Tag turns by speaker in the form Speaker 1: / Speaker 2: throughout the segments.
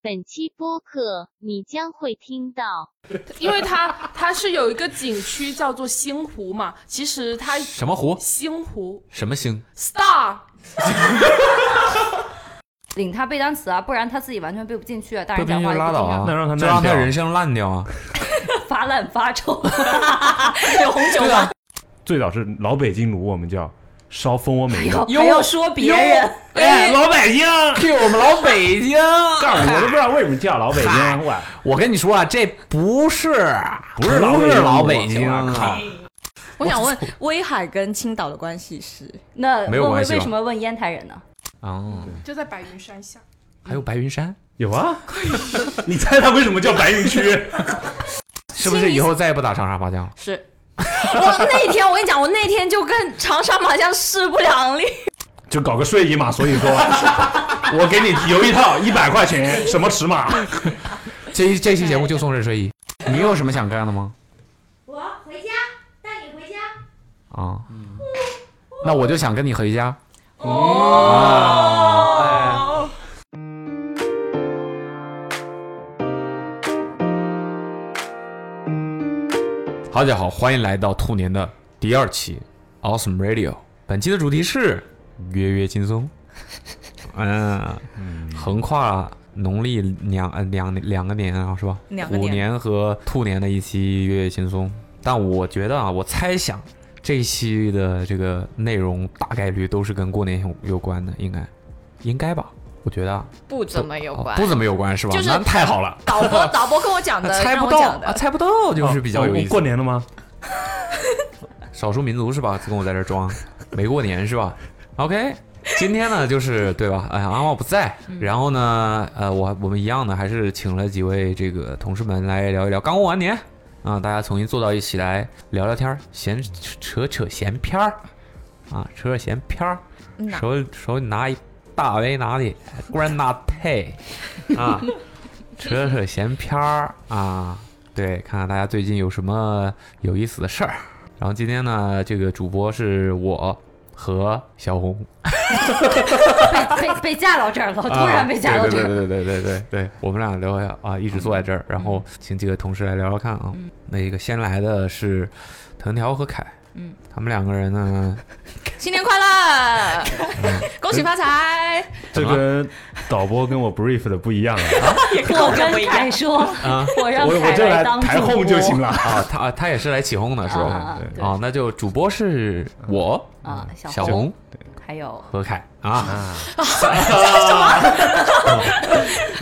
Speaker 1: 本期播客你将会听 到
Speaker 2: 因为它 它是有一个景区叫做星湖嘛，其实它
Speaker 3: 什么湖？
Speaker 2: 星湖
Speaker 3: 什么星？
Speaker 2: Star
Speaker 4: 领他背单词啊，不然他自己完全背不进去啊。大
Speaker 3: 不
Speaker 4: 人
Speaker 3: 冰
Speaker 4: 讲
Speaker 3: 就
Speaker 4: 话也
Speaker 3: 拉
Speaker 4: 不
Speaker 3: 倒
Speaker 4: 重要
Speaker 3: 啊，
Speaker 5: 那让他
Speaker 3: 就
Speaker 5: 烂
Speaker 3: 让他
Speaker 5: 掉
Speaker 3: 人生烂掉啊！
Speaker 4: 发烂发臭，有红酒吗？
Speaker 5: 最早是老北京炉，我们叫烧蜂窝煤肉。
Speaker 4: 还要说别人，
Speaker 5: 哎，老北京，
Speaker 3: Q 我们老北 京，
Speaker 5: 干我都不知道为什么叫老北
Speaker 3: 嗨
Speaker 5: 京，我
Speaker 3: 我跟你说啊，这不是
Speaker 5: 不是老北京
Speaker 3: 老北京
Speaker 5: 我靠
Speaker 3: 啊，
Speaker 6: 我想问，威海跟青岛的关系是？
Speaker 4: 那
Speaker 3: 没有
Speaker 4: 问
Speaker 3: 关
Speaker 4: 为
Speaker 3: 系吧
Speaker 4: 什么问烟台人呢？
Speaker 3: 哦，
Speaker 2: 就在白云山下。
Speaker 3: 还有白云山，
Speaker 5: 有 啊。你猜他为什么叫白云区？
Speaker 3: 是不是以后再也不打长沙麻将了？
Speaker 6: 是。我那天我跟你讲，我那天就跟长沙麻将势不两立。
Speaker 5: 就搞个睡衣嘛。所以 说，我给你邮一套一百块钱，什么尺码？
Speaker 3: 这这期节目就送任睡衣，你有什么想干的吗？
Speaker 7: 我回家带你回家。
Speaker 3: 啊，那我就想跟你回家。好，大家好，欢迎来到兔年的第二期 Awesome Radio。本期的主题是约约轻 松。嗯，横跨农历两呃两两个年啊，是吧？
Speaker 6: 两个
Speaker 3: 虎
Speaker 6: 年
Speaker 3: 年和兔年的一期约约轻松。但我觉得啊，我猜想这一期的这个内容大概率都是跟过年有有关的，应该应该吧？我觉得啊，
Speaker 6: 不怎么有关
Speaker 3: 哦不。怎么有关是吧？
Speaker 6: 就是
Speaker 3: 那太好了。
Speaker 6: 导播导播跟我讲的，
Speaker 3: 猜
Speaker 6: 让
Speaker 3: 不
Speaker 6: 我
Speaker 3: 到
Speaker 6: 讲
Speaker 3: 啊，
Speaker 6: 的。
Speaker 3: 猜不到，就是比较有意
Speaker 5: 哦
Speaker 3: 思。
Speaker 5: 过年了吗？
Speaker 3: 少数民族是吧？跟我在这儿装，没过年是吧？OK，今天呢就是对吧？哎，阿茂不在，
Speaker 6: 嗯
Speaker 3: 然后呢，呃，我我们一样呢，还是请了几位这个同事们来聊一聊刚过完年啊、大家重新坐到一起来聊聊天儿，闲扯扯闲篇儿啊，扯扯闲篇儿，
Speaker 6: 嗯呐
Speaker 3: 手手里拿一大杯拿铁，Grandma Tea 啊，扯扯闲篇儿啊，对，看看大家最近有什么有意思的事儿。然后今天呢，这个主播是我和小红，
Speaker 4: 被被被架到这儿了，突然被架
Speaker 3: 啊
Speaker 4: 到
Speaker 3: 对
Speaker 4: 这
Speaker 3: 对
Speaker 4: 儿
Speaker 3: 对
Speaker 4: 了。
Speaker 3: 对对对对对，我们俩聊一下啊，一直坐在这儿，然后请几个同事来聊聊看啊。那个先来的是藤条和凯，
Speaker 6: 嗯，
Speaker 3: 他们两个人呢，
Speaker 6: 新年快 乐，恭喜发财。
Speaker 3: 怎
Speaker 5: 这
Speaker 3: 么
Speaker 5: 跟导播跟我 brief 的不一样 啊！
Speaker 4: 我跟凯说，
Speaker 3: 啊
Speaker 4: 我让
Speaker 5: 我我
Speaker 4: 凯
Speaker 5: 这
Speaker 4: 来
Speaker 5: 来
Speaker 4: 当
Speaker 5: 抬
Speaker 4: 主
Speaker 5: 后就
Speaker 4: 播
Speaker 5: 行了。
Speaker 3: 啊，他他也是来起哄的是吧
Speaker 4: 啊？
Speaker 5: 对
Speaker 4: 对
Speaker 3: 啊，那就主播是我、
Speaker 4: 啊，
Speaker 3: 小
Speaker 4: 红
Speaker 3: 红
Speaker 4: 还有
Speaker 3: 和凯啊。什么？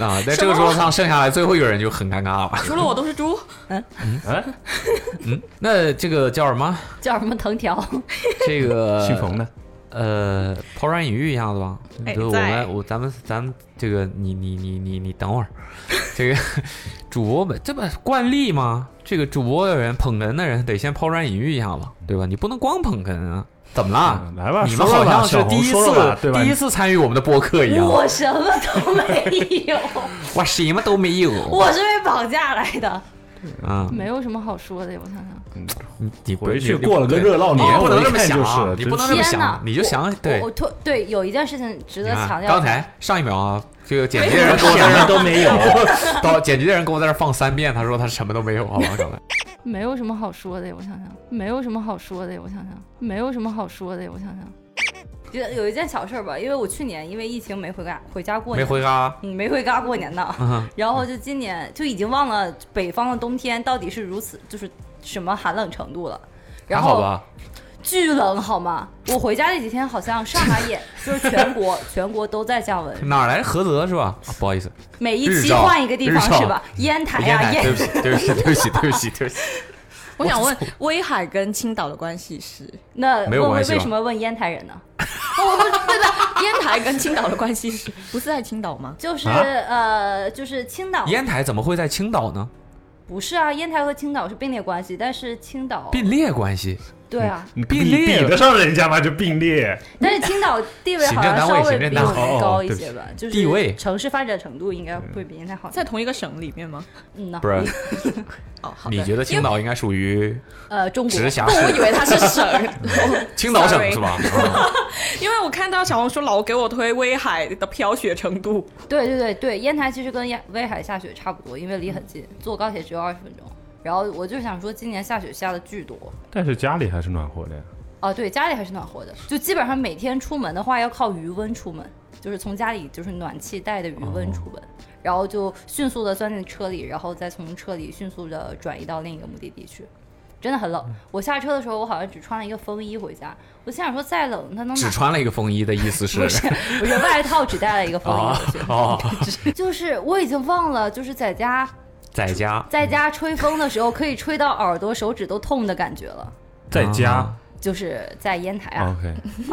Speaker 3: 啊，在这个桌子上剩下来最后一个人就很尴尬了。
Speaker 6: 除了我都是 猪，
Speaker 5: 嗯，
Speaker 3: 嗯，那这个叫什么？
Speaker 4: 叫什么藤条，
Speaker 3: 这个
Speaker 5: 姓冯的，
Speaker 3: 呃，抛砖引玉一下子吧。
Speaker 6: 哎
Speaker 3: 就是我
Speaker 6: 在
Speaker 3: 们我咱们咱们这个你你你你你等会儿， 这个主播们这不惯例吗？这个主播的人捧哏的人得先抛砖引玉一下吧，对吧？你不能光捧哏啊。怎么啦
Speaker 5: 嗯？来吧
Speaker 3: 你们
Speaker 5: 说
Speaker 3: 好
Speaker 5: 说吧
Speaker 3: 像是
Speaker 5: 小红
Speaker 3: 第一
Speaker 5: 说说吧
Speaker 3: 次
Speaker 5: 对吧
Speaker 3: 第一次参与我们的播客一样，
Speaker 4: 我什么都没 有，
Speaker 3: 我什么都没有。
Speaker 4: 我是被绑架来的，
Speaker 3: 啊，
Speaker 4: 没有什么好说的。我想想，
Speaker 3: 你你不
Speaker 5: 回去
Speaker 3: 你不
Speaker 5: 过了个
Speaker 3: 对
Speaker 5: 热闹年
Speaker 3: 你不能
Speaker 5: 我一
Speaker 3: 这么
Speaker 5: 看
Speaker 3: 想啊
Speaker 5: 就是，
Speaker 3: 你
Speaker 5: 真
Speaker 3: 不能这么
Speaker 4: 天哪
Speaker 3: 想，你就想对
Speaker 4: 我我。突对有一件事情值得
Speaker 3: 你看
Speaker 4: 强调。
Speaker 3: 刚才上一秒啊，这个剪辑人给我在
Speaker 5: 什
Speaker 3: 那
Speaker 5: 么
Speaker 3: 儿
Speaker 5: 都没有。
Speaker 3: 到剪辑的人给我在这儿放三遍，他说他什么都没有，好啊吧，刚才。
Speaker 8: 没有什么好说的，我想想，没有什么好说的，我想想，没有什么好说的，我想想，
Speaker 4: 就有一件小事儿吧，因为我去年因为疫情没回家，回家过
Speaker 3: 没
Speaker 4: 年，
Speaker 3: 回啊，
Speaker 4: 嗯，没回家过年呢。
Speaker 3: 嗯
Speaker 4: 然后就今年就已经忘了北方的冬天到底是如此，就是什么寒冷程度了。
Speaker 3: 还
Speaker 4: 然
Speaker 3: 好
Speaker 4: 后
Speaker 3: 吧？
Speaker 4: 巨冷好吗？我回家这几天好像上海也就是全国全国都 在降温，
Speaker 3: 哪儿来菏泽是吧、啊不好意思，
Speaker 4: 每一
Speaker 3: 日
Speaker 4: 期
Speaker 3: 照
Speaker 4: 换一个地方
Speaker 3: 日照
Speaker 4: 是吧？烟台
Speaker 3: 烟
Speaker 4: 啊
Speaker 3: 台，对
Speaker 4: 烟
Speaker 3: 不起，对不起， 对不起，对不起，对不起。
Speaker 6: 我想问，威海跟青岛的关系是？
Speaker 4: 那
Speaker 3: 没有
Speaker 4: 问
Speaker 3: 关
Speaker 4: 为
Speaker 3: 系吧
Speaker 4: 为什么问烟台人呢？
Speaker 6: 烟台跟青岛的关系是？不是在青岛吗？
Speaker 4: 就是
Speaker 5: 啊
Speaker 4: 呃，就是青岛
Speaker 3: 烟台怎么会在
Speaker 4: 哦
Speaker 3: 青岛呢？
Speaker 4: 不是啊，烟台和青岛是并列关系，但是青岛
Speaker 3: 并列关系
Speaker 4: 对啊，
Speaker 5: 你
Speaker 3: 并
Speaker 5: 比
Speaker 3: 列
Speaker 5: 比得上人家吗？就并列，
Speaker 4: 但是青岛地位好像稍微比我
Speaker 3: 哦
Speaker 4: 们高一些吧，就是
Speaker 3: 地位嗯
Speaker 4: 城市发展程度应该会比烟台好。
Speaker 6: 在同一个省里面吗？
Speaker 4: 嗯呐，
Speaker 3: 不是？
Speaker 6: 哦，好的。
Speaker 3: 你觉得青岛应该属于
Speaker 4: 呃，中国
Speaker 3: 直辖
Speaker 6: 不，我以
Speaker 3: 市？
Speaker 6: 为它是省，
Speaker 3: 青岛省
Speaker 6: Sorry
Speaker 3: 是吧？ 啊
Speaker 6: 因为我看到小红书老给我推威海的飘雪程度，
Speaker 4: 对对对对，烟台其实跟烟威海下雪差不多，因为离很近，坐高铁只有二十分钟。然后我就想说，今年下雪下的巨多
Speaker 5: 但是家里还是暖和的呀。
Speaker 4: 啊，对，家里还是暖和的，就基本上每天出门的话要靠余温出门，就是从家里就是暖气带的余温
Speaker 3: 哦
Speaker 4: 出门，然后就迅速的钻进车里，然后再从车里迅速的转移到另一个目的地去。真的很
Speaker 3: 嗯
Speaker 4: 冷，我下车的时候我好像只穿了一个风衣回家，我心想说再冷它能
Speaker 3: 只
Speaker 4: 哪
Speaker 3: 穿了一个风衣的意思是
Speaker 4: 不是，我这外套只带了一个风衣
Speaker 3: 啊
Speaker 4: 回去。
Speaker 3: 哦，
Speaker 4: 就是我已经忘了，就是在家
Speaker 3: 在家
Speaker 4: 在家吹风的时候，可以吹到耳朵、手指都痛的感觉了。
Speaker 5: 在家
Speaker 3: 啊
Speaker 4: 就是在烟台
Speaker 3: 哦
Speaker 4: 啊
Speaker 5: ，OK，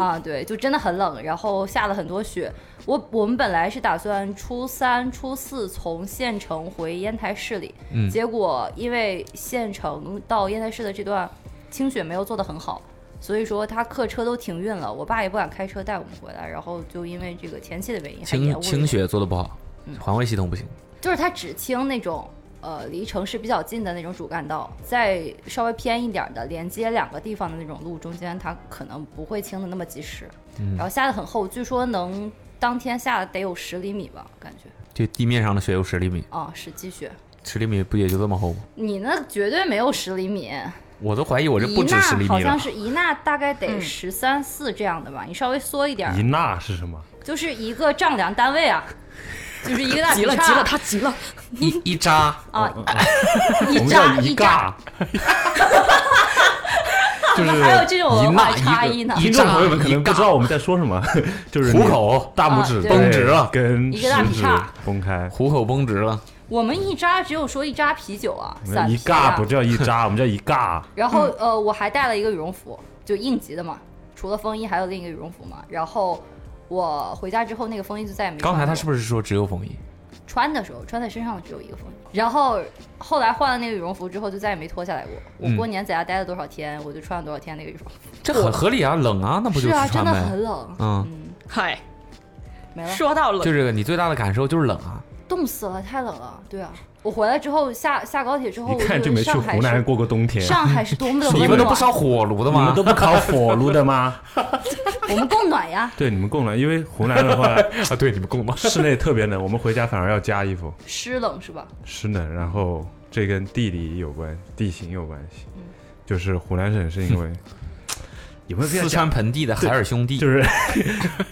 Speaker 4: 啊，对，就真的很冷，然后下了很多雪。我我们本来是打算初三、初四从县城回烟台市里，
Speaker 3: 嗯
Speaker 4: 结果因为县城到烟台市的这段清雪没有做得很好，所以说他客车都停运了。我爸也不敢开车带我们回来，然后就因为这个天气的原因还延误
Speaker 3: 清清
Speaker 4: 了
Speaker 3: 雪做的不好，
Speaker 4: 嗯
Speaker 3: 环卫系统不行。
Speaker 4: 就是它只清那种呃离城市比较近的那种主干道，再稍微偏一点儿的连接两个地方的那种路中间，它可能不会清的那么及时。
Speaker 3: 嗯
Speaker 4: 然后下的很厚，据说能当天下得有十厘米吧，感觉
Speaker 3: 就地面上的雪有十厘米，
Speaker 4: 啊、是积雪。
Speaker 3: 十厘米不也就这么厚吗？
Speaker 4: 你那绝对没有十厘米，
Speaker 3: 我都怀疑我这
Speaker 4: 一
Speaker 3: 不止
Speaker 4: 纳
Speaker 3: 十厘
Speaker 4: 好
Speaker 3: 米了
Speaker 4: 像。是一纳大概得十三四这样的吧，你稍微缩一点儿
Speaker 5: 一，纳是什么？
Speaker 4: 就是一个丈量单位啊，就是一 个大
Speaker 6: 急了
Speaker 4: 劈叉
Speaker 6: 急了，他急了，
Speaker 3: 一一扎
Speaker 4: 啊，
Speaker 5: 我们
Speaker 4: 扎
Speaker 5: 叫一
Speaker 4: 一扎
Speaker 5: 尬， 就是
Speaker 4: 还有这种
Speaker 3: 一
Speaker 4: 文化
Speaker 3: 纳
Speaker 4: 差
Speaker 3: 一
Speaker 4: 异呢
Speaker 3: 个，
Speaker 5: 听众朋友们可能不知道我们在说什么，就是
Speaker 3: 虎
Speaker 5: 你
Speaker 3: 口
Speaker 5: 大拇指
Speaker 4: 啊对
Speaker 5: 绷
Speaker 3: 绷
Speaker 5: 直
Speaker 3: 直
Speaker 5: 了
Speaker 3: 了，
Speaker 5: 跟
Speaker 4: 一
Speaker 5: 食
Speaker 4: 个大劈
Speaker 5: 指
Speaker 4: 叉
Speaker 5: 分开。
Speaker 3: 虎口绷直了，
Speaker 4: 我们一扎只有说一扎啤酒啊，
Speaker 5: 我们
Speaker 4: 散
Speaker 5: 一
Speaker 4: 啤啊
Speaker 5: 尬不叫一 扎，我们叫一尬。
Speaker 4: 然后呃，我还带了一个羽绒服，就应急的嘛，除了风衣还有另一个羽绒服嘛。然后我回家之后，那个风衣就再也没穿
Speaker 3: 刚
Speaker 4: 过。
Speaker 3: 才他是不是说只有风衣？
Speaker 4: 穿的时候穿在身上的只有一个风衣？然后后来换了那个羽绒服之后，就再也没脱下来过。我
Speaker 3: 嗯
Speaker 4: 过年在家待了多少天，我就穿了多少天那个羽绒服。
Speaker 3: 这很合理啊，冷啊，那不就是
Speaker 4: 啊，
Speaker 3: 穿
Speaker 4: 真的
Speaker 3: 呗？
Speaker 4: 很冷，
Speaker 3: 嗯，
Speaker 4: 嗯，
Speaker 6: 嗨，
Speaker 4: 没了，
Speaker 6: 说到
Speaker 3: 就
Speaker 6: 冷，
Speaker 3: 这个，你最大的感受就是冷啊。
Speaker 4: 冻死了，太冷了。对啊，我回来之后下下高铁之后，
Speaker 5: 一
Speaker 4: 我
Speaker 5: 看
Speaker 4: 以
Speaker 5: 就
Speaker 4: 为
Speaker 5: 没去
Speaker 4: 哦上海
Speaker 5: 湖南
Speaker 4: 是
Speaker 5: 过过冬天，
Speaker 4: 上海是多么的 温
Speaker 5: 你
Speaker 3: 你们
Speaker 4: 暖，
Speaker 3: 都不烧火炉的
Speaker 5: 你们
Speaker 3: 吗
Speaker 5: 都？不烤火炉 的吗？
Speaker 4: 我们供暖呀。
Speaker 5: 对，你们供暖，因为湖南 的话
Speaker 3: 啊，对，你们供吗？
Speaker 5: 室内特别冷，我们回家反而要加衣服，
Speaker 4: 湿冷是吧？
Speaker 5: 湿冷。然后这跟地理有关，地形有关系，
Speaker 4: 嗯
Speaker 5: 就是湖南省是 因为有没有必要
Speaker 3: 四
Speaker 5: 讲
Speaker 3: 川盆地的海尔兄弟
Speaker 5: 就是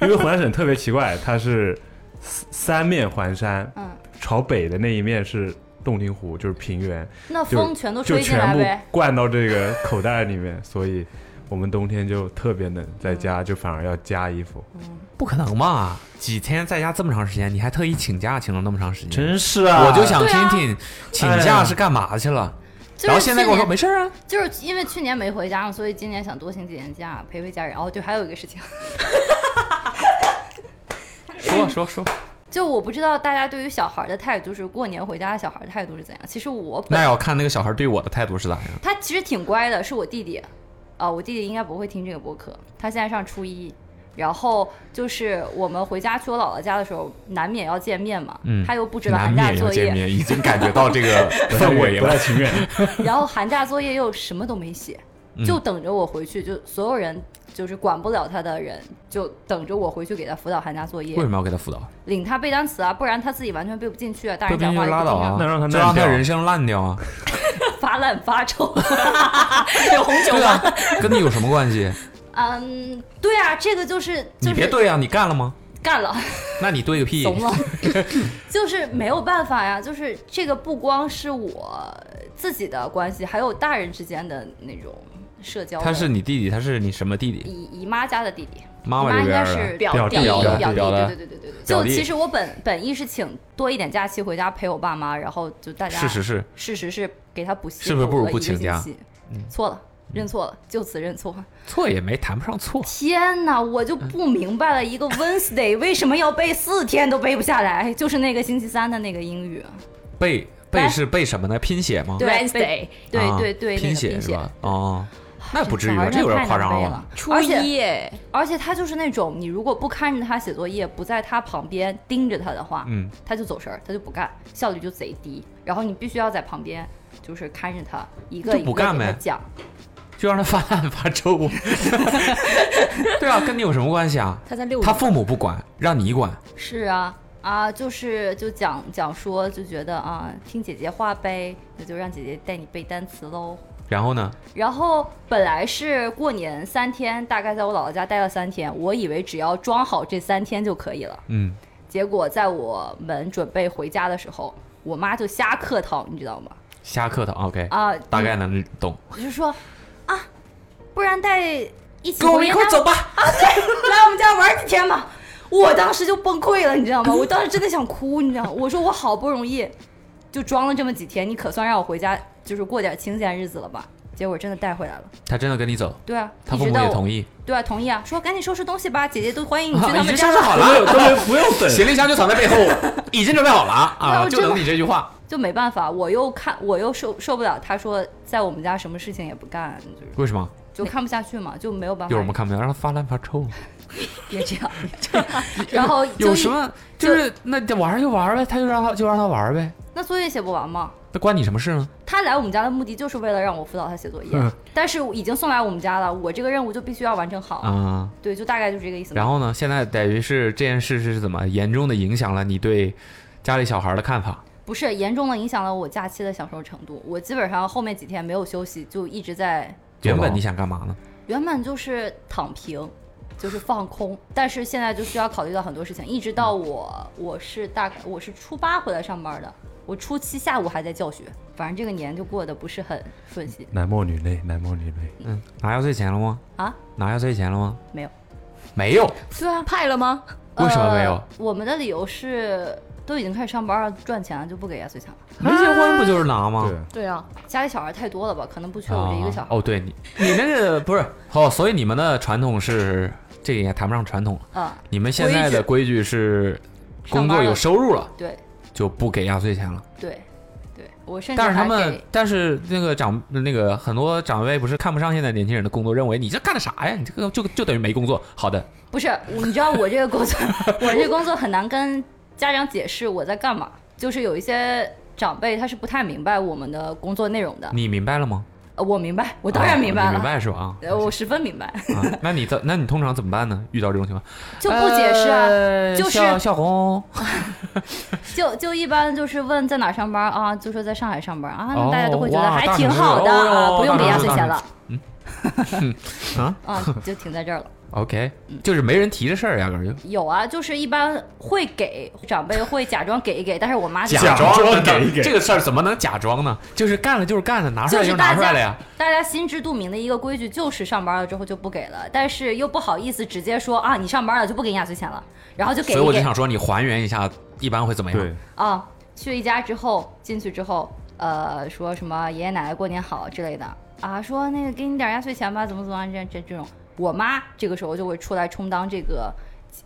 Speaker 5: 因为湖南省特别奇怪，它是三三面环山，
Speaker 4: 嗯
Speaker 5: 朝北的那一面是洞庭湖，就是平原，
Speaker 4: 那
Speaker 5: 就
Speaker 4: 风全都
Speaker 5: 就
Speaker 4: 吹进
Speaker 5: 全
Speaker 4: 来
Speaker 5: 部
Speaker 4: 呗。
Speaker 5: 灌到这个口袋里面，所以我们冬天就特别冷，
Speaker 4: 嗯
Speaker 5: 在家就反而要加衣服，
Speaker 3: 不可能吧？几天在家这么长时间，你还特意请假请了那么长时间，
Speaker 5: 真是啊！
Speaker 3: 我就想听听请
Speaker 4: 啊
Speaker 3: 假是干嘛去了。
Speaker 4: 就是
Speaker 3: 然后现在跟我
Speaker 4: 去
Speaker 3: 说
Speaker 4: 年
Speaker 3: 没事儿啊，
Speaker 4: 就是因为去年没回家嘛，所以今年想多请几天假陪陪家人。哦，对，还有一个事情，
Speaker 3: 说说说，
Speaker 4: 就我不知道大家对于小孩的态度，就是过年回家的小孩的态度是怎样。其实我
Speaker 3: 那
Speaker 4: 本
Speaker 3: 要看那个小孩对我的态度是咋样。
Speaker 4: 他其实挺乖的，是我弟弟，啊、我弟弟应该不会听这个播客，他现在上初一。然后就是我们回家去我姥姥家的时候，难免要见面嘛，
Speaker 3: 嗯
Speaker 4: 他又布置了
Speaker 3: 难
Speaker 4: 寒假
Speaker 3: 免要
Speaker 4: 作
Speaker 3: 见
Speaker 4: 业，
Speaker 3: 面，已经感觉到这 个氛围
Speaker 5: 不
Speaker 3: 了
Speaker 5: 太。情 愿。
Speaker 4: 然后寒假作业又什么都没写，
Speaker 3: 嗯
Speaker 4: 就等着我回去，就所有人就是管不了他的人，就等着我回去给他辅导寒假作业。
Speaker 3: 为什么要给他辅导？
Speaker 4: 领他背单词啊，不然他自己完全背不进去啊。大
Speaker 3: 不
Speaker 4: 人
Speaker 3: 编
Speaker 4: 讲
Speaker 3: 就
Speaker 4: 话也
Speaker 3: 拉
Speaker 4: 不
Speaker 3: 倒
Speaker 4: 听啊
Speaker 3: 啊，
Speaker 5: 那让他
Speaker 3: 就
Speaker 5: 烂
Speaker 3: 让他
Speaker 5: 掉
Speaker 3: 人生烂掉 啊。
Speaker 4: 发烂发臭。
Speaker 6: 有红酒
Speaker 3: 对
Speaker 6: 吗？
Speaker 3: 啊，跟你有什么关系？
Speaker 4: 嗯，对啊，这个就是 就
Speaker 3: 你别
Speaker 4: 是
Speaker 3: 对啊，你干了吗？
Speaker 4: 干了，
Speaker 3: 那你对个屁！
Speaker 4: 怂了，就是没有办法呀。就是这个不光是我自己的关系，还有大人之间的那种社交 的。
Speaker 3: 他是你弟弟，他是你什么弟弟？
Speaker 4: 姨姨妈家的弟弟，
Speaker 3: 妈妈
Speaker 4: 姨
Speaker 3: 这
Speaker 4: 妈应
Speaker 3: 边
Speaker 4: 该
Speaker 3: 儿
Speaker 4: 是
Speaker 3: 的。
Speaker 6: 表
Speaker 5: 表
Speaker 4: 弟
Speaker 5: 表
Speaker 4: 弟
Speaker 5: 的
Speaker 4: 弟，
Speaker 3: 表的
Speaker 4: 对对对对对。
Speaker 3: 表
Speaker 4: 就
Speaker 3: 弟
Speaker 4: 其实我本本意是请多一点假期回家陪我爸妈，然后就大家
Speaker 3: 事实是，
Speaker 4: 事实是给他补习，
Speaker 3: 是不是不如
Speaker 4: 补了
Speaker 3: 不
Speaker 4: 一个
Speaker 3: 请
Speaker 4: 星
Speaker 3: 假
Speaker 4: 期？错了，认错了，就此认错。
Speaker 3: 错也没谈不上错。
Speaker 4: 天哪，我 就不明白了，一个 Wednesday 为什么要背四天都背不下来？就是那个星期三的那个英语，
Speaker 3: 背背是背什么呢？拼写吗？
Speaker 4: 对
Speaker 6: Wednesday
Speaker 4: 哎对
Speaker 3: 啊
Speaker 4: 对对，那
Speaker 3: 拼
Speaker 4: 个
Speaker 3: 写
Speaker 4: 拼
Speaker 3: 是
Speaker 4: 写
Speaker 3: 吧。？哦，那不至于
Speaker 4: 小
Speaker 3: 吧？
Speaker 4: 孩
Speaker 3: 这有
Speaker 4: 真的
Speaker 3: 点
Speaker 4: 太
Speaker 3: 夸张
Speaker 4: 狼狈
Speaker 3: 了
Speaker 4: 了
Speaker 3: 吧？
Speaker 6: 初
Speaker 4: 而且
Speaker 6: 一哎，
Speaker 4: 而且他就是那种，你如果不看着他写作业，不在他旁边盯着他的话，
Speaker 5: 嗯，
Speaker 4: 他就走神儿，他就不干，效率就贼低。然后你必须要在旁边，就是看着他一个
Speaker 3: 就
Speaker 4: 一
Speaker 3: 不
Speaker 4: 个
Speaker 3: 干
Speaker 4: 给他
Speaker 3: 呗
Speaker 4: 讲。
Speaker 3: 就让他发烂 发臭。对啊，跟你有什么关系啊？
Speaker 6: 他在六
Speaker 3: 他父母不管，让你管，
Speaker 4: 是啊，啊，就是就讲讲说，就觉得啊，听姐姐话呗，那就让姐姐带你背单词喽。
Speaker 3: 然后呢？
Speaker 4: 然后本来是过年三天，大概在我姥姥家待了三天，我以为只要装好这三天就可以了。
Speaker 5: 嗯，
Speaker 4: 结果在我们准备回家的时候，我妈就瞎客套，你知道吗？
Speaker 3: 瞎客套，OK，
Speaker 4: 啊，
Speaker 3: 大概能懂。
Speaker 4: 我就说啊，不然带一起
Speaker 3: 跟我们一块
Speaker 4: 回
Speaker 3: 儿
Speaker 4: 家
Speaker 3: 走吧。
Speaker 4: 来我们家玩几天吧。我当时就崩溃了，你知道吗？我当时真的想哭，你知道吗？我说我好不容易就装了这么几天，你可算让我回家就是过点清闲日子了吧？结果真的带回来了。
Speaker 3: 他真的跟你走，
Speaker 4: 对啊，
Speaker 3: 他
Speaker 4: 一
Speaker 3: 父
Speaker 4: 直
Speaker 3: 母
Speaker 4: 到
Speaker 3: 也
Speaker 4: 我
Speaker 3: 同意。
Speaker 4: 对啊，同意啊，说赶紧收拾东西吧，姐姐都欢迎你去
Speaker 3: 啊
Speaker 4: 他
Speaker 3: 已
Speaker 4: 们
Speaker 3: 经
Speaker 4: 家
Speaker 3: 收拾
Speaker 4: 了。
Speaker 3: 好
Speaker 5: 都没
Speaker 3: 了，
Speaker 5: 有都没不用等，
Speaker 3: 行李箱就藏在背后，已经准备好了啊，
Speaker 4: 我
Speaker 3: 就
Speaker 4: 真
Speaker 3: 等
Speaker 4: 的
Speaker 3: 你这句话。
Speaker 4: 就没办法，我又看我又受受不了，他说在我们家什么事情也不干，就是
Speaker 3: 为什么？
Speaker 4: 就看不下去嘛，就没有办
Speaker 3: 一会儿我们
Speaker 4: 法，
Speaker 3: 看不见，让他发烂发臭。
Speaker 4: 别这样。 然后 就
Speaker 3: 有
Speaker 4: 一
Speaker 3: 什么？
Speaker 4: 就
Speaker 3: 就是那玩儿就玩儿呗，他就让他就让他玩儿呗，
Speaker 4: 那作业写不完吗？
Speaker 3: 那关你什么事呢？
Speaker 4: 他来我们家的目的就是为了让我辅导他写作业，
Speaker 5: 嗯
Speaker 4: 但是已经送来我们家了，我这个任务就必须要完成好。
Speaker 3: 啊、
Speaker 4: 对，就大概就是这个意思嘛。
Speaker 3: 然后呢？现在等于是这件事是怎么严重的影响了你对家里小孩的看法？
Speaker 4: 不是严重的影响了我假期的享受程度，我基本上后面几天没有休息，就一直在
Speaker 5: 坐
Speaker 3: 原本
Speaker 5: 牢
Speaker 3: 你想干嘛呢？
Speaker 4: 原本就是躺平，就是放空，但是现在就需要考虑到很多事情，一直到我我是大概我是初八回来上班的，我初七下午还在教学，反正这个年就过得不是很顺心
Speaker 5: 男莫女泪，男莫女泪，
Speaker 3: 嗯，拿压岁钱了吗？
Speaker 4: 啊，
Speaker 3: 拿压岁钱了吗？
Speaker 4: 没有。
Speaker 3: 没有，
Speaker 6: 对啊，派了吗？
Speaker 3: 为什么没有？
Speaker 4: 呃我们的理由是都已经开始上班了，赚钱了就不给压岁钱了。
Speaker 3: 没结婚不就是拿吗？
Speaker 5: 对啊，
Speaker 6: 对啊，
Speaker 4: 家里小孩太多了吧，可能不缺我这一个小
Speaker 3: 啊
Speaker 4: 孩。
Speaker 3: 哦，对你，你那个不是哦，所以你们的传统是这个也谈不上传统了。
Speaker 4: 啊，
Speaker 3: 你们现在的规矩是，工
Speaker 4: 上班
Speaker 3: 作
Speaker 4: 了
Speaker 3: 有收入了
Speaker 4: 对
Speaker 3: 就不给压岁钱了。
Speaker 4: 对对，我甚至
Speaker 3: 但是他
Speaker 4: 还
Speaker 3: 们
Speaker 4: 给，
Speaker 3: 但是那个长那个很多长辈不是看不上现在年轻人的工作，认为你这干的啥呀？你这个就就等于没工作。好的，
Speaker 4: 不是，我你知道我这个工作， 我这个工作很难跟家长解释我在干嘛，就是有一些。长辈他是不太明白我们的工作内容的，
Speaker 3: 你明白了吗？
Speaker 4: 呃我明白，我当然明
Speaker 3: 啊
Speaker 4: 白
Speaker 3: 你
Speaker 4: 了，
Speaker 3: 明白是吧？ 啊，
Speaker 4: 呃我十分明白，
Speaker 3: 啊那你怎那你通常怎么办呢？遇到这种情况
Speaker 4: 就不解释啊，
Speaker 3: 呃
Speaker 4: 就是
Speaker 3: 小小红，
Speaker 4: 就就一般就是问在哪上班啊，就说在上海上班啊，
Speaker 3: 哦
Speaker 4: 那大家都会觉得
Speaker 3: 哇
Speaker 4: 还
Speaker 3: 大
Speaker 4: 挺
Speaker 3: 城市
Speaker 4: 好的
Speaker 3: 哦哟
Speaker 4: 啊，不用
Speaker 3: 大城
Speaker 4: 给压
Speaker 3: 市
Speaker 4: 岁
Speaker 3: 大
Speaker 4: 钱
Speaker 3: 城
Speaker 4: 了。
Speaker 3: 啊
Speaker 4: 啊， 就停在这儿了。
Speaker 3: ，OK，就是没人提这事儿，压根儿就
Speaker 4: 有啊，就是一般会给长辈会假装给一给，但是我
Speaker 3: 啊
Speaker 4: 妈就
Speaker 5: 假装
Speaker 3: 等等
Speaker 5: 给一给
Speaker 3: 这个事儿怎么能假装呢？就是干了就是干了，拿出来
Speaker 4: 就是
Speaker 3: 拿
Speaker 4: 大
Speaker 3: 出来了
Speaker 4: 家
Speaker 3: 呀。
Speaker 4: 大家心知肚明的一个规矩，就是上班了之后就不给了，但是又不好意思直接说啊，你上班了就不给你压岁钱了，然后就给
Speaker 3: 所以我
Speaker 4: 一
Speaker 3: 就
Speaker 4: 给
Speaker 3: 想说，你还原一下，一般会怎么样？
Speaker 5: 对，
Speaker 4: 啊。去一家之后，进去之后，呃，说什么爷爷奶奶过年好之类的啊，说那个给你点压岁钱吧，怎么怎么样，这这这种，我妈这个时候就会出来充当这个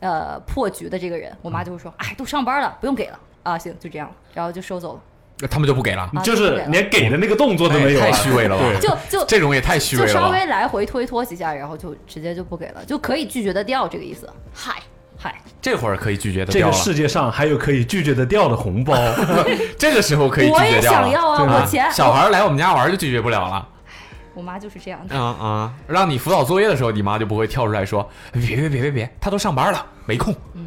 Speaker 4: 呃破局的这个人，我妈就会说，哎，都上班了，不用给了啊，行，就这样了，然后就收走了。
Speaker 3: 他们就不给了，
Speaker 4: 啊
Speaker 5: 就是连给的那个动作都
Speaker 3: 哎
Speaker 5: 没有啊，
Speaker 3: 太虚伪了吧
Speaker 5: 对
Speaker 4: 就就
Speaker 3: 这种也太虚
Speaker 4: 就
Speaker 3: 伪了
Speaker 4: 稍
Speaker 3: 吧。
Speaker 4: 微来回推脱几下，然后就直接就不给了，就可以拒绝的掉这个意思。
Speaker 6: 嗨，
Speaker 4: 嗨，
Speaker 3: 这会儿可以拒绝的
Speaker 5: 这
Speaker 3: 掉
Speaker 5: 个
Speaker 3: 了，
Speaker 5: 世界上还有可以拒绝的掉的红包，
Speaker 3: 这个时候可以拒
Speaker 4: 我
Speaker 3: 绝
Speaker 4: 也
Speaker 3: 掉了。
Speaker 4: 想要啊，
Speaker 5: 对吧
Speaker 4: 我钱。
Speaker 3: 小孩儿来我们家玩儿就拒绝不了了。
Speaker 4: 我妈就是这样的，
Speaker 3: 嗯嗯，让你辅导作业的时候，你妈就不会跳出来说别别别别别，他都上班了，没空
Speaker 4: 嗯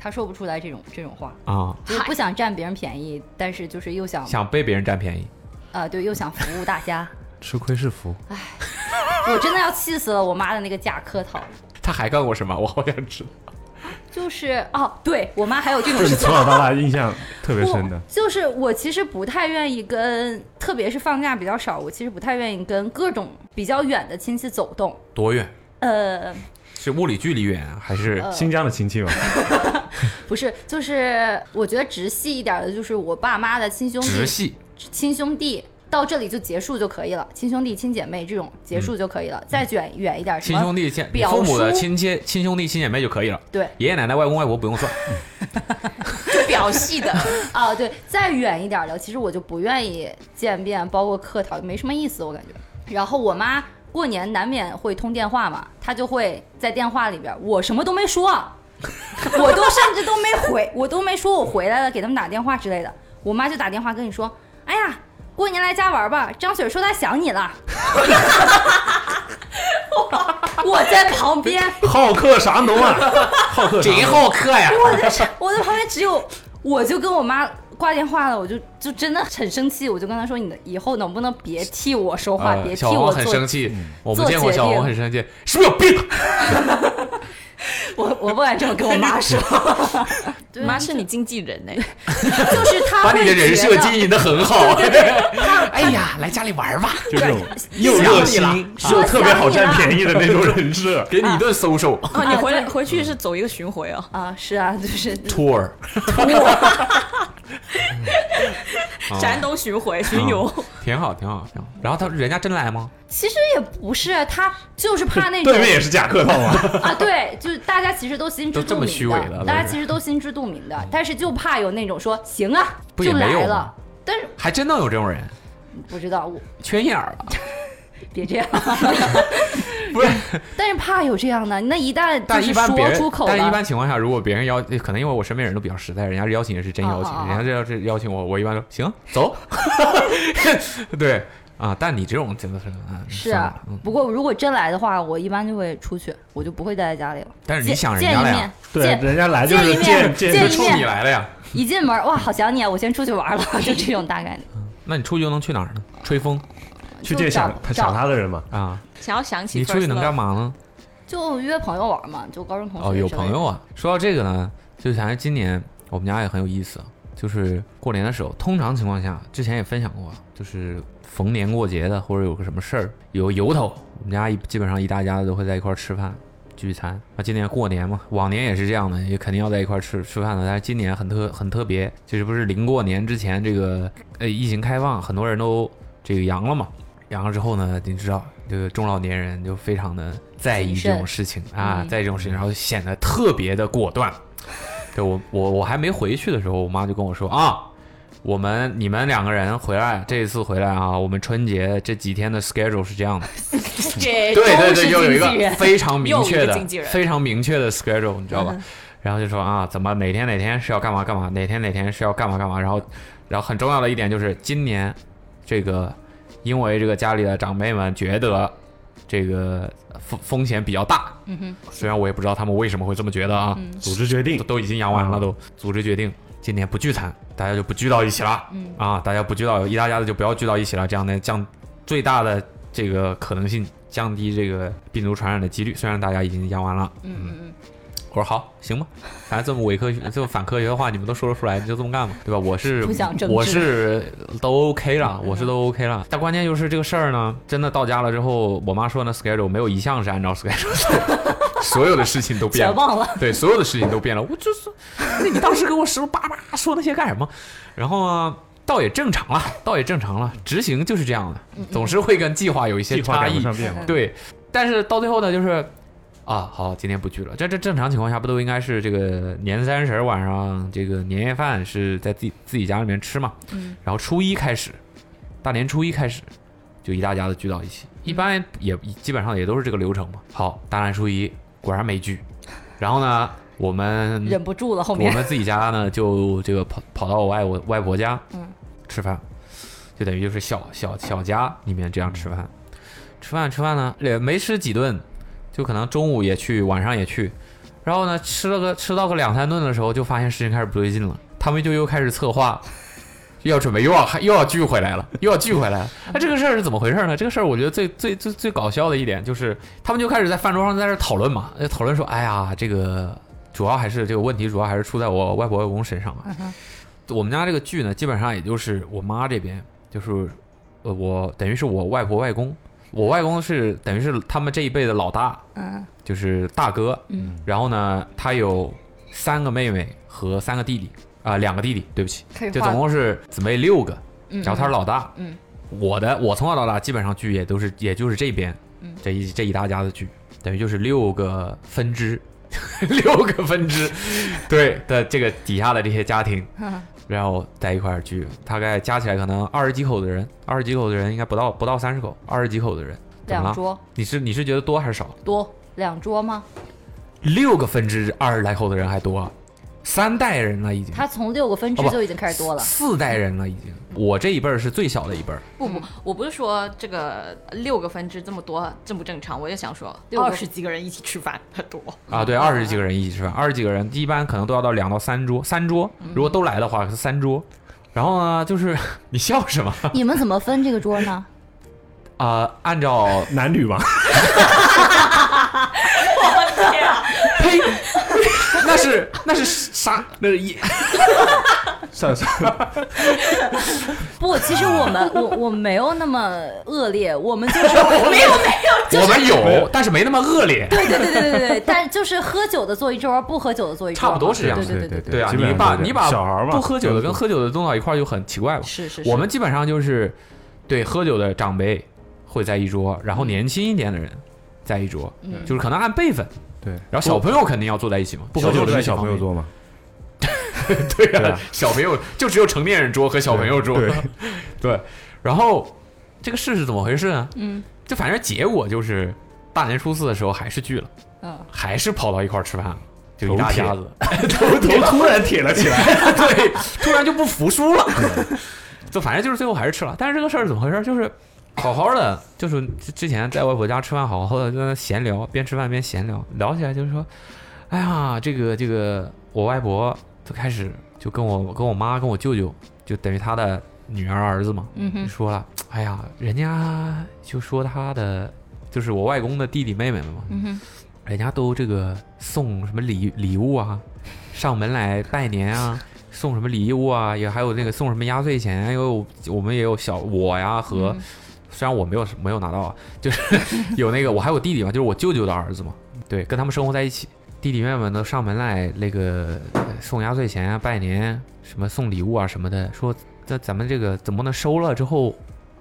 Speaker 4: 她说不出来这种这种话，
Speaker 3: 啊、
Speaker 4: 就是不想占别人便宜，但是就是又 想
Speaker 3: 想被别人占便宜。
Speaker 4: 呃对，又想服务大家。
Speaker 5: 吃亏是福。
Speaker 4: 我真的要气死了，我妈的那个假客套，
Speaker 3: 他还干过什么？我好想知道。
Speaker 4: 就是哦，对我妈还有这种
Speaker 5: 这是
Speaker 4: 事
Speaker 5: 你
Speaker 4: 情
Speaker 5: 从。小到大印象特别深 的
Speaker 4: 我，就是我其实不太愿意跟，特别是放假比较少，我其实不太愿意跟各种比较远的亲戚走动。
Speaker 3: 多远？
Speaker 4: 呃，
Speaker 3: 是物理距离远啊还是？
Speaker 5: 新疆的亲戚嘛，
Speaker 4: 不是，就是我觉得直系一点的，就是我爸妈的亲兄
Speaker 3: 直
Speaker 4: 弟、
Speaker 3: 系
Speaker 4: 亲兄弟到这里就结束就可以了，亲兄弟、亲姐妹这种结束就可以了。再卷远一点，
Speaker 3: 嗯
Speaker 4: 什
Speaker 3: 亲
Speaker 4: 么
Speaker 3: 兄弟亲你
Speaker 4: 表
Speaker 3: 父母的
Speaker 4: 叔
Speaker 3: 亲戚亲兄弟亲姐妹就可以了，
Speaker 4: 对
Speaker 3: 爷爷奶奶外公外婆不用 算。
Speaker 6: 就表戏的，
Speaker 4: 啊，对，再远一点的，其实我就不愿意见面，包括客套，没什么意思，我感觉。然后我妈过年难免会通电话嘛，她就会在电话里边，我什么都没说， 我都甚至都没回，我都没说我回来了，给他们打电话之类的。我妈就打电话跟你说：“哎呀，过年来家玩吧，张雪说她想你了。 我”我在旁边，
Speaker 5: 好客啥奴啊？好客啥奴？
Speaker 3: 好客呀！
Speaker 4: 我在 我在旁边只有，我就跟我妈。挂电话了，我就就真的很生气，我就跟她说：“你的以后能不能别替我说话，别替
Speaker 3: 啊呃小
Speaker 4: 我
Speaker 3: 王
Speaker 4: 做
Speaker 3: 很生气，我们
Speaker 4: 做
Speaker 3: 见过
Speaker 4: 决
Speaker 3: 小王
Speaker 4: 定
Speaker 3: 很生气，是不是有病？
Speaker 4: 我我不敢这么跟我妈 说，
Speaker 6: 妈是你经纪人呢、
Speaker 4: 就是她
Speaker 3: 把
Speaker 4: 会
Speaker 3: 你的人
Speaker 4: 觉
Speaker 3: 设
Speaker 4: 得，
Speaker 3: 经营的很好。 哎呀，来家里玩吧，
Speaker 5: 就这种又
Speaker 3: 想
Speaker 5: 热
Speaker 3: 你
Speaker 5: 心啊
Speaker 3: 了。
Speaker 5: 又特别好占便宜的那种人 设
Speaker 3: 给你一顿搜搜。
Speaker 6: 哦，你回来回去是走一个巡回啊，
Speaker 4: 啊，是啊，就是。
Speaker 3: tour， 哦
Speaker 6: 山东巡回巡游。
Speaker 3: 挺好，挺好，挺好。然后他人家真来吗？
Speaker 4: 其实也不是，啊她就是怕那种
Speaker 5: 对面也是假客套啊，
Speaker 4: 啊，对，就是大家其实都心知
Speaker 3: 都这
Speaker 4: 肚
Speaker 3: 么虚
Speaker 4: 明
Speaker 3: 伪
Speaker 4: 的
Speaker 3: 了，
Speaker 4: 大家
Speaker 3: 都是
Speaker 4: 其实都心知肚明的，但是就怕有那种说行啊，
Speaker 3: 不也
Speaker 4: 就
Speaker 3: 没有
Speaker 4: 来
Speaker 3: 吗
Speaker 4: 了，但是
Speaker 3: 还真能有这种人，
Speaker 4: 不知道我
Speaker 3: 缺心眼儿吧？
Speaker 4: 别这样，
Speaker 3: 不是，
Speaker 4: 但是怕有这样的，那一旦就
Speaker 3: 但
Speaker 4: 是
Speaker 3: 一般别
Speaker 4: 说
Speaker 3: 人
Speaker 4: 出，口
Speaker 3: 但一
Speaker 4: 了，
Speaker 3: 般情况下，如果别人邀，可能因为我身边人都比较实在，人家邀请也是真邀请，
Speaker 4: 哦哦哦
Speaker 3: 人家这要是邀请我，我一般都行走。 对啊，但你这种真的是，嗯
Speaker 4: 是
Speaker 3: 算
Speaker 4: 啊
Speaker 3: 了嗯，
Speaker 4: 不过如果真来的话，我一般就会出去，我就不会待在家里了。
Speaker 3: 但是你
Speaker 4: 见
Speaker 3: 想人
Speaker 4: 见
Speaker 3: 家
Speaker 4: 一
Speaker 3: 了
Speaker 4: 面
Speaker 3: 呀，，
Speaker 5: 对，
Speaker 4: 见
Speaker 5: 人家来就是
Speaker 4: 见一面
Speaker 5: 见
Speaker 4: 见
Speaker 5: 见就
Speaker 3: 就
Speaker 4: 一
Speaker 5: 是
Speaker 4: 面
Speaker 3: 冲你来了呀。
Speaker 4: 一进门哇，好想你啊，我先出去玩了， 就这种大概的。
Speaker 3: 那你出去又能去哪儿呢？吹风
Speaker 5: 去
Speaker 4: 就找
Speaker 5: 见想他想他的人嘛。
Speaker 3: 啊？
Speaker 6: 想要想起
Speaker 3: 你出去
Speaker 6: first
Speaker 3: 能
Speaker 6: love
Speaker 3: 干嘛呢？
Speaker 4: 就约朋友玩嘛，就高中同学
Speaker 3: 哦，有
Speaker 4: 之类的
Speaker 3: 朋友啊。说到这个呢，就想起今年我们家也很有意思，啊就是过年的时候，通常情况下，之前也分享过，啊就是逢年过节的或者有个什么事儿有个由头，我们家一基本上一大家子都会在一块儿吃饭。聚餐啊，今年过年嘛，往年也是这样的，也肯定要在一块儿吃吃饭的。但是今年很特很特别，就是不是临过年之前，这个呃疫情开放，很多人都这个阳了嘛，阳了之后呢，你知道，这个中老年人就非常的在意
Speaker 4: 谨
Speaker 3: 这
Speaker 4: 慎
Speaker 3: 种事情啊，在意这种事情，然后显得特别的果断。对我我我还没回去的时候，我妈就跟我说啊。我们你们两个人回来，这一次回来啊，我们春节这几天的 schedule 是这样的， 对
Speaker 6: 这
Speaker 3: 对
Speaker 6: 都是
Speaker 3: 对，又有一
Speaker 6: 经纪
Speaker 3: 个
Speaker 6: 人
Speaker 3: 非常明确
Speaker 6: 又有一个
Speaker 3: 的
Speaker 6: 经纪、人嗯
Speaker 3: 非常明确的 schedule，你知道吧？然后就说啊，怎么哪天哪天是要干嘛干嘛，哪天哪天是要干嘛干嘛。然后，然后很重要的一点就是，今年这个因为这个家里的长辈们觉得这个风风险比较大，嗯哼，虽然我也不知道他们为什么会这么觉得啊，
Speaker 6: 嗯
Speaker 5: 组织决定
Speaker 3: 都，都已经阳完了，都组织决定今年不聚餐，大家就不聚到一起了。嗯啊，大家不聚到一大家子就不要聚到一起了，这样呢降最大的这个可能性降低这个病毒传染的几率。虽然大家已经阳完了，嗯嗯嗯。我说好，行吧，反正这么伪科学、这么反科学的话，你们都说得出来，你就这么干吧，对吧？我是
Speaker 4: 不想政治
Speaker 3: 我是都 OK 了，我是都 OK 了。但关键就是这个事儿呢，真的到家了之后，我妈说呢 schedule 没有一项是按照 schedule 做的， 所有的事情都变
Speaker 4: 绝
Speaker 3: 了。
Speaker 4: 望了，
Speaker 3: 对，所有的事情都变了。我就是，那你当时跟我时候叭叭说那些干什么？然后啊，倒也正常了，倒也正常了。执行就是这样的，总是会跟计划有一些
Speaker 5: 嗯计划
Speaker 3: 差
Speaker 5: 赶不
Speaker 3: 异。
Speaker 5: 上变化。
Speaker 3: 对，但是到最后呢，就是啊，好，今天不聚了。这这正常情况下不都应该是这个年三十晚上这个年夜饭是在自己自己家里面吃嘛？嗯。然后初一开始，大年初一开始就一大家子聚到一起，一般也基本上也都是这个流程嘛。好，大年初一果然没聚，然后呢，我们
Speaker 4: 忍不住了，后
Speaker 3: 我
Speaker 4: 面
Speaker 3: 们自己家嗯呢，就这个跑跑到我外我外婆家，
Speaker 4: 嗯，
Speaker 3: 吃饭，就等于就是小小小家里面这样吃饭，
Speaker 4: 嗯
Speaker 3: 吃饭吃饭呢，也没吃几顿，就可能中午也去，晚上也去，然后呢，吃了个吃到个两三顿的时候，就发现事情开始不对劲了，他们就又开始策划。又要准备，又要又要聚回来了，又要聚回来了。那、这个事儿是怎么回事呢？这个事儿我觉得最最最最搞笑的一点就是，他们就开始在饭桌上在这儿讨论嘛，呃讨论说，哎呀，这个主要还是这个问题，主要还是出在我外婆外公身上
Speaker 4: 嗯
Speaker 3: 啊。我们家这个剧呢，基本上也就是我妈这边，就是呃，我等于是我外婆外公，我外公是等于是他们这一辈的老大，
Speaker 4: 嗯，
Speaker 3: 就是大哥。嗯，然后呢，他有三个妹妹和三个弟弟啊、两个弟弟，对不起，
Speaker 4: 可以
Speaker 3: 就
Speaker 4: 画
Speaker 3: 总共是姊妹六个，然后他是老大。
Speaker 4: 嗯，
Speaker 3: 我的我从小到大基本上剧也都是也就是这边，嗯，这一这一大家子剧，等于就是六个分 支，六个分支，对的这个底下的这些家庭，然后在一块儿聚，大概加起来可能二十几口的人，二十几口的人应该不到不到三十口，二十几口的人，怎么
Speaker 4: 两
Speaker 3: 了？
Speaker 4: 桌
Speaker 3: 你是你是觉得多还是少？
Speaker 4: 多两桌吗？
Speaker 3: 六个分支二十来口的人还多，啊三代人了已经，
Speaker 4: 他从六个分支
Speaker 3: 哦不
Speaker 4: 就已经开始多了。
Speaker 3: 四代人了已经。我这一辈儿是最小的一辈儿，
Speaker 6: 不不，我不是说这个六个分支这么多正不正常，我就想说
Speaker 4: 六个
Speaker 6: 二十几个人一起吃饭很多。
Speaker 3: 啊，对，二十几个人一起吃饭，二十几个人一般可能都要到两到三桌，三桌如果都来的话是三桌。然后呢，就是你笑什么
Speaker 4: 你们怎么分这个 桌呢？
Speaker 3: 啊、按照
Speaker 5: 男女 嘛，
Speaker 3: 呸，那是那是啥？那是一
Speaker 5: 算算
Speaker 4: 不，其实我们我我没有那么恶劣，我 们就是没有没有，
Speaker 3: 我们有，但是没那么恶劣。
Speaker 4: 对对对对对对，但就是喝酒的坐一桌，不喝酒的坐一桌，
Speaker 3: 差不多是这样
Speaker 4: 对
Speaker 3: 子
Speaker 4: 对对
Speaker 5: 对
Speaker 4: 对，
Speaker 3: 对啊，
Speaker 5: 基本
Speaker 3: 你
Speaker 5: 上
Speaker 3: 把
Speaker 5: 都是
Speaker 3: 你把
Speaker 5: 小孩儿嘛
Speaker 3: 不喝酒的跟喝酒的弄到一块儿就很奇怪了。
Speaker 6: 是是
Speaker 3: 我们基本上就是对喝酒的长辈会在一桌，然后年轻一点的人在一桌，就是可能按辈分。
Speaker 5: 对，
Speaker 3: 然后小朋友肯定要坐在一起嘛，
Speaker 5: 不喝酒
Speaker 3: 坐
Speaker 5: 的
Speaker 3: 在一
Speaker 5: 是
Speaker 3: 起
Speaker 5: 小
Speaker 3: 方
Speaker 5: 朋友
Speaker 3: 便。
Speaker 5: 做嘛，
Speaker 3: 对
Speaker 5: 对
Speaker 3: 啊
Speaker 5: 啊，
Speaker 3: 小朋友就只有成年人桌和小朋友桌
Speaker 5: 对。
Speaker 3: 对，然后这个事是怎么回事呢？嗯，就反正结果就是大年初四的时候还是聚了，
Speaker 4: 嗯，
Speaker 3: 还是跑到一块儿吃饭了，就一大家子，
Speaker 5: 头头突然铁了起 来，
Speaker 3: 对，突然就不服输了。 就反正就是最后还是吃了，但是这个事儿怎么回事？就是好好的，就是之之前在外婆家吃饭，好好的跟她闲聊，边吃饭边闲聊，聊起来就是说，哎呀，这个这个，我外婆就开始就跟我跟我妈跟我舅舅，就等于她的女儿儿子嘛，
Speaker 4: 嗯
Speaker 3: 就
Speaker 4: 哼，
Speaker 3: 说了，哎呀，人家就说他的就是我外公的弟弟妹妹们嘛，
Speaker 4: 嗯哼，
Speaker 3: 人家都这个送什么礼礼物啊，上门来拜年啊，送什么礼物啊，也还有那个送什么压岁钱啊，因为我我们也有小我呀
Speaker 4: 嗯
Speaker 3: 和，虽然我没有没有拿到啊，就是 有那个我还有弟弟嘛，就是我舅舅的儿子嘛，对，跟他们生活在一起，弟弟妹妹们都上门来那个呃送压岁钱啊、拜年什么送礼物啊什么的，说那咱们这个总不能收了之后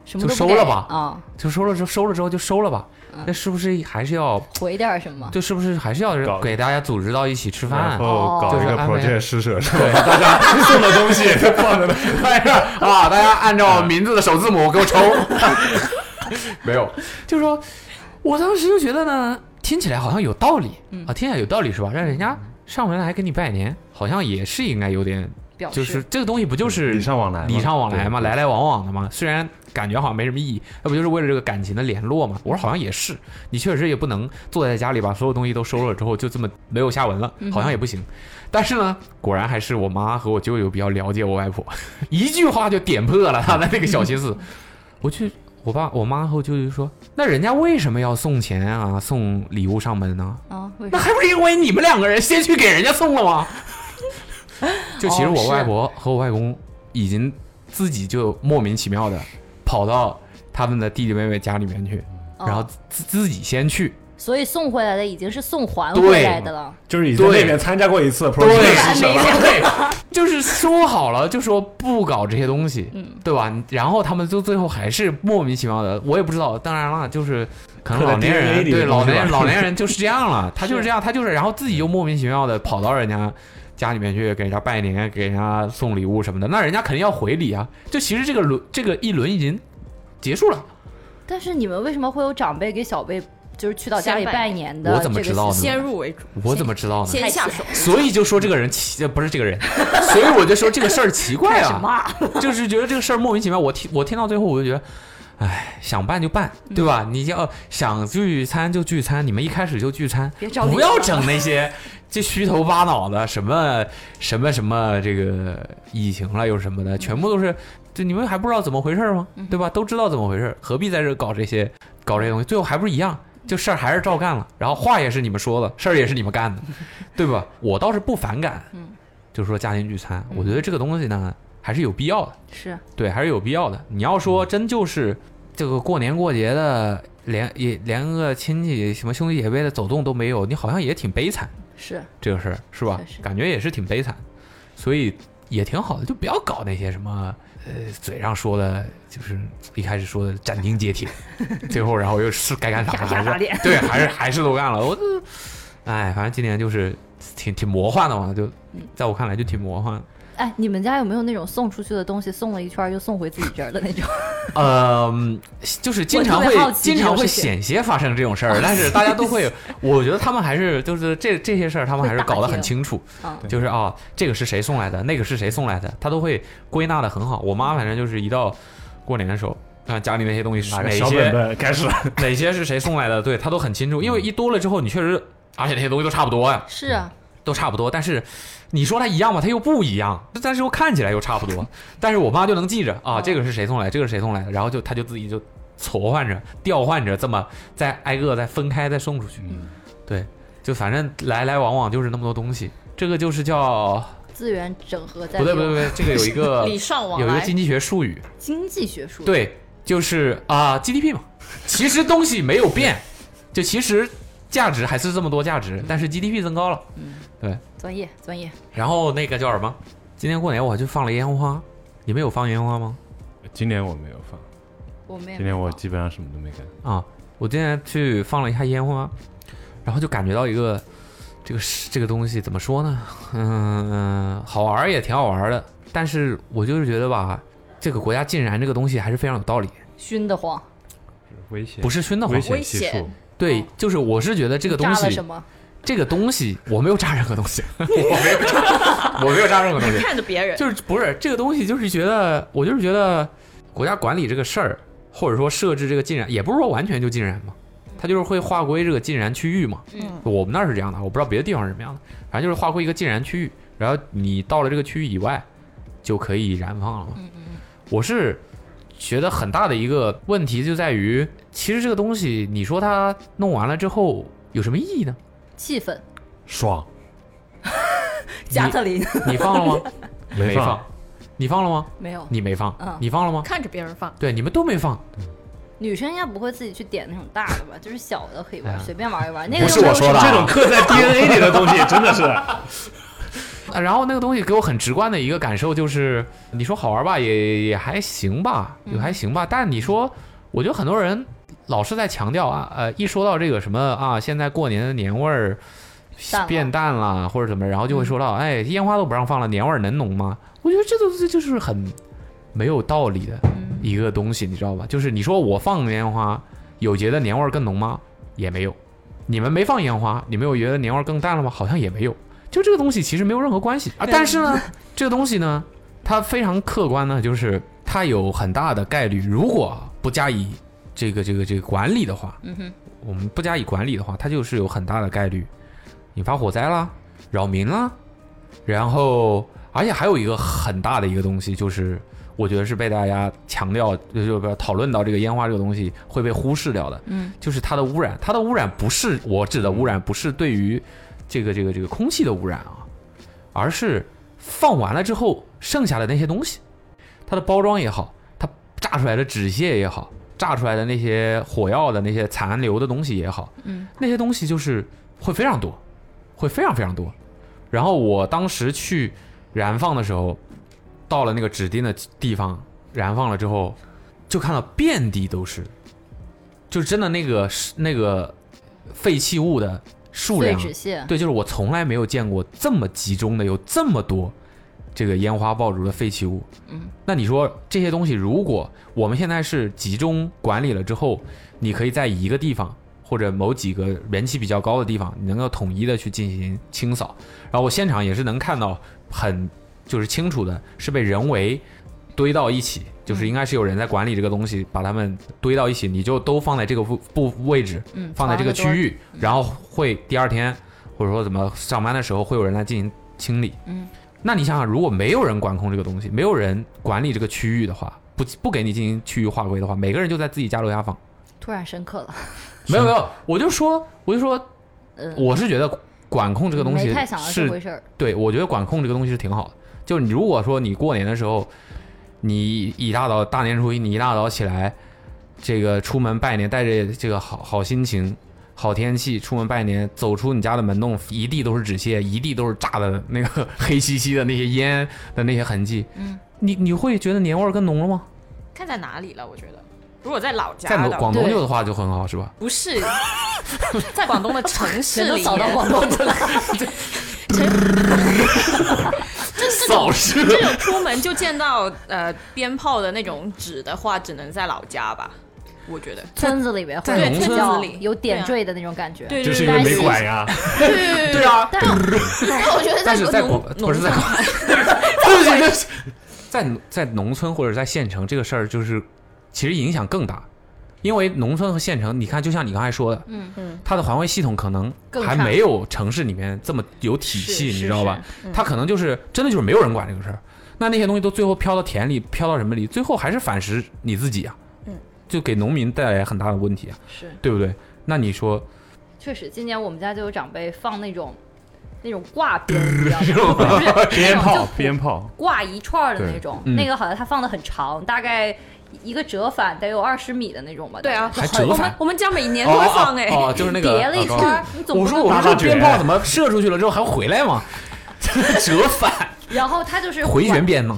Speaker 4: 什么都
Speaker 3: 就收
Speaker 4: 不给
Speaker 3: 了吧
Speaker 4: 啊，
Speaker 3: 就收了之后收了之后就收了吧，
Speaker 4: 嗯
Speaker 3: 那是不是还是要
Speaker 4: 回点儿什么？
Speaker 3: 对，是不是还是要
Speaker 5: 搞嗯
Speaker 3: 给大家组织到一起吃饭
Speaker 5: 然？后哦搞一
Speaker 3: 哦就是
Speaker 5: 个
Speaker 3: 安慰
Speaker 5: project 施舍，是吧？大家 送的东西都放嗯在那，
Speaker 3: 大家啊，大家按照名字的首字母给我 抽。 没有，就是说，我当时就觉得呢，听起来好像有道理、
Speaker 4: 嗯
Speaker 3: 啊，听起来有道理是吧？让人家上门来给你拜年，好像也是应该有点，
Speaker 4: 表示
Speaker 3: 就是这个东西不就是
Speaker 5: 礼尚往来嘛，
Speaker 3: 礼尚往来嘛，
Speaker 5: 对
Speaker 3: 来来往往的嘛。虽然感觉好像没什么意义，那不就是为了这个感情的联络嘛？我说好像也是，你确实也不能坐在家里把所有东西都收了之后就这么没有下文了，好像也不行。但是呢，果然还是我妈和我舅舅比较了解我外婆， 一句话就点破了她的那个小心思。我去，我爸、我妈和我舅舅说，那人家为什么要送钱啊、送礼物上门呢？
Speaker 4: 啊，为
Speaker 3: 那
Speaker 4: 什
Speaker 3: 还
Speaker 4: 么？
Speaker 3: 不是因为你们两个人先去给人家送了吗？ 哦就其实我外婆和我外公已经自己就莫名其妙的跑到他们的弟弟妹妹家里面去，然后自自己先去，
Speaker 4: 啊所以送回来的已经是送还回来的了。
Speaker 5: 就是已经
Speaker 3: 对
Speaker 5: 那边参加过一次的
Speaker 3: 对
Speaker 5: project 施舍了，
Speaker 3: 对，就是说好了，就说不搞这些东西，对吧？然后他们就最后还是莫名其妙的，我也不知道。当然了，就是可能
Speaker 5: 刻在
Speaker 3: 老年
Speaker 5: DNA
Speaker 3: 人
Speaker 5: 里的
Speaker 3: 对
Speaker 5: 东
Speaker 3: 老
Speaker 5: 西
Speaker 3: 年人
Speaker 5: 吧
Speaker 3: 老年人就是这样了，他就是这样，他就是然后自己又莫名其妙的跑到人家。家里面去给人家拜年，给人家送礼物什么的，那人家肯定要回礼啊。就其实这个轮这个一轮已经结束了，
Speaker 4: 但是你们为什么会有长辈给小辈就是去到家里
Speaker 6: 先拜
Speaker 4: 拜年的？
Speaker 3: 我怎么知道？
Speaker 6: 先
Speaker 3: 呢？
Speaker 6: 入为主，
Speaker 3: 我怎么知道呢？
Speaker 6: 先下手。
Speaker 3: 所以就说这个人奇，呃不是这个人，所以我就说这个事儿奇 怪啊，就是觉得这个事儿莫名其妙。我听我听到最后，我就觉得，哎，想办就办，对吧？你要想聚餐就聚餐，你们一开始就聚餐，不
Speaker 4: 啊
Speaker 3: 要整那些这虚头巴脑的什么什么什么这个疫情了又什么的，全部都是。就你们还不知道怎么回事吗？对吧？都知道怎么回事，何必在这搞这些搞这些东西？最后还不是一样，就事儿还是照干了。然后话也是你们说的，事儿也是你们 干的，对吧？我倒是不反感，嗯，就是说家庭聚餐，我觉得这个东西呢还是有必要的，
Speaker 4: 是
Speaker 3: 对，还是嗯有必要的。你要说真就是这个过年过节的，连也连个亲戚什么兄弟姐妹的走动都没有，你好像也挺悲惨，
Speaker 4: 是，
Speaker 3: 这个事儿是吧
Speaker 4: 确？实
Speaker 3: 感觉也是挺悲惨，所以也挺好的，就不要搞那些什么呃嘴上说的，就是一开始说的斩钉截 铁，最后然后又是该干啥 还是对，还是还是都干了。我就嗯哎，反正今年就是挺挺魔幻的嘛，就在我看来就挺魔幻的。
Speaker 4: 哎，你们家有没有那种送出去的东西，送了一圈儿又送回自己这儿的那种？
Speaker 3: 呃，嗯就是经常
Speaker 4: 我特别好
Speaker 3: 会
Speaker 4: 奇
Speaker 3: 经
Speaker 4: 这种
Speaker 3: 常会
Speaker 4: 事情
Speaker 3: 险些发生这种事 儿，但是大家都会，我觉得他们还是就是这这些事儿，他们还是
Speaker 4: 会打
Speaker 3: 搞得很
Speaker 4: 听
Speaker 3: 清楚，
Speaker 4: 嗯
Speaker 3: 就是啊、这个是谁送来的，那个是谁送来的，他都会归纳的很好。我妈反正就是一到过年的时候。看家里那些东西是
Speaker 5: 拿
Speaker 3: 哪
Speaker 5: 个
Speaker 3: 些
Speaker 5: 小本本 开始，
Speaker 3: 哪些是谁送来的，对他都很清
Speaker 6: 嗯
Speaker 3: 楚，因为一多了之后，你确实，而且那些东西都差不多呀、
Speaker 4: 是啊，
Speaker 3: 都差不多。但是你说它一样吧，它又不一样，但是又看起来又差不多。但是我妈就能记着
Speaker 6: 嗯
Speaker 3: 啊，这个是谁送来，这个是谁送来的，然后就她就自己就撮换着、调换着，这么再挨个再分开再送出去。
Speaker 6: 嗯
Speaker 3: 对，就反正来来往往就是那么多东西。这个就是叫
Speaker 4: 资源整合在
Speaker 3: 不对
Speaker 4: 利
Speaker 3: 不对
Speaker 4: 用
Speaker 3: 不对，这个有一个
Speaker 6: 礼尚往
Speaker 3: 有一个
Speaker 6: 来，
Speaker 3: 经济学术语，
Speaker 4: 经济学术，
Speaker 3: 对，就是啊、GDP 嘛。其实东西没有变，就其实价值还是这么多价
Speaker 5: 嗯
Speaker 3: 值，但是 GDP 增高了。
Speaker 4: 专业专业，
Speaker 3: 然后那个叫什么？
Speaker 5: 嗯
Speaker 3: 今年过年我还去放了烟花，你们有放烟花吗？
Speaker 5: 今年我没有放，
Speaker 4: 我们也
Speaker 5: 今年
Speaker 4: 没
Speaker 5: 我
Speaker 4: 有
Speaker 5: 基本上什么都没干。
Speaker 3: 啊，我今年去放了一下烟花，然后就感觉到一个这个是这个东西怎么说呢？嗯，好玩儿也挺好玩儿的，但是我就是觉得吧，这个国家禁燃这个东西还是非常有道理，
Speaker 4: 熏得慌，
Speaker 5: 危险
Speaker 3: 不是熏得慌
Speaker 5: 危。险系
Speaker 6: 危
Speaker 5: 数
Speaker 6: 险，
Speaker 3: 对，就是我是觉得这个东
Speaker 4: 哦炸了
Speaker 3: 西
Speaker 4: 什，么？
Speaker 3: 这个东西我没有炸任何东 西，我没有炸，我没有炸任何东西，
Speaker 6: 看着别人，
Speaker 3: 就是不是这个东西，就是觉得我就是觉得国家管理这个事儿，或者说设置这个禁燃，也不是说完全就禁燃嘛，它就是会划归这个禁燃区域嘛。
Speaker 6: 嗯，
Speaker 3: 我们那儿是这样的，我不知道别的地方是什么样的，反正就是划归一个禁燃区域，然后你到了这个区域以外就可以燃放了
Speaker 4: 嗯
Speaker 3: 嘛。我是觉得很大的一个问题就在于，其实这个东西你说它弄完了之后有什么意义 呢？
Speaker 4: 气氛，
Speaker 5: 爽，
Speaker 4: 加特林
Speaker 3: 你放了吗？
Speaker 5: 没
Speaker 3: 放。你放了吗？
Speaker 4: 没有，
Speaker 3: 你没放。
Speaker 4: 嗯
Speaker 3: 你放了吗？
Speaker 6: 看着别人放，
Speaker 3: 对，你们都没放。
Speaker 4: 女生应该不会自己去点那种大的吧？就是小的可以
Speaker 3: 哎
Speaker 4: 玩，
Speaker 3: 呀
Speaker 4: 随便玩一玩。那个
Speaker 3: 不是
Speaker 4: 又没
Speaker 3: 我
Speaker 4: 有
Speaker 3: 说的啊
Speaker 4: 什
Speaker 5: 这
Speaker 4: 么
Speaker 5: 种刻在 DNA 里的东西真的是，
Speaker 3: 啊，然后那个东西给我很直观的一个感受就是，你说好玩吧，也也还行吧，也
Speaker 4: 嗯
Speaker 3: 还行吧。但你说，我觉得很多人老是在强调啊，呃，一说到这个什么啊，现在过年的年味儿
Speaker 4: 淡了嗯
Speaker 3: 变淡了或者怎么，然后就会说到，哎，烟花都不让放了，年味儿能浓吗？我觉得这东西就是很没有道理
Speaker 4: 嗯
Speaker 3: 的一个东西，你知道吧？就是你说我放烟花，有觉得年味儿更浓吗？也没有。你们没放烟花，你们有觉得年味儿更淡了吗？好像也没有。就这个东西其实没有任何关系啊。但是呢，这个东西呢，它非常客观呢，就是它有很大的概率，如果不加以这个这个这个管理的话，嗯哼，我们不加以管理的话，它就是有很大的概率引发火灾啦、扰民啦，然后而且还有一个很大的一个东西就是。我觉得是被大家强调，就就不讨论到这个烟花这个东西会被忽视掉的，嗯，就是它的污染，它的污染不是我指的污染，不是对于这个这个这个空气的污染啊，而是放完了之后剩下的那些东西，它的包装也好，它炸出来的纸屑也好，炸出来的那些火药的那些残留的东西也好，嗯，那些东西就是会非常多，会非常非常多。然后我当时去燃放的时候，到了那个指定的地方燃放了之后，就看到遍地都是，就真的那个那个废弃物的数
Speaker 4: 碎
Speaker 3: 量
Speaker 4: 纸屑，
Speaker 3: 对，就是我从来没有见过这么集中的，有这么多这个烟花爆竹的废弃物。嗯，那你说这些东西，如果我们现在是集中管理了之后，你可以在一个地方或者某几个人气比较高的地方，你能够统一的去进行清扫。然后我现场也是能看到很就是清楚的是被人为堆到一起，就是应该是有人在管理这个东西，把它们堆到一起，你就都放在这个部部位置，
Speaker 4: 嗯
Speaker 3: 放在这个
Speaker 4: 放
Speaker 3: 区
Speaker 4: 得多
Speaker 3: 域，然后会第二天或者说怎么上班的时候会有人来进行清理。
Speaker 4: 嗯，
Speaker 3: 那你想想，如果没有人管控这个东西，没有人管理这个区域的话，不不给你进行区域划归的话，每个人就在自己家楼下放。
Speaker 4: 突然深刻了，
Speaker 3: 没有没有，我就说我就说，
Speaker 4: 嗯
Speaker 3: 我是觉得管控这个东西
Speaker 4: 没太想到
Speaker 3: 是
Speaker 4: 这回事儿。
Speaker 3: 对，我觉得管控这个东西是挺好的。就你如果说你过年的时候，你一大早大年初一，你一大早起来，这个出门拜年，带着这个好好心情、好天气出门拜年，走出你家的门洞，一地都是纸屑，一地都是炸的那个 黑漆漆的那些烟的那些痕迹，嗯，你你会觉得年味儿更浓了吗？
Speaker 6: 看在哪里了？我觉得，如果在老家
Speaker 3: 在
Speaker 6: 的话
Speaker 3: 广东
Speaker 4: 对
Speaker 3: 就的话就很好，是吧？
Speaker 6: 不是 在广东的城市
Speaker 4: 全都
Speaker 6: 里
Speaker 4: 扫到
Speaker 6: 面，
Speaker 4: 广东去了，
Speaker 6: 这是
Speaker 3: 扫射。
Speaker 6: 这种出门就见到呃鞭炮的那种纸的话，只能在老家吧，我觉得。
Speaker 4: 村子里面会
Speaker 3: 在
Speaker 4: 有
Speaker 3: 农
Speaker 4: 比
Speaker 3: 村
Speaker 4: 较
Speaker 6: 子里
Speaker 4: 有点
Speaker 6: 对啊
Speaker 4: 缀的那种感觉。
Speaker 6: 对，
Speaker 5: 就是因
Speaker 6: 对
Speaker 5: 为
Speaker 6: 对
Speaker 5: 没管呀，
Speaker 6: 对对
Speaker 3: 啊，
Speaker 6: 但我觉得
Speaker 3: 但是在
Speaker 6: 农
Speaker 3: 广不是在广， 对不起对不起，在农在农村或者在县城，这个事儿就是其实影响更大，因为农村和县城，你看，就像你刚才说的，
Speaker 4: 嗯
Speaker 6: 嗯，
Speaker 3: 它的环卫系统可能
Speaker 4: 更
Speaker 3: 还
Speaker 4: 差
Speaker 3: 没有城市里面这么有体
Speaker 6: 是
Speaker 3: 系，
Speaker 6: 是
Speaker 3: 你知道吧？
Speaker 6: 是嗯
Speaker 3: 它可能就是真的就是没有人管这个事儿，那那些东西都最后飘到田里，飘到什么里，最后还是反噬你自己啊，
Speaker 6: 嗯，
Speaker 3: 就给农民带来很大的问题啊，
Speaker 4: 是
Speaker 3: 对不对？那你说
Speaker 4: 确实，今年我们家就有长辈放那种那种挂鞭，你知道 吗？
Speaker 5: 鞭炮
Speaker 4: 就
Speaker 5: 鞭炮，
Speaker 4: 挂一串儿的那
Speaker 5: 对
Speaker 4: 种，
Speaker 3: 嗯
Speaker 4: 那个好像它放的很长，大概一个折返得有二十米的那种吧。
Speaker 6: 对啊，
Speaker 4: 大概
Speaker 3: 还折
Speaker 6: 我
Speaker 3: 返
Speaker 6: 们我们家每年都会放哎，
Speaker 3: 哦，哦就是那个
Speaker 4: 叠了一
Speaker 3: 老
Speaker 4: 圈
Speaker 3: 高
Speaker 4: 儿，你总
Speaker 3: 我
Speaker 4: 不
Speaker 3: 说
Speaker 4: 能
Speaker 3: 我
Speaker 5: 大
Speaker 3: 说这
Speaker 5: 大
Speaker 3: 鞭
Speaker 5: 卷
Speaker 4: 啊
Speaker 3: 炮怎么射出去了之后还回来吗？ 折 返
Speaker 4: 然后它就是
Speaker 3: 回旋，鞭吗？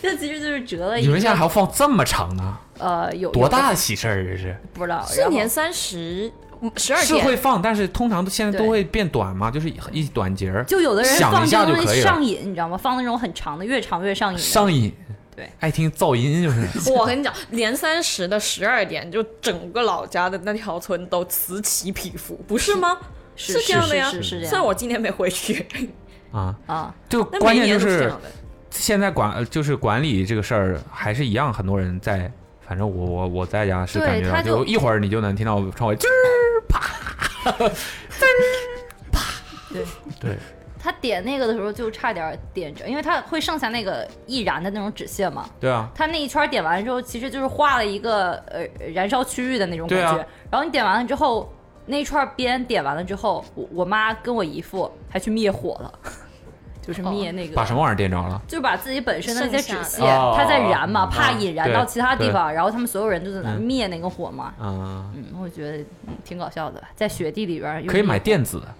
Speaker 4: 这其实就是折了一
Speaker 3: 你们现在
Speaker 4: 个
Speaker 3: 还要放这么长呢？
Speaker 4: 呃有
Speaker 3: 多？
Speaker 4: 有
Speaker 3: 大的喜事儿这是？
Speaker 4: 不知道，
Speaker 6: 是
Speaker 4: 然后
Speaker 6: 年三十嗯十二
Speaker 3: 是
Speaker 6: 点
Speaker 3: 会放，但是通常都现在都
Speaker 4: 对
Speaker 3: 会变短嘛，就是一一短节儿，
Speaker 4: 就有的人
Speaker 3: 想
Speaker 4: 放
Speaker 3: 一
Speaker 4: 这
Speaker 3: 下
Speaker 4: 个
Speaker 3: 就
Speaker 4: 东
Speaker 3: 可
Speaker 4: 西
Speaker 3: 以了
Speaker 4: 上。瘾，你知道吗？放那种很长的，越长越上瘾。
Speaker 3: 上瘾，
Speaker 4: 对，
Speaker 3: 爱听噪音就是。
Speaker 6: 我跟你讲，年三十的十二点，就整个老家的那条村都此起彼伏，不是吗？
Speaker 4: 是
Speaker 6: 这样的呀，
Speaker 4: 是是是是这样的
Speaker 6: 虽然我今年没回去，
Speaker 3: 啊，
Speaker 4: 啊，
Speaker 3: 就
Speaker 6: 但
Speaker 3: 关
Speaker 6: 每
Speaker 3: 键就
Speaker 6: 年都是这
Speaker 3: 是
Speaker 6: 样的。
Speaker 3: 现在管呃就是管理这个事儿还是一样，很多人在，反正我我我在家是
Speaker 4: 对
Speaker 3: 感觉到，
Speaker 4: 他就
Speaker 3: 就一会儿你就能听到窗外吱
Speaker 4: 他点那个的时候就差点点着，因为他会剩下那个易燃的那种纸屑嘛。
Speaker 3: 对啊，
Speaker 4: 它那一圈儿点完之后，其实就是画了一个呃燃烧区域的那种感
Speaker 3: 对啊
Speaker 4: 觉。然后你点完了之后，那一串儿边点完了之后，我我妈跟我姨父还去灭火了，就是灭那个，
Speaker 3: 把什么玩意儿点着了？
Speaker 4: 就是把自己本身的那些纸屑
Speaker 3: 剩下的，
Speaker 4: 它在燃嘛，
Speaker 3: 哦
Speaker 4: 怕引燃到
Speaker 3: 对
Speaker 4: 其他地方，然后他们所有人就在那
Speaker 3: 嗯
Speaker 4: 灭那个火嘛。
Speaker 3: 啊，
Speaker 4: 嗯，我觉得嗯挺搞笑的，在雪地里边儿有
Speaker 3: 可以
Speaker 4: 灭
Speaker 3: 买
Speaker 4: 火，
Speaker 3: 电子的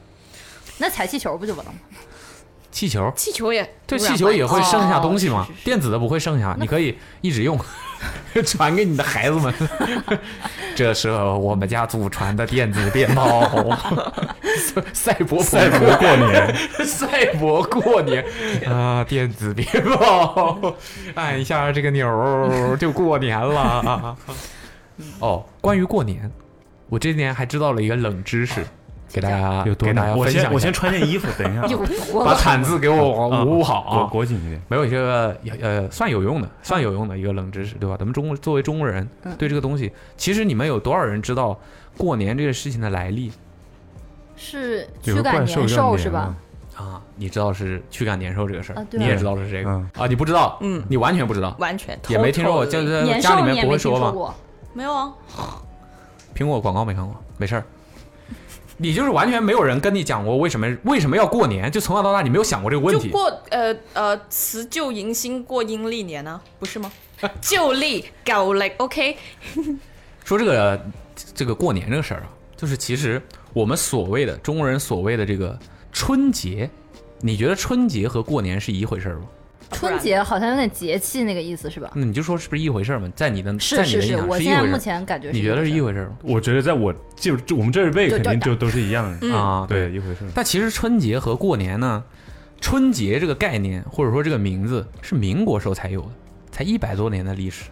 Speaker 4: 那踩气球不就完了吗？
Speaker 3: 气球，
Speaker 6: 气球也
Speaker 3: 对，
Speaker 6: 污染
Speaker 3: 气球也会剩下东西嘛，
Speaker 4: 哦是是是
Speaker 3: 电子的不会剩下，你可以一直用， 传给你的孩 子们。这是我们家祖传的电子鞭炮， 赛博
Speaker 5: 赛博过年，
Speaker 3: 赛博过年啊，电子鞭炮，按一下这个钮儿就过年了。哦，关于过年，我这年还知道了一个冷知识，给大家
Speaker 5: 有多
Speaker 3: 啊给大
Speaker 5: 难？
Speaker 3: 家
Speaker 5: 我
Speaker 3: 分享一
Speaker 5: 先
Speaker 3: 下
Speaker 5: 我先嗯穿件衣服， 等一下啊，
Speaker 3: 把毯子给我往捂好啊
Speaker 5: 裹，裹紧一点。
Speaker 3: 没有一个呃算有
Speaker 4: 嗯
Speaker 3: 用的，算有用的一个冷知识，对吧？咱们中国作为中国人，对这个东西，其实你们有多少人知道过年这个事情的来历
Speaker 4: 是驱
Speaker 5: 有个
Speaker 4: 赶
Speaker 5: 怪
Speaker 4: 年
Speaker 5: 兽
Speaker 4: 兽
Speaker 5: 要
Speaker 4: 是
Speaker 5: 脸
Speaker 4: 吧
Speaker 5: 了？，
Speaker 3: 啊？你知道是驱赶年兽这个事儿、
Speaker 4: 啊对啊
Speaker 3: 你也知道是这个、
Speaker 5: 嗯
Speaker 3: 啊？你不知道，
Speaker 6: 嗯
Speaker 3: 你完全不知道，
Speaker 6: 完全
Speaker 3: 也没听说过，
Speaker 6: totally
Speaker 3: 就
Speaker 4: 年
Speaker 3: 是
Speaker 4: 兽
Speaker 3: 呃家里
Speaker 4: 你
Speaker 3: 面
Speaker 4: 也
Speaker 3: 不
Speaker 4: 没
Speaker 3: 会
Speaker 4: 听
Speaker 3: 说吗？
Speaker 4: 过？
Speaker 6: 没有啊，
Speaker 3: 苹果广告没看过，没事儿。 你就是完全没有人跟你讲过为什么为什么要过年，就从小到大你没有想过这个问
Speaker 6: 就
Speaker 3: 题。
Speaker 6: 过呃呃辞旧迎新过阴历年呢，不是吗？旧历狗历，OK，
Speaker 3: 说这个这个过年这个事儿啊，就是其实我们所谓的中国人所谓的这个春节，你觉得春节和过年是一回事儿吗？
Speaker 4: 春节好像有点节气那个意思是吧？
Speaker 3: 那你就说是不是一回事儿嘛？在你的
Speaker 4: 是
Speaker 3: 在你
Speaker 4: 是
Speaker 3: 的印
Speaker 4: 是，
Speaker 3: 象
Speaker 4: 我
Speaker 3: 是
Speaker 4: 现
Speaker 3: 一
Speaker 4: 在
Speaker 3: 回
Speaker 4: 目
Speaker 3: 事儿，
Speaker 4: 前感觉是
Speaker 3: 你觉得是
Speaker 4: 回
Speaker 3: 一
Speaker 4: 事
Speaker 3: 回事儿吗？
Speaker 5: 我觉得在我就就我们这一辈肯定就都是一样的
Speaker 6: 嗯
Speaker 3: 啊，
Speaker 5: 对，一回事儿。
Speaker 3: 但其实春节和过年呢，春节这个概念或者说这个名字是民国时候才有的，才一百多年的历史。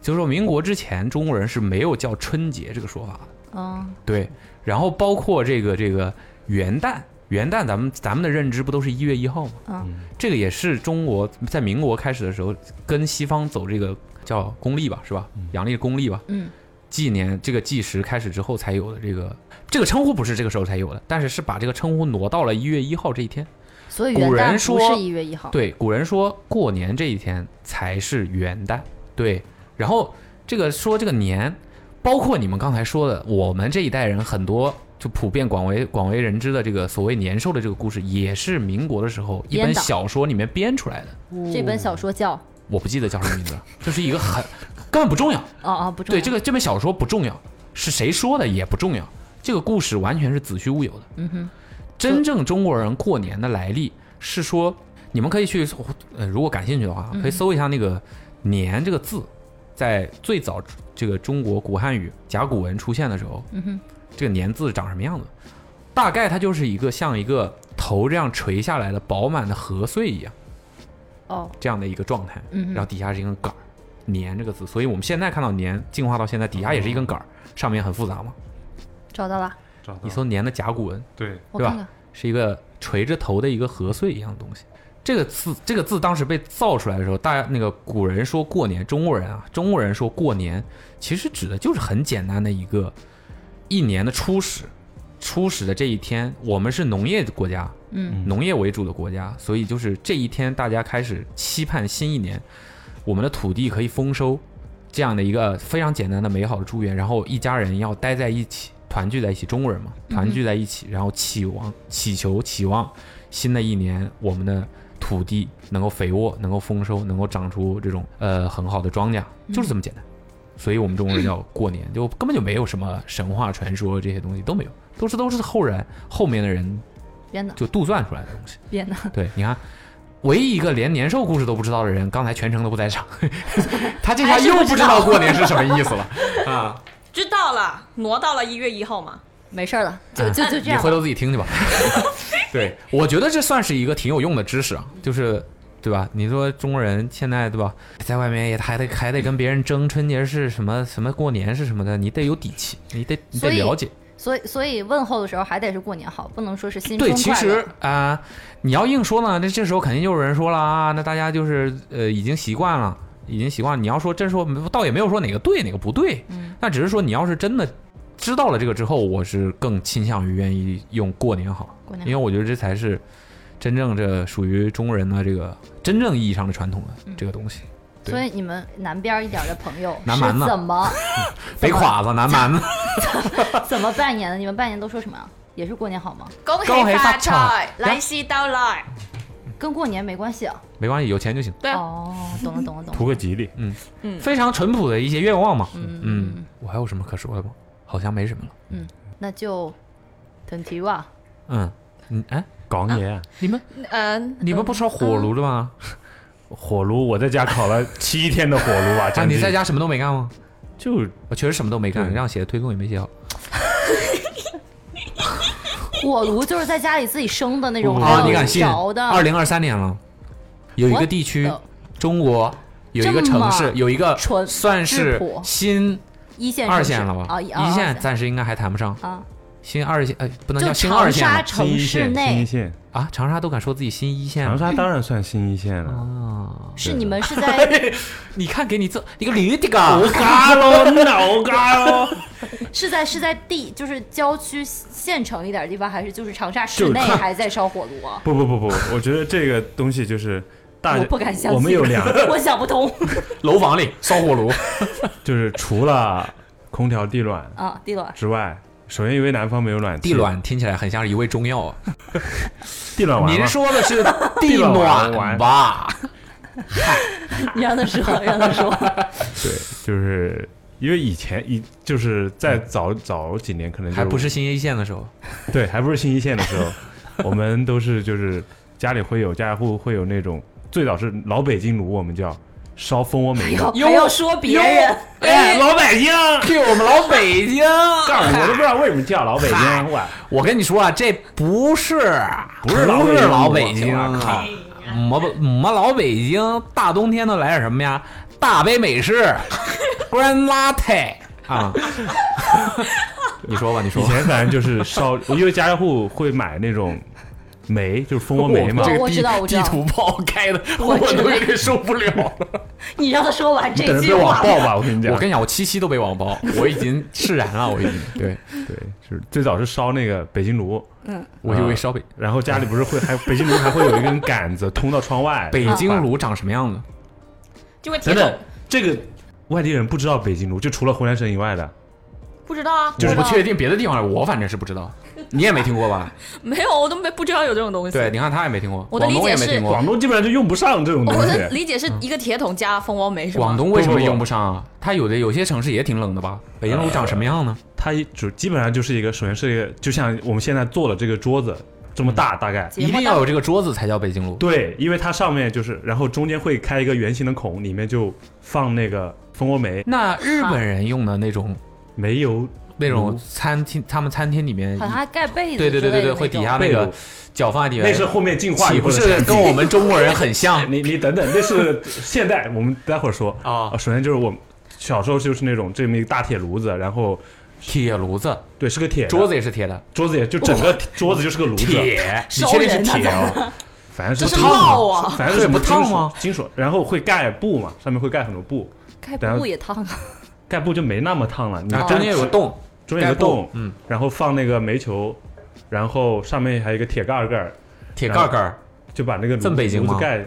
Speaker 3: 就是说，民国之前中国人是没有叫春节这个说法的。
Speaker 4: 嗯，
Speaker 3: 对，然后包括这个这个元旦，元旦咱们咱们的认知不都是一月一号吗？
Speaker 4: 嗯，
Speaker 3: 这个也是中国在民国开始的时候跟西方走这个叫公历吧，是吧？阳历公历吧，
Speaker 4: 嗯，
Speaker 3: 纪年这个纪时开始之后才有的这个这个称呼不是这个时候才有的，但是是把这个称呼挪到了一月一号这一天。
Speaker 4: 所以
Speaker 3: 古
Speaker 4: 元
Speaker 3: 人
Speaker 4: 旦不
Speaker 3: 说
Speaker 4: 是一月一号，
Speaker 3: 对，古人说过年这一天才是元旦。对，然后这个说这个年，包括你们刚才说的，我们这一代人很多就普遍广为广为人知的这个所谓年兽的这个故事，也是民国的时候一本
Speaker 4: 编导
Speaker 3: 小说里面编出来的。
Speaker 4: 这本小说叫
Speaker 3: 我不记得叫什么名字了，就是一个很 根本不重要。
Speaker 4: 哦哦不重
Speaker 3: 对，
Speaker 4: 要，
Speaker 3: 这
Speaker 4: 个
Speaker 3: 个这本小说不重要，是谁说的也不重要，这个故事完全是子虚乌有的。嗯
Speaker 4: 哼，
Speaker 3: 真正中国人过年的来历是说，你们可以去，呃，如果感兴趣的话，
Speaker 4: 嗯
Speaker 3: 可以搜一下那个“年”这个字，在最早这个中国古汉语甲骨文出现的时候，
Speaker 4: 嗯哼，
Speaker 3: 这个“年”字长什么样子。大概它就是一个像一个头这样垂下来的饱满的河穗一样
Speaker 4: 哦，
Speaker 3: 这样的一个状态，
Speaker 4: 嗯哼
Speaker 3: 然后底下是一根杆儿，年这个字，所以我们现在看到年进化到现在，底下也是一根杆儿，
Speaker 4: 哦
Speaker 3: 上面很复杂嘛。
Speaker 4: 找到了，
Speaker 5: 找到
Speaker 3: 你搜年的甲骨文，
Speaker 5: 对，
Speaker 4: 我
Speaker 3: 对吧
Speaker 4: 看看，
Speaker 3: 是一个垂着头的一个禾穗一样的东西。这个字，这个字当时被造出来的时候，大家那个古人说过年，中国人啊，中国人说过年，其实指的就是很简单的一个一年的初始，初始的这一天，我们是农业国家，
Speaker 4: 嗯，
Speaker 3: 农业为主的国家，所以就是这一天，大家开始期盼新一年，我们的土地可以丰收，这样的一个非常简单的美好的祝愿，然后一家人要待在一起，团聚在一起，中国人嘛，团聚在一起，然后祈望、祈求、期望新的一年我们的土地能够肥沃，能够丰收，能够长出这种呃很好的庄稼，就是这么简单。所以我们中国人叫过年，就根本就没有什么神话传说这些东西都没有，都是都是后人后面的人
Speaker 4: 编的
Speaker 3: 就杜撰出来的东西。
Speaker 4: 编的，
Speaker 3: 对，你看，唯一一个连年兽故事都不知道的人，刚才全程都不在场， 他这下又不知道过年是什么意思了啊！
Speaker 6: 知道了，挪到了一月一号嘛。
Speaker 4: 没事儿了，就就就这
Speaker 3: 哎你
Speaker 4: 样
Speaker 3: 回
Speaker 4: 吧，
Speaker 3: 头自己听去吧。对，我觉得这算是一个挺有用的知识啊，就是。对吧？你说中国人现在对吧，在外面也还得还得跟别人争春节是什么什么过年是什么的，你得有底气，你得你得
Speaker 4: 所以
Speaker 3: 了解。
Speaker 4: 所以所以问候的时候还得是过年好，不能说是新春
Speaker 3: 对，
Speaker 4: 快乐。
Speaker 3: 其实啊、呃你要硬说呢，那这时候肯定就有人说了啊，那大家就是呃已经习惯了，已经习惯了。你要说真说，倒也没有说哪个对哪个不对，
Speaker 4: 嗯，
Speaker 3: 那只是说你要是真的知道了这个之后，我是更倾向于愿意用过年好，
Speaker 4: 过年
Speaker 3: 因为我觉得这才是真正这属于中国人的这个真正意义上的传统
Speaker 4: 嗯
Speaker 3: 的这个东西。对
Speaker 4: 所以你们南边一点的朋友
Speaker 3: 南蛮呢
Speaker 4: 是怎么
Speaker 3: 北垮子、南 蛮子，
Speaker 4: 怎么拜年的？你们拜年都说什么啊？也是过年好吗？
Speaker 6: 恭
Speaker 3: 恭喜发财
Speaker 6: 财，来西到来。
Speaker 4: 跟过年没关系啊。
Speaker 3: 没关系，有钱就行。
Speaker 6: 对啊
Speaker 4: 哦，懂了懂了懂了。
Speaker 5: 图个吉利。
Speaker 3: 非常淳朴的一些愿望嘛。
Speaker 4: 嗯
Speaker 3: 嗯，我还有什么可说的吗？好像没什么了。
Speaker 4: 那就等提吧。
Speaker 3: 嗯，嗯，哎，
Speaker 5: 港
Speaker 4: 啊
Speaker 5: 爷，
Speaker 3: 你们
Speaker 6: 嗯，
Speaker 3: 你们不烧火炉的吗？
Speaker 5: 火炉，我在家烤了七天的火炉啊！
Speaker 3: 啊，
Speaker 5: 将
Speaker 3: 你
Speaker 5: 近
Speaker 3: 在家什么都没干吗？
Speaker 5: 就
Speaker 3: 我确实什么都没干，
Speaker 5: 对
Speaker 3: 让写的推送也没写好。
Speaker 4: 火炉就是在家里自己生的那种，
Speaker 5: 不
Speaker 4: 还
Speaker 3: 啊，
Speaker 5: 啊
Speaker 4: 有
Speaker 3: 你敢信？
Speaker 4: 着的。
Speaker 3: 二零二三年了，有一个
Speaker 4: What
Speaker 3: 地区
Speaker 4: the-，
Speaker 3: 中国有一个城
Speaker 4: 这
Speaker 3: 市
Speaker 4: 么，
Speaker 3: 有一个
Speaker 4: 淳
Speaker 3: 算是
Speaker 4: 质朴
Speaker 3: 新
Speaker 4: 一线
Speaker 3: 二
Speaker 4: 城市
Speaker 3: 线了吧？
Speaker 4: 啊，啊
Speaker 3: 一线暂时应该还谈不上，
Speaker 4: 啊，
Speaker 3: 新二线呃不能
Speaker 4: 就
Speaker 3: 叫新二
Speaker 4: 长
Speaker 3: 线
Speaker 4: 沙
Speaker 3: 了
Speaker 5: 新
Speaker 4: 城
Speaker 5: 一
Speaker 4: 市
Speaker 5: 线，新一
Speaker 4: 内
Speaker 5: 线，
Speaker 3: 啊！长沙都敢说自己新一线
Speaker 5: 长
Speaker 3: 了
Speaker 5: 沙当然算新一线了。
Speaker 3: 嗯啊！
Speaker 4: 是你们是在
Speaker 3: 你看，给你这你个驴的
Speaker 5: 啊
Speaker 3: 个，
Speaker 5: 嘎喽，脑嘎喽，
Speaker 4: 是在是在地就是郊区县城一点的地方，还是就是长沙市
Speaker 5: 就是
Speaker 4: 内
Speaker 5: 看
Speaker 4: 还在烧火炉啊？
Speaker 5: 不不不不，我觉得这个东西就是大，
Speaker 4: 我不敢相信，
Speaker 5: 啊我们有两，，
Speaker 4: 我想不通
Speaker 3: 楼房里烧火炉，
Speaker 5: 就是除了空调地暖
Speaker 4: 啊，地暖
Speaker 5: 之外，首先因为南方没有暖气，
Speaker 3: 地暖听起来很像是一味中药啊。
Speaker 5: 地暖完
Speaker 3: 您
Speaker 5: 了，
Speaker 3: 说的是地
Speaker 5: 地暖
Speaker 3: 暖
Speaker 5: 完
Speaker 3: 吧？
Speaker 4: 你让他说，让他说，
Speaker 5: 对，就是因为以前以就是在早早几年可能就
Speaker 3: 嗯还不是新一线的时候，
Speaker 5: 对，还不是新一线的时 候，我们都是就是家里会有家家户户会有那种最早是老北京炉，我们叫烧蜂
Speaker 3: 哎
Speaker 5: 窝煤的。
Speaker 4: 不要说别人，
Speaker 5: 哎，老北京，
Speaker 3: 对我们老北 京，
Speaker 5: 告诉我都不知道为什么叫老北京，哇，
Speaker 3: 我跟你说啊，这不是
Speaker 5: 不是老北京
Speaker 3: 是老北京
Speaker 5: 我
Speaker 3: 啊
Speaker 5: 靠！
Speaker 3: 我们我们老北京大冬天的来点什么呀？大杯美 式，Grand Latte 啊！你说吧，你说
Speaker 5: 以
Speaker 3: 吧。
Speaker 5: 前反正就是烧，因为家家户户会买那种煤，就是蜂窝煤嘛
Speaker 4: 我。这个地知道我知道地图
Speaker 3: 炮开的，
Speaker 4: 我知道我都有
Speaker 3: 点受不了了。
Speaker 4: 你让他说完
Speaker 5: 等
Speaker 4: 这
Speaker 5: 着
Speaker 4: 句
Speaker 5: 被
Speaker 4: 话
Speaker 5: 网。暴吧，我跟你讲。
Speaker 3: 我跟你讲，我七夕都被网暴，我已经释然了，我已经对，
Speaker 5: 对，就是最早是烧那个北京炉，
Speaker 3: 我就为烧北
Speaker 5: 然后家里不是会还北京炉还会有一根杆子通到窗外。
Speaker 3: 北京炉长什么样子。
Speaker 6: 就会
Speaker 5: 等
Speaker 6: 铁
Speaker 5: 等
Speaker 6: 桶，，
Speaker 5: 这个外地人不知道北京炉，就除了湖南省以外的，
Speaker 6: 不知道啊，
Speaker 3: 我
Speaker 5: 是
Speaker 3: 不确定别的地方，我反正是不知道，你也没听过吧？
Speaker 6: 没有，我都没不知道有这种东西。
Speaker 3: 对，你看他也没听过，
Speaker 6: 我的
Speaker 3: 广
Speaker 6: 理
Speaker 3: 东
Speaker 6: 解
Speaker 3: 也没
Speaker 6: 是
Speaker 3: 听过
Speaker 5: 广，东基本上就用不上这种
Speaker 6: 我
Speaker 5: 东
Speaker 6: 我的
Speaker 5: 西。
Speaker 6: 理解是一个铁桶加蜂窝煤是吗？
Speaker 3: 广东为什么
Speaker 5: 不不不
Speaker 3: 用不上啊？它有的有些城市也挺冷的吧？北京路长什么样呢？
Speaker 5: 它一主基本上就是一个，首先是一个，就像我们现在坐的这个桌子这么
Speaker 3: 嗯
Speaker 5: 大，大概。
Speaker 4: 节
Speaker 3: 一
Speaker 4: 目
Speaker 3: 定要有这个桌子才叫北京路。
Speaker 5: 对，因为它上面就是，然后中间会开一个圆形的孔，里面就放那个蜂窝煤，
Speaker 3: 那日本人用的那种
Speaker 5: 煤油
Speaker 3: 那种餐厅，他们餐厅里面
Speaker 4: 好像还盖被子，
Speaker 3: 对对对对对，会底下那
Speaker 5: 被
Speaker 3: 个
Speaker 5: 褥
Speaker 3: 脚放在底下，
Speaker 5: 那是后面进化以
Speaker 3: 岂
Speaker 5: 后
Speaker 3: 不
Speaker 5: 的
Speaker 3: 是
Speaker 5: 产
Speaker 3: 跟
Speaker 5: 品
Speaker 3: 我们中国人很像
Speaker 5: 你你等等， 那是现代，我们待会儿说
Speaker 3: 啊
Speaker 5: 啊。首先就是我们小时候就是那种这么一个大铁炉子，然后
Speaker 3: 铁炉子，
Speaker 5: 对是个铁的
Speaker 3: 桌子也是铁的，
Speaker 5: 桌子也就整个桌子就是个炉子，
Speaker 3: 铁，你确定是铁哦？
Speaker 5: 反 正是
Speaker 6: 这是
Speaker 5: 烫嘛
Speaker 6: 烙啊
Speaker 5: 反正是什么
Speaker 3: 对不烫
Speaker 5: 金属
Speaker 3: 吗？
Speaker 5: 金属，然后会盖布嘛，上面会盖很多布，
Speaker 4: 盖
Speaker 5: 等
Speaker 4: 布
Speaker 5: 下
Speaker 4: 也烫，啊
Speaker 5: 盖布就没那么烫了。你
Speaker 3: 啊，中间有个
Speaker 5: 个，
Speaker 3: 洞，
Speaker 5: 中间有个
Speaker 3: 盖布
Speaker 5: 洞，
Speaker 3: 嗯，
Speaker 5: 然后放那个煤球，然后上面还有一个铁盖儿盖儿，
Speaker 3: 铁盖盖儿，
Speaker 5: 就把那个
Speaker 3: 这
Speaker 5: 炉
Speaker 3: 么北京
Speaker 5: 炉子
Speaker 3: 吗，
Speaker 5: 盖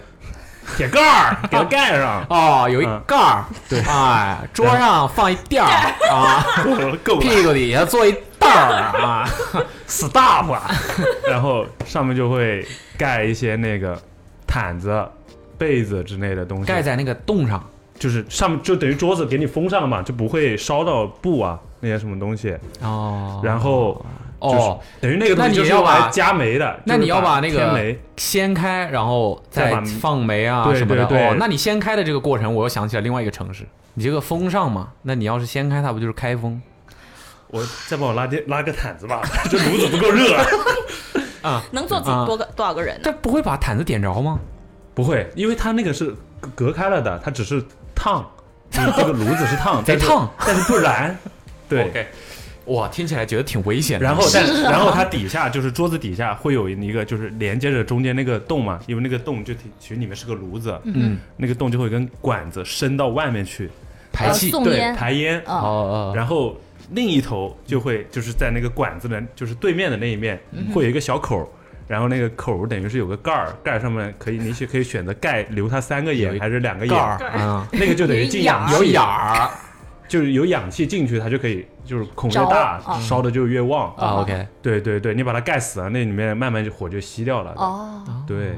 Speaker 5: 铁盖儿给它盖 上
Speaker 3: 哦，有一盖
Speaker 5: 嗯
Speaker 3: 儿，对，哎，桌上放一垫儿啊，
Speaker 5: 够了。
Speaker 3: 屁股底下坐一凳儿啊，
Speaker 5: stop，啊然后上面就会盖一些那个毯子、被子之类的东西，
Speaker 3: 盖在那个洞上，
Speaker 5: 就是上面就等于桌子给你封上了嘛，就不会烧到布啊那些什么东西。
Speaker 3: 哦，
Speaker 5: 然后就是
Speaker 3: 哦，
Speaker 5: 等于那个东
Speaker 3: 那你
Speaker 5: 西就是
Speaker 3: 要
Speaker 5: 用来
Speaker 3: 把
Speaker 5: 加煤的，
Speaker 3: 那你
Speaker 5: 就是
Speaker 3: 要把那
Speaker 5: 添
Speaker 3: 个
Speaker 5: 煤
Speaker 3: 掀开，然后
Speaker 5: 再
Speaker 3: 再
Speaker 5: 把
Speaker 3: 放煤啊
Speaker 5: 对
Speaker 3: 什么的。
Speaker 5: 对对
Speaker 3: 哦，那你掀开的这个过程，我又想起来另外一个城市，你这个风扇嘛，那你要是掀开它，不就是开封
Speaker 5: 我再帮我拉点拉个毯子吧， 这炉子不够热。
Speaker 3: 啊？
Speaker 6: 能坐几
Speaker 3: 啊
Speaker 6: 多个多少个人呢？
Speaker 3: 这不会把毯子点着吗？
Speaker 5: 不会，因为它那个是隔隔开了的，它只是烫，你这个炉子是烫，
Speaker 3: 贼
Speaker 5: 但是
Speaker 3: 烫，哦
Speaker 5: 但是不 燃。对，
Speaker 3: OK 哇，听起来觉得挺危险的。
Speaker 5: 然后但
Speaker 3: 啊
Speaker 5: 然后它底下就是桌子底下会有一个就是连接着中间那个洞嘛，因为那个洞就挺其实里面是个炉子，
Speaker 3: 嗯，
Speaker 5: 那个洞就会跟管子伸到外面去，
Speaker 3: 排气
Speaker 4: 呃送
Speaker 5: 对，
Speaker 4: 烟，
Speaker 5: 排烟，
Speaker 3: 哦
Speaker 4: 嗯，
Speaker 3: 哦，
Speaker 5: 然后另一头就会就是在那个管子的，就是对面的那一面
Speaker 3: 嗯
Speaker 5: 会有一个小口儿。然后那个口儿等于是有个盖儿，盖儿上面可以你去可以选择盖留它三个
Speaker 3: 有
Speaker 5: 眼
Speaker 3: 一
Speaker 5: 还是两个
Speaker 3: 盖
Speaker 5: 眼，
Speaker 3: 儿啊，
Speaker 5: 那个就等于进氧
Speaker 3: 有
Speaker 5: 气，
Speaker 3: 眼儿
Speaker 5: 就是有氧气进去，它就可以就是孔越
Speaker 4: 着
Speaker 5: 大
Speaker 3: 哦
Speaker 4: 嗯
Speaker 5: 烧的就越旺
Speaker 3: 啊。OK，
Speaker 5: 对对对，你把它盖死了，那里面慢慢就火就熄掉了。
Speaker 4: 哦，
Speaker 5: 对，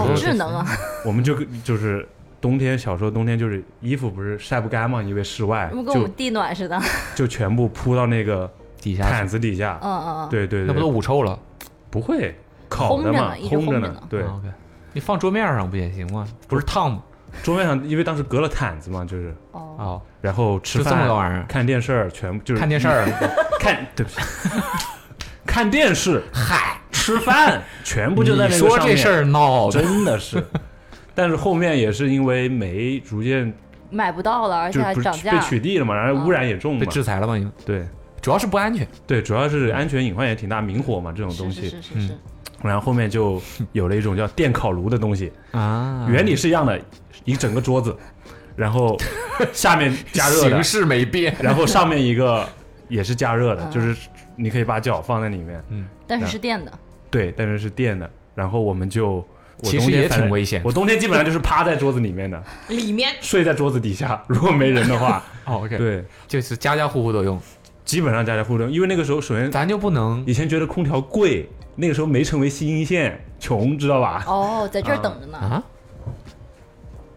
Speaker 4: 好
Speaker 5: 就是
Speaker 4: 智能啊！
Speaker 5: 我们就就是冬天小时候冬天就是衣服不是晒不干嘛，因为室外
Speaker 4: 不跟我
Speaker 5: 就
Speaker 4: 们地暖似的，
Speaker 5: 就全部铺到那个
Speaker 3: 底下
Speaker 5: 毯子底下。
Speaker 4: 嗯嗯嗯，
Speaker 5: 对对
Speaker 3: 那不都
Speaker 5: 对，
Speaker 3: 捂臭了啊
Speaker 5: 不会烤的嘛，
Speaker 4: 烘着呢
Speaker 5: 烘
Speaker 4: 一直烘着
Speaker 5: 着
Speaker 4: 呢
Speaker 5: 对，
Speaker 3: ？OK，你放桌面上不也行吗？不是烫吗？
Speaker 5: 桌面上因为当时隔了毯子嘛，就是
Speaker 4: 哦，
Speaker 3: 哦，
Speaker 5: 然后吃
Speaker 3: 就这么个
Speaker 5: 饭、
Speaker 3: 玩意儿，
Speaker 5: 看电视儿全嗯部就是
Speaker 3: 看电视 儿。
Speaker 5: 看，对 不起，看电视，嗨，吃饭，全部就在那
Speaker 3: 你
Speaker 5: 个
Speaker 3: 说
Speaker 5: 上
Speaker 3: 这
Speaker 5: 面
Speaker 3: 事儿闹的，
Speaker 5: 哦真 的是。但是后面也是因为煤逐渐
Speaker 4: 买不到了，而
Speaker 5: 就
Speaker 4: 且
Speaker 5: 是
Speaker 4: 还
Speaker 5: 不是
Speaker 4: 涨
Speaker 5: 被
Speaker 4: 价，
Speaker 5: 取缔了嘛，然后污染也重
Speaker 3: 被
Speaker 5: 嘛，
Speaker 3: 制裁了吗？
Speaker 5: 对
Speaker 3: 主要是不安全。
Speaker 5: 对，主要是安全隐患也挺大，明火嘛这种东
Speaker 4: 是
Speaker 5: 西，
Speaker 4: 是是是是，
Speaker 5: 然后后面就有了一种叫电烤炉的东西，
Speaker 4: 嗯
Speaker 3: 啊
Speaker 5: 原理是一样的，一整个桌子，然后下面加热的
Speaker 3: 形，式没变，
Speaker 5: 然后上面一个也是加热的，
Speaker 4: 嗯
Speaker 5: 就是你可以把脚放在里面，
Speaker 4: 但是是电的，
Speaker 5: 对，但是是电的，然后我们就。我
Speaker 3: 其实
Speaker 5: 冬天
Speaker 3: 也
Speaker 5: 反正
Speaker 3: 挺危险
Speaker 5: 我冬天基本上就是趴在桌子里面的，
Speaker 6: 里面
Speaker 5: 睡在桌子底下。如果没人的话，
Speaker 3: 哦，OK，，
Speaker 5: 对，
Speaker 3: 就是家家户户都用，
Speaker 5: 基本上家家户户都，因为那个时候首先
Speaker 3: 咱就不能
Speaker 5: 以前觉得空调贵，那个时候没成为新一线，穷知道吧？
Speaker 4: 哦，在这儿等着呢，
Speaker 3: 啊？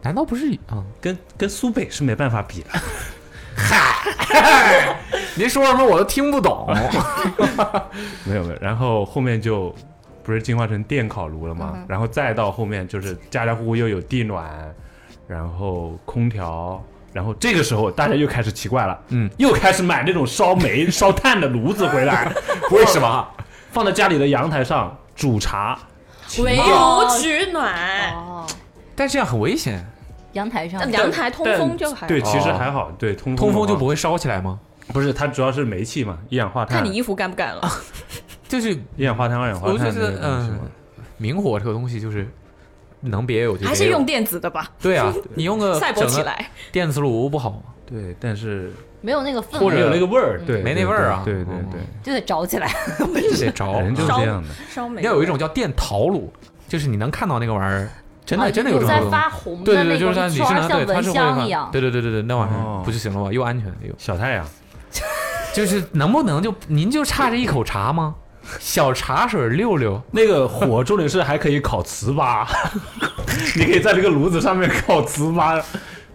Speaker 3: 难道不是啊？
Speaker 5: 跟跟苏北是没办法比的。
Speaker 3: 您说什么我都听不懂。
Speaker 5: 没有没有，然后后面就不是进化成电烤炉了吗？
Speaker 6: 嗯
Speaker 5: 然后再到后面就是家家户户又有地暖，然后空调，然后这个时候大家又开始奇怪了，
Speaker 3: 嗯，
Speaker 5: 又开始买那种烧 煤烧炭的炉子回来，
Speaker 3: 为什么？
Speaker 5: 放在家里的阳台上煮茶。
Speaker 6: 围
Speaker 3: 哦
Speaker 6: 炉取暖，
Speaker 4: 哦，
Speaker 3: 但这样很危险，
Speaker 4: 阳台上，
Speaker 6: 阳台通
Speaker 5: 但
Speaker 6: 风就还
Speaker 5: 对，
Speaker 6: 好
Speaker 5: 其实还好，对通风
Speaker 3: 通风
Speaker 5: 的
Speaker 3: 就
Speaker 5: 话
Speaker 3: 不会烧起来吗？
Speaker 5: 不是它主要是煤气嘛，一氧化碳，
Speaker 6: 看你衣服干不干
Speaker 3: 啊
Speaker 6: 了。
Speaker 3: 就是
Speaker 5: 一氧化碳、二氧化
Speaker 3: 我
Speaker 5: 碳
Speaker 3: 就
Speaker 5: 那
Speaker 3: 觉得，
Speaker 5: 个东西嘛，
Speaker 3: 嗯，明火这个东西就是能别有就别
Speaker 6: 还是用电子的吧，
Speaker 3: 对啊，你用个
Speaker 6: 赛博
Speaker 3: 整
Speaker 6: 起
Speaker 3: 个
Speaker 6: 来。
Speaker 3: 电磁炉不好吗？
Speaker 5: 对，但是
Speaker 4: 没有那个氛
Speaker 3: 或
Speaker 5: 没有
Speaker 3: 者
Speaker 4: 围，
Speaker 5: 那个味儿，对，
Speaker 3: 没那
Speaker 5: 对
Speaker 3: 味儿啊哦
Speaker 5: 对对对，
Speaker 4: 就得着起来，
Speaker 3: 这得着
Speaker 5: 对，人就是这样的。
Speaker 6: 烧煤
Speaker 3: 要有一种叫电陶炉，就是你能看到那个玩意儿，真
Speaker 4: 啊
Speaker 3: 的真的有
Speaker 4: 有
Speaker 3: 这么
Speaker 4: 在
Speaker 3: 个东西。
Speaker 4: 发红
Speaker 3: 对
Speaker 4: 的
Speaker 3: 对对，
Speaker 4: 那
Speaker 3: 就是它
Speaker 4: 种
Speaker 3: 你
Speaker 4: 圈
Speaker 3: 是
Speaker 4: 儿，
Speaker 3: 能对，
Speaker 4: 像
Speaker 3: 它
Speaker 4: 蚊
Speaker 3: 是会
Speaker 4: 香
Speaker 3: 放
Speaker 4: 一样，
Speaker 3: 对对对对对，那玩意
Speaker 5: 哦
Speaker 3: 儿不就行了吗？又安全又
Speaker 5: 小太阳，
Speaker 3: 就是能不能就您就差这一口茶吗？小茶水六六，
Speaker 5: 那个火重点是还可以烤糍粑， 你可以在这个炉子上面烤糍粑。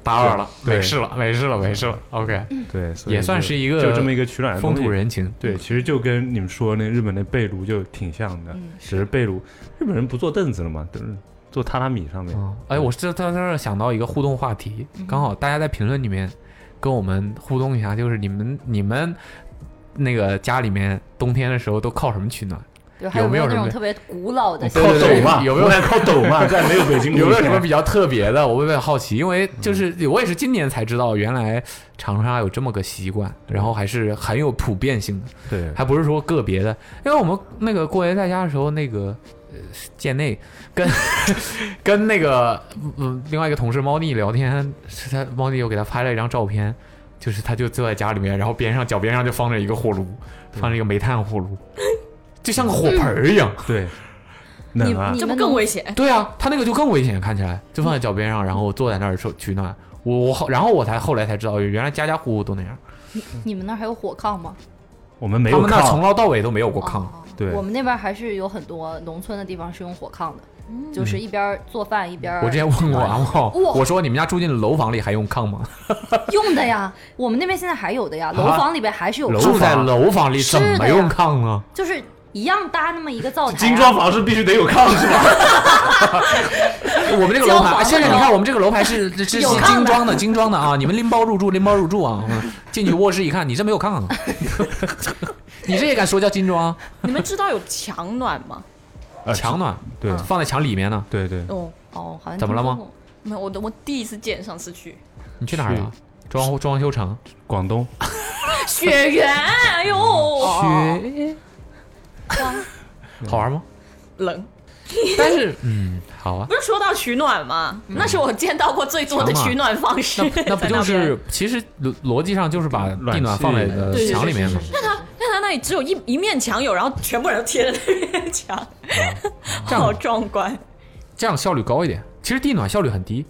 Speaker 3: 打扰了，
Speaker 5: 对
Speaker 3: 没事了，没事了，没事了。OK，
Speaker 4: 嗯
Speaker 5: 对，所以
Speaker 3: 也算
Speaker 5: 就是
Speaker 3: 一个
Speaker 5: 就这么一个取暖的
Speaker 3: 风
Speaker 5: 东
Speaker 3: 土
Speaker 5: 西。
Speaker 3: 人情，
Speaker 5: 对，其实就跟你们说那日本那被炉就挺像
Speaker 3: 嗯
Speaker 5: 的，只是被炉日本人不坐凳子了嘛，都是坐榻榻米上面。
Speaker 3: 嗯，哎，我这在这儿想到一个互动话题，刚好大家在评论里面跟我们互动一下，就是你们你们那个家里面冬天的时候都靠什么取暖？
Speaker 4: 对，还有没
Speaker 3: 有没有
Speaker 4: 那
Speaker 3: 什么
Speaker 4: 种特别古老的
Speaker 3: 对
Speaker 5: 哦靠
Speaker 3: 对
Speaker 5: 抖
Speaker 3: 对
Speaker 5: 嘛，
Speaker 3: 有没有
Speaker 5: 湖南靠抖嘛？在没有北京
Speaker 3: 有没有
Speaker 5: 之
Speaker 3: 什
Speaker 5: 前
Speaker 3: 么比较特别的？我有点好奇，因为就是我也是今年才知道，原来长沙有这么个习惯，然后还是很有普遍性的，
Speaker 5: 对
Speaker 3: 还不是说个别的。因为我们那个过年在家的时候，那个呃贱内跟 跟那个嗯另外一个同事猫腻聊天，是他猫腻又给他拍了一张照片。就是他就坐在家里面，然后边上脚边上就放着一个火炉，放着一个煤炭火炉，就像个火盆儿一样。
Speaker 5: 对，冷啊
Speaker 4: 你，
Speaker 6: 这不
Speaker 4: 们
Speaker 6: 更
Speaker 4: 能
Speaker 6: 危险？
Speaker 3: 对啊，他那个就更危险，看起来就放在脚边上，然后坐在那儿受取暖。我我后，然后我才后来才知道，原来家家户户都那样，
Speaker 4: 你们那儿还有火炕吗？
Speaker 5: 我们没
Speaker 3: 他
Speaker 5: 有
Speaker 3: 们那儿从
Speaker 5: 炕，
Speaker 3: 头到尾都没有过炕。
Speaker 4: 哦
Speaker 5: 对
Speaker 4: 我们那边还是有很多农村的地方是用火炕的，就是一边做饭一边。
Speaker 3: 我之前问过阿茂，
Speaker 4: 哇
Speaker 3: 我说你们家住进楼房里还用炕吗？
Speaker 4: 用的呀，我们那边现在还有的呀，楼房里边还是有
Speaker 5: 楼
Speaker 4: 炕
Speaker 3: 住
Speaker 5: 房
Speaker 3: 在楼房里
Speaker 4: 是
Speaker 3: 怎
Speaker 4: 的呀
Speaker 3: 么用炕啊呢？
Speaker 4: 就是一样搭那么一个灶台啊、
Speaker 5: 精装房是必须得有炕是吧？
Speaker 3: 我们这个楼
Speaker 4: 交
Speaker 3: 盘，
Speaker 4: 房
Speaker 3: 先生，
Speaker 4: 的
Speaker 3: 你看我们这个楼盘是这是
Speaker 4: 有
Speaker 3: 是
Speaker 4: 炕的
Speaker 3: 精装的，精装的啊！你们拎包入住，拎包入住啊！进去卧室一看，你这没有炕啊，啊 你这也敢说叫精装？啊
Speaker 6: 你们知道有强暖吗？
Speaker 5: 呃
Speaker 3: 墙，暖
Speaker 5: 对
Speaker 3: 放在墙里面呢？
Speaker 5: 对对，
Speaker 6: 哦，
Speaker 4: 哦，好像
Speaker 3: 怎么了吗
Speaker 4: 听说过？
Speaker 6: 没有，我我第一次见，上次去
Speaker 3: 你去哪儿了？装装修城。
Speaker 5: 广东
Speaker 6: 雪原，哎呦，
Speaker 4: 哦
Speaker 3: 学，好玩吗？
Speaker 6: 冷。
Speaker 3: 但是，嗯，好啊
Speaker 6: 不。是说到取暖吗？那是我见到过最多的
Speaker 3: 强嘛
Speaker 6: 取暖方式
Speaker 3: 那
Speaker 6: 在
Speaker 3: 那不就
Speaker 6: 边
Speaker 3: 是其实逻逻辑上就是把
Speaker 5: 暖
Speaker 3: 地暖
Speaker 5: 气
Speaker 3: 放在呃
Speaker 6: 对
Speaker 3: 墙里面
Speaker 4: 是
Speaker 3: 嘛
Speaker 4: 是，是
Speaker 6: 但他但他那里只有一一面墙有，然后全部人都贴着那面墙，
Speaker 3: 啊这样
Speaker 6: 好壮观。
Speaker 3: 这样效率高一点。其实地暖效率很低。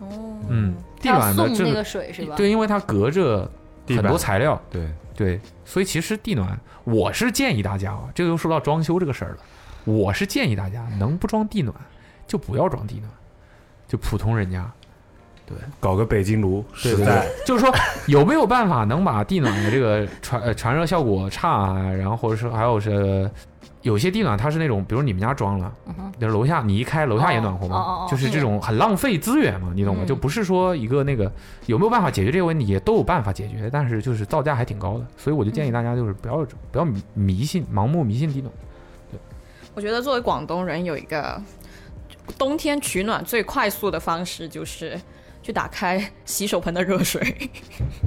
Speaker 3: 哦，嗯，地
Speaker 4: 要
Speaker 3: 暖的
Speaker 4: 送
Speaker 3: 这
Speaker 4: 那
Speaker 3: 个
Speaker 4: 个水是吧？
Speaker 3: 对，因为它隔着
Speaker 5: 地
Speaker 3: 很
Speaker 5: 板
Speaker 3: 多材料，
Speaker 5: 对，
Speaker 3: 对，所以其实地暖，我是建议大家啊，这个又说到装修这个事儿了，我是建议大家能不装地暖就不要装地暖，就普通人家。
Speaker 5: 搞个北京炉
Speaker 3: 对
Speaker 5: 实
Speaker 3: 对
Speaker 5: 在
Speaker 3: 对，就是说有没有办法能把地暖的这个传呃传热效果差啊，然后或者说还有是有些地暖它是那种，比如你们家装了，那楼下你一开楼下也暖和
Speaker 4: 嗯哦哦
Speaker 3: 嘛
Speaker 4: 哦，
Speaker 3: 就是这种很浪费资源嘛，你懂吗？
Speaker 4: 嗯
Speaker 3: 就不是说一个那个有没有办法解决这个问题，也都有办法解决，但是就是造价还挺高的，所以我就
Speaker 4: 嗯
Speaker 3: 建议大家就是不要不要迷信盲目迷信地暖，
Speaker 6: 我觉得作为广东人，有一个冬天取暖最快速的方式就是去打开洗手盆的热水。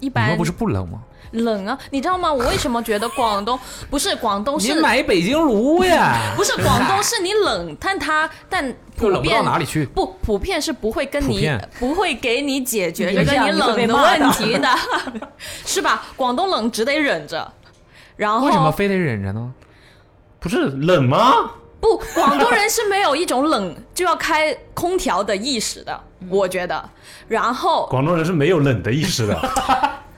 Speaker 6: 一
Speaker 3: 你
Speaker 6: 般
Speaker 3: 们不是不冷吗？
Speaker 6: 冷啊，你知道吗？我为什么觉得广东不是广东是
Speaker 3: 北京炉呀，
Speaker 6: 不是广东是你冷，但它但
Speaker 3: 又
Speaker 6: 普
Speaker 3: 冷不
Speaker 6: 遍
Speaker 3: 到哪里去。
Speaker 6: 不普遍是不会跟
Speaker 3: 普
Speaker 6: 你
Speaker 3: 遍
Speaker 6: 不会给你解决这
Speaker 4: 你
Speaker 6: 个
Speaker 4: 这样
Speaker 6: 你
Speaker 4: 你会被
Speaker 6: 冷的
Speaker 4: 骂
Speaker 6: 问
Speaker 4: 的
Speaker 6: 题的， 是吧？广东冷只得忍着，然后
Speaker 3: 为
Speaker 4: 哦
Speaker 3: 什么非得忍着呢？
Speaker 5: 不是冷吗？
Speaker 6: 不，广东人是没有一种冷就要开空调的意识的，我觉得。然后
Speaker 5: 广东人是没有冷的 意识的，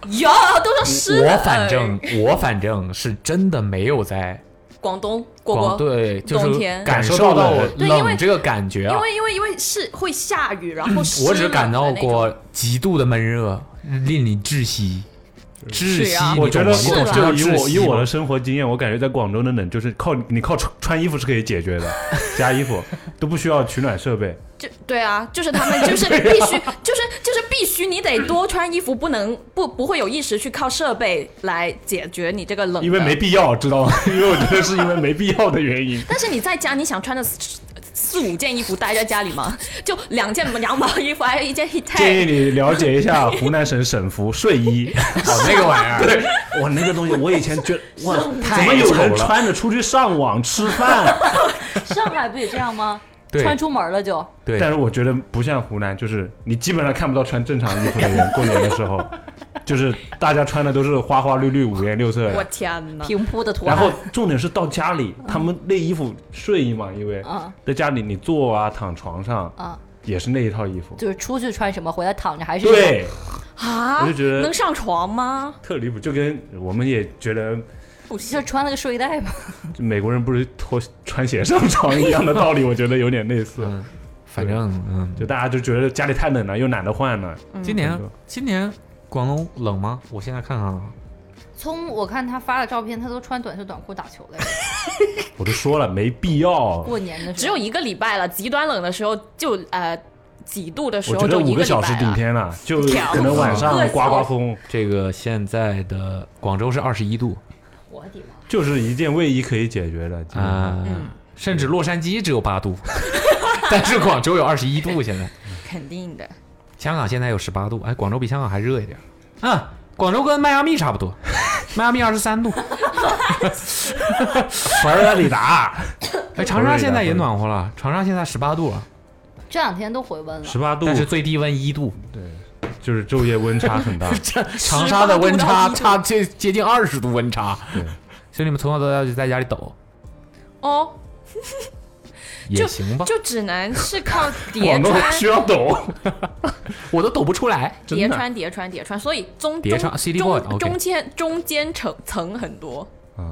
Speaker 6: 有都说湿冷，
Speaker 3: 我反正我反正是真的没有在
Speaker 6: 广东果
Speaker 3: 广
Speaker 6: 果
Speaker 3: 对，就
Speaker 6: 冬
Speaker 3: 是
Speaker 6: 天
Speaker 3: 感受
Speaker 5: 感受
Speaker 3: 到
Speaker 5: 到冷
Speaker 6: 对因为
Speaker 3: 冷这个感觉
Speaker 6: 因
Speaker 3: 啊，嗯
Speaker 6: 为因为因为是会下雨，然后湿
Speaker 3: 我只
Speaker 6: 冷
Speaker 3: 感
Speaker 6: 的
Speaker 3: 到
Speaker 6: 那种
Speaker 3: 过极度的闷热，令你窒息，窒
Speaker 6: 是
Speaker 3: 息
Speaker 6: 啊。
Speaker 5: 嗯我觉得
Speaker 3: 你懂吗你懂什么叫
Speaker 5: 就以
Speaker 3: 窒
Speaker 5: 我
Speaker 3: 息
Speaker 5: 以我
Speaker 3: 吗
Speaker 5: 的生活经验，我感觉在广州的冷就是靠你靠穿穿衣服是可以解决的， 加衣服都不需要取暖设备。
Speaker 6: 就对啊，就是他们就是 必须，就是就是必须你得多穿衣服，不能不不会有意识去靠设备来解决你这个冷的，。
Speaker 5: 因为没必要，知道吗？因为我觉得是因为没必要的原因
Speaker 6: 但是你在家，你想穿着四四五件衣服待在家里吗？就两件羊毛衣服，还有一件 heat
Speaker 5: 建议
Speaker 6: tag。
Speaker 5: 你了解一下湖南省省服 睡衣，
Speaker 3: 哦，那个玩意 儿，
Speaker 5: 哇，那个东西我以前觉得哇，怎
Speaker 3: 太
Speaker 5: 么有人
Speaker 3: 丑了
Speaker 5: 穿着出去上网吃饭？
Speaker 4: 上海不也这样吗？
Speaker 3: 对
Speaker 4: 穿出门了就
Speaker 3: 对
Speaker 5: 但是我觉得不像湖南，就是你基本上看不到穿正常衣服的人。过年的时 候，就是大家穿的都是花花绿绿、五颜六色的。
Speaker 6: 我天哪！
Speaker 4: 平
Speaker 3: 嗯
Speaker 4: 铺的图
Speaker 5: 然
Speaker 4: 案。
Speaker 5: 后重点是到家里，他们那衣服睡衣嘛，因为
Speaker 4: 嗯
Speaker 5: 在家里你坐啊、躺床上
Speaker 4: 啊，
Speaker 5: 也是那一套衣服。
Speaker 4: 就是出去穿什么，回来躺着还是什么
Speaker 5: 对，
Speaker 6: 啊，
Speaker 5: 我就觉得
Speaker 6: 能上床吗？
Speaker 5: 特离谱，就跟我们也觉得
Speaker 6: 不
Speaker 4: 就，穿了个睡袋 嘛。
Speaker 5: 就美国人不是脱穿鞋上床一样的道理，我觉得有点类似。
Speaker 3: 嗯反正嗯，
Speaker 5: 就大家就觉得家里太冷了，又懒得换了。
Speaker 3: 今年
Speaker 5: 嗯
Speaker 3: 今年广东冷吗？我现在看看啊，
Speaker 4: 从我看他发的照片，他都穿短袖短裤打球来着。
Speaker 5: 我都说了没必要，
Speaker 4: 过年的时候
Speaker 6: 只有一个礼拜了，极端冷的时候就呃。几度的时
Speaker 5: 我
Speaker 6: 候
Speaker 5: 觉得
Speaker 6: 就
Speaker 5: 五
Speaker 6: 一
Speaker 5: 个
Speaker 6: 礼
Speaker 5: 小时
Speaker 6: 拜
Speaker 5: 顶
Speaker 6: 了。
Speaker 5: 天了，就
Speaker 6: 调
Speaker 5: 可能晚上刮刮风，
Speaker 3: 这个现在的广州是二十一度
Speaker 4: 我的妈！
Speaker 5: 就是一件卫衣可以解决的。基
Speaker 6: 嗯
Speaker 5: 本上
Speaker 3: 啊、甚至洛杉矶只有八度， 但是广州有二十一度。现在
Speaker 6: 肯定的，
Speaker 3: 香港现在有十八度，哎，广州比香港还热一点。啊，广州跟迈阿密差不多， 迈阿密二十三度。
Speaker 5: 佛罗里达
Speaker 3: 哎，长沙现在也暖和了，长沙现在十八度了，
Speaker 4: 这两天都回温了
Speaker 5: 十，八度
Speaker 3: 但，是最低温一度。
Speaker 5: 就是昼夜温差很大。
Speaker 3: 长沙的温差差接接近二十度温差，
Speaker 5: 对，
Speaker 3: 所以你们从小到大就在家里抖，
Speaker 6: 哦，
Speaker 3: 也行吧？
Speaker 6: 就只能是靠叠
Speaker 5: 广东
Speaker 6: 穿、
Speaker 5: 需要抖，
Speaker 3: 我都抖不出来，
Speaker 6: 叠穿、叠穿、叠穿，所以中
Speaker 3: 叠
Speaker 6: 中
Speaker 3: 穿 CD board，
Speaker 6: 中
Speaker 3: OK
Speaker 6: 中间中间层层很多，
Speaker 5: 啊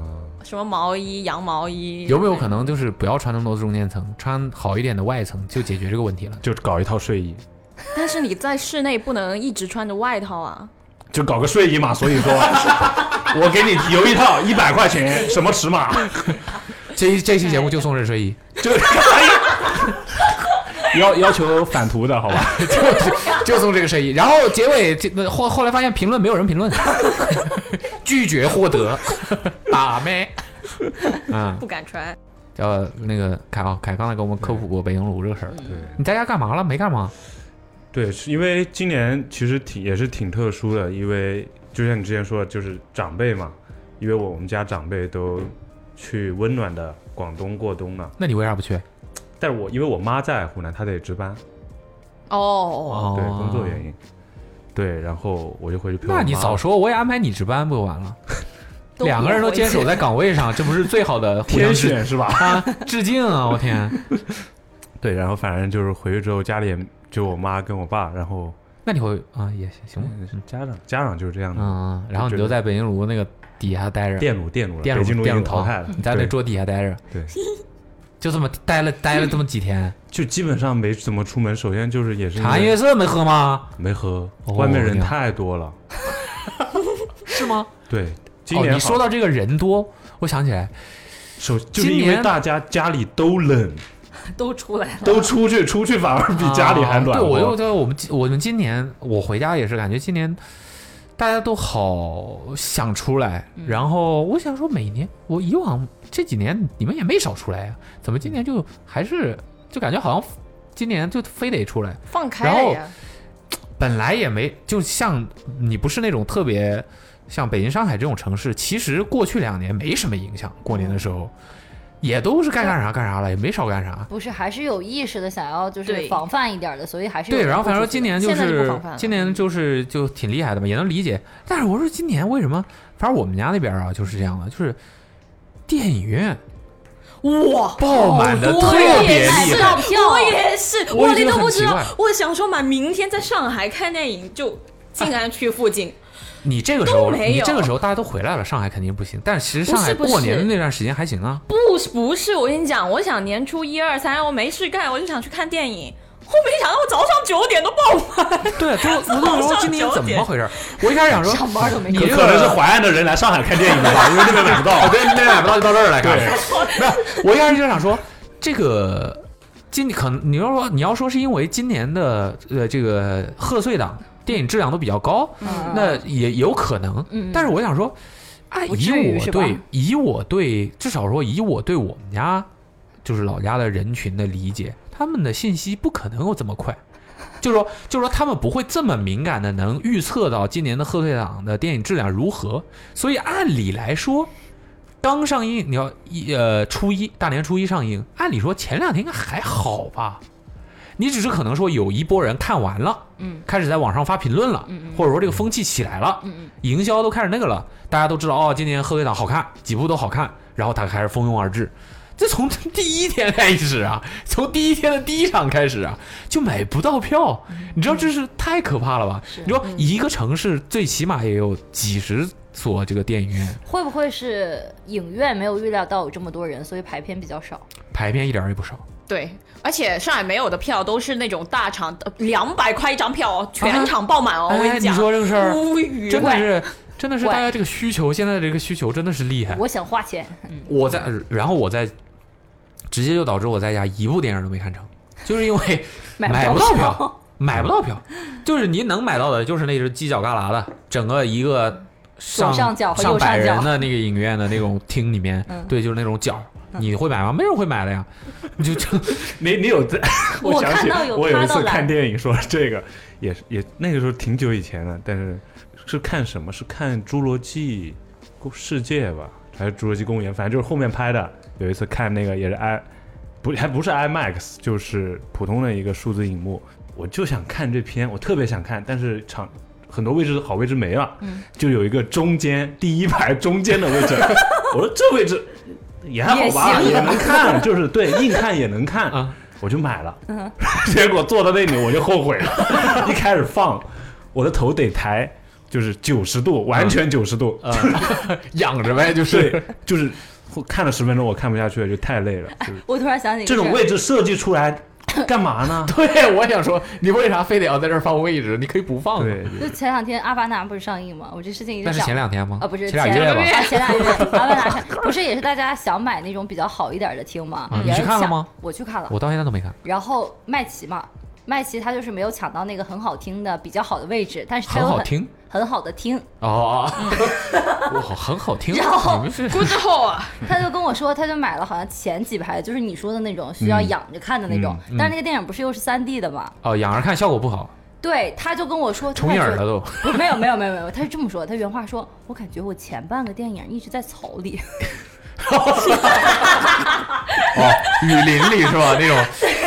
Speaker 6: 什么毛衣、羊毛衣，
Speaker 3: 有没有可能就是不要穿那么多中间层，穿好一点的外层就解决这个问题了？
Speaker 5: 就搞一套睡衣，
Speaker 6: 但是你在室内不能一直穿着外套啊。
Speaker 5: 就搞个睡衣嘛。所以说， 我给你邮一套一百块钱，什么尺 码？
Speaker 3: 这这期节目就送这睡衣，
Speaker 5: 就要要求反图的好吧？
Speaker 3: 就送这个睡衣。然后结尾这后后来发现评论没有人评论， 拒绝获得， 打咩？啊，
Speaker 6: 不敢穿。
Speaker 3: 呃，那个凯啊，凯刚才给我们科普过北京炉这个事儿。
Speaker 5: 对
Speaker 3: 你在家干嘛了？没干嘛。
Speaker 5: 对，是因为今年其实挺也是挺特殊的，因为就像你之前说的，就是长辈嘛，因为我们家长辈都去温暖的广东过冬了，
Speaker 3: 那你为啥不去？
Speaker 5: 但是我因为我妈在湖南，她得值班，
Speaker 6: 哦，
Speaker 3: 哦
Speaker 5: 对工作原因，对，然后我就回去陪我妈。
Speaker 3: 那你早说，我也安排你值班不就完了？
Speaker 6: 都
Speaker 3: 两个人都
Speaker 6: 不回
Speaker 3: 坚守
Speaker 6: 去
Speaker 3: 在岗位上，这不是最好的互相
Speaker 5: 天
Speaker 3: 致
Speaker 5: 选是吧？
Speaker 3: 啊致敬啊！我天，
Speaker 5: 对，然后反正就是回去之后，家里也就我妈跟我爸，然后
Speaker 3: 那你会啊也行行吧，嗯
Speaker 5: 家长家长就是这样的，
Speaker 3: 嗯，然后你就在北京炉那个底下待着，
Speaker 5: 电炉电炉了
Speaker 3: 电
Speaker 5: 北京
Speaker 3: 炉
Speaker 5: 炉已
Speaker 3: 电炉哦
Speaker 5: 经淘汰了，
Speaker 3: 你在那
Speaker 5: 对
Speaker 3: 桌底下待着，
Speaker 5: 对，
Speaker 3: 就这么待了待了这么几天，
Speaker 5: 就基本上没怎么出门。首先就是也是因为
Speaker 3: 茶颜悦色没喝吗？
Speaker 5: 没喝，
Speaker 3: 哦
Speaker 5: 外面人
Speaker 3: 你好
Speaker 5: 太多了。
Speaker 3: 是吗？
Speaker 5: 对，今
Speaker 3: 哦，
Speaker 5: 年
Speaker 3: 你说
Speaker 5: 好
Speaker 3: 到这个人多，我想起来，
Speaker 5: 首就是
Speaker 3: 今
Speaker 5: 因为
Speaker 3: 年哦
Speaker 5: 大家家里都冷，
Speaker 4: 都出来了。
Speaker 5: 都出去，出去反而比家里还暖
Speaker 3: 啊对，我就
Speaker 5: 和。
Speaker 3: 对我们今我们今年我回家也是感觉今年大家都好想出来，然后我想说每年我以往这几年你们也没少出来呀、怎么今年就还是就感觉好像今年就非得出来？
Speaker 6: 放开了
Speaker 3: 然
Speaker 6: 呀。
Speaker 3: 本来也没，就像你不是那种特别像北京、上海这种城市，其实过去两年没什么影响，过年的时候也都是该干啥干啥了，也没少干啥。
Speaker 4: 不是，还是有意识的想要就是
Speaker 6: 对
Speaker 4: 防范一点的，所以还是有
Speaker 3: 对，然后反正
Speaker 4: 豁
Speaker 3: 说
Speaker 4: 出去
Speaker 3: 今年就
Speaker 6: 现在就是不防范了
Speaker 3: 今年就是就挺厉害的嘛，也能理解。但是我说今年为什么？反正我们家那边啊就是这样的，就是电影院
Speaker 6: 哇，
Speaker 3: 爆满的特别厉害。
Speaker 4: 好多
Speaker 6: 我也是，
Speaker 3: 我
Speaker 6: 我
Speaker 3: 也觉
Speaker 6: 你
Speaker 3: 得
Speaker 6: 都
Speaker 3: 很
Speaker 6: 不知
Speaker 3: 奇
Speaker 6: 道
Speaker 3: 怪，
Speaker 6: 我想说买明天在上海看电影，就静安区附近，
Speaker 3: 啊你这个时候，
Speaker 6: 都没有
Speaker 3: 你这个时候大家都回来了，上海肯定不行。但是其实上海
Speaker 6: 不是不是
Speaker 3: 过年的那段时间还行啊。
Speaker 6: 不是不是，我跟你讲，我想年初一二三我没事干，我就想去看电影。后面没想到我早上九点都爆满，
Speaker 3: 对， 就我都说今年怎么回事？我一开始想说上班都没你这
Speaker 5: 可能是
Speaker 3: 个
Speaker 5: 淮安的人来上海看电影的吧，因为那边买不 到。
Speaker 3: 对，那买不到就到这儿来看。我一开始就想说，这个今可能你要说你要说是因为今年的呃这个贺岁档电影质量都比较高，
Speaker 4: 嗯
Speaker 3: 那也有可能。但是我想说，哎，
Speaker 4: 不
Speaker 3: 以
Speaker 4: 至于
Speaker 3: 我
Speaker 4: 是吧
Speaker 3: 对以我对至少说以我对我们家就是老家的人群的理解，他们的信息不可能有这么快。就是说，就是说，他们不会这么敏感的能预测到今年的贺岁档的电影质量如何，所以按理来说，刚上映，你要一呃初一大年初一上映，按理说前两天应该还好吧？你只是可能说有一波人看完了，嗯，开始在网上发评论了，嗯或者说这个风气起来了，嗯嗯，营销都开始那个了，大家都知道哦，今年贺岁档好看，几部都好看，然后他开始蜂拥而至。这从 第一天开始啊，从第一天的第一场开始啊，就买不到票，你知道这嗯是嗯太可怕了吧？你说一个城市最起码也有几十所这个电影院，
Speaker 4: 会不会是影院没有预料到有这么多人，所以排片比较少？
Speaker 3: 排片一点儿也不少。
Speaker 6: 对，而且上海没有的票都是那种大场，两百块一张票哦，全场爆满哦，我跟
Speaker 3: 啊哎，你
Speaker 6: 讲，
Speaker 3: 说这个事儿，
Speaker 6: 无语，
Speaker 3: 真的是，真的是大
Speaker 4: 怪
Speaker 3: 家这个需求，现在这个需求真的是厉害。
Speaker 4: 我想花钱，
Speaker 3: 我在，然后我在，直接就导致我在家一部电影都没看成，就是因为买不到票，买不到票，就是您能买到的，就是那只犄角旮旯的整个一个上
Speaker 4: 左上角和
Speaker 3: 上
Speaker 4: 右上角
Speaker 3: 百人的那个影院的那种厅里面，
Speaker 4: 嗯
Speaker 3: 对，就是那种角。你会买吗？没人会买的呀， 你就就
Speaker 5: 你你有在？
Speaker 4: 我
Speaker 5: 想
Speaker 4: 看
Speaker 5: 起
Speaker 4: 到有
Speaker 5: 我有
Speaker 4: 趴
Speaker 5: 一
Speaker 4: 到
Speaker 5: 次看
Speaker 4: 栏，
Speaker 5: 电影说这个，也是也那个时候挺久以前了，但是是看什么？是看《侏罗纪世界》吧，还是《侏罗纪公园》？反正就是后面拍的。有一次看那个也是 i 不还不是 IMAX，就是普通的一个数字荧幕。我就想看这片，我特别想看，但是场很多位置好位置没了，就有一个中间第一排中间的位置，我说这位置也还好吧，也能看，就是对硬看也能看
Speaker 3: 啊，
Speaker 5: 我就买了。结果坐到那里我就后悔了，一开始放我的头得抬，就是九十度，完全九十度，
Speaker 3: 养着呗，就
Speaker 5: 对，就是看了十分钟我看不下去了，就太累了。就是
Speaker 4: 我突然想起哎一个
Speaker 5: 这种
Speaker 4: 事儿
Speaker 5: 位置设计出来干嘛呢？
Speaker 3: 对，我想说，你为啥非得要在这儿放位置？你可以不放
Speaker 5: 对，
Speaker 4: 就前两天《阿凡达》不是上映吗？我这事情一
Speaker 3: 那
Speaker 4: 直
Speaker 3: 是
Speaker 4: 想
Speaker 3: 前两天吗？
Speaker 4: 啊，不是
Speaker 3: 前两月吧？
Speaker 4: 啊 前两月阿凡达看不是也是大家想买那种比较好一点的厅吗？
Speaker 3: 嗯
Speaker 4: 也是
Speaker 3: 你去看了
Speaker 4: 想
Speaker 3: 吗？
Speaker 4: 我去看了，
Speaker 3: 我到现在都没看。
Speaker 4: 然后麦琪嘛，麦琪他就是没有抢到那个很好听的比较好的位置，但是他
Speaker 3: 很
Speaker 4: 有
Speaker 3: 好
Speaker 4: 很
Speaker 3: 听
Speaker 4: 很好的 厅，
Speaker 3: 哦，哇，很好听。
Speaker 4: 嗯然后
Speaker 3: 你们是
Speaker 6: good hole 啊，
Speaker 4: 他就跟我说，他就买了好像前几排，就是你说的那种需要
Speaker 3: 嗯
Speaker 4: 仰着看的那种，
Speaker 3: 嗯嗯
Speaker 4: 但是那个电影不是又是三 D 的嘛？
Speaker 3: 哦，养着看效果不好，
Speaker 4: 对，他就跟我说，他
Speaker 3: 重影
Speaker 4: 感
Speaker 3: 儿
Speaker 4: 觉
Speaker 3: 了都。
Speaker 4: 不没有没有没有没有，他是这么说，他原话说，我感觉我前半个电影一直在草里，
Speaker 3: 哦，雨林里是吧？那种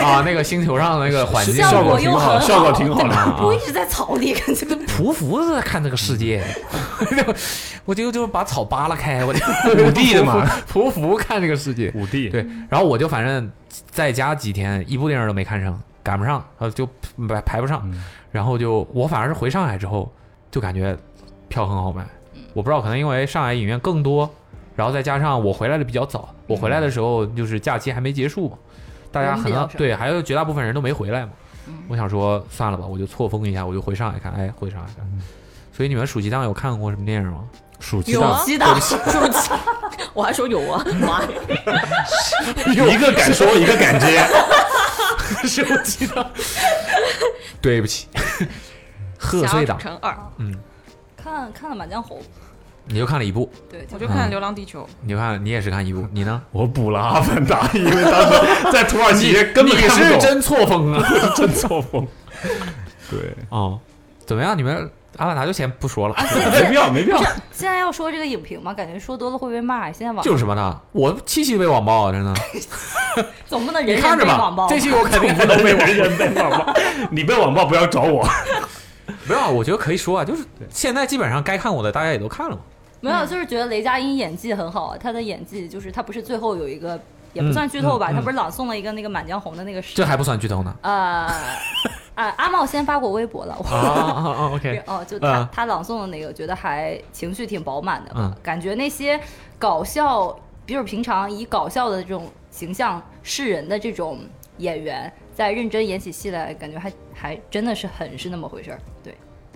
Speaker 3: 啊，那个星球上的那个环境
Speaker 4: 效果又
Speaker 5: 挺好
Speaker 4: 很
Speaker 5: 的，效果挺好的。
Speaker 3: 啊
Speaker 4: 我一直在草里，感觉
Speaker 3: 匍匐着看这个世 界， 我就就把草扒拉开，我就
Speaker 5: 五 D 的嘛，
Speaker 3: 匍匐看这个世界。
Speaker 5: 五 D
Speaker 3: 对，然后我就反正在家几天，一部电影都没看上，赶不上，呃，就排排不上。
Speaker 5: 嗯
Speaker 3: 然后就我反而是回上海之后，就感觉票很好买。
Speaker 4: 嗯
Speaker 3: 我不知道，可能因为上海影院更多，然后再加上我回来的比较早，我回来的时候就是假期还没结束嘛，大家
Speaker 4: 嗯人
Speaker 3: 可
Speaker 4: 比较
Speaker 3: 能
Speaker 4: 少嗯
Speaker 3: 对，还有绝大部分人都没回来嘛。我想说算了吧，我就错峰一下，我就回上海看，哎，回上海看。所以你们暑期档有看过什么电影吗？
Speaker 5: 嗯暑期
Speaker 6: 有啊
Speaker 5: 档，，
Speaker 6: 知道，我还说有啊，妈呀，
Speaker 5: 一个敢说，一个敢接。
Speaker 3: 暑期档，对不起，贺岁档，
Speaker 6: 乘二，
Speaker 4: 看看了《满江红》，
Speaker 3: 你就看了一部，
Speaker 4: 对，就
Speaker 6: 我就看《流浪地球
Speaker 3: 你就看你也是看一部，你呢？
Speaker 5: 我补了《阿凡达》，因为当时在土耳其根本
Speaker 3: 你
Speaker 5: 看
Speaker 3: 是
Speaker 5: 不懂，
Speaker 3: 真错峰啊！
Speaker 5: 真错峰。 对，
Speaker 3: 哦，怎么样？你们阿凡达就先不说了，
Speaker 5: 没必要，没必要。
Speaker 4: 现在要说这个影评嘛，感觉说多了会被骂。现在网
Speaker 3: 就是什么呢？我七夕被网暴啊，真 的，
Speaker 4: 总不能
Speaker 3: 你
Speaker 4: 人
Speaker 3: 看
Speaker 4: 人
Speaker 3: 着
Speaker 4: 被网
Speaker 3: 吧
Speaker 4: 暴，吧
Speaker 3: 这期我肯定
Speaker 5: 不能被人人被网暴，你被网暴不要找 我。
Speaker 3: 没有啊，我觉得可以说啊，就是现在基本上该看我的大家也都看了嘛。
Speaker 4: 没有，就是觉得雷佳音演技很好啊，他的演技就是他不是最后有一个也不算剧透吧，
Speaker 3: 嗯嗯
Speaker 4: 他不是朗诵了一个那个《满江红》的那个诗
Speaker 3: 这，还不算剧透呢。
Speaker 4: 呃，啊阿茂先发过微博了，我。
Speaker 3: 啊啊！OK，
Speaker 4: 哦，就他、
Speaker 3: 嗯
Speaker 4: 他朗诵的那个，觉得还情绪挺饱满的吧，
Speaker 3: 嗯
Speaker 4: 感觉那些搞笑，就是平常以搞笑的这种形象示人的这种演员，在认真演起戏来，感觉还还真的是很是那么回事儿，对，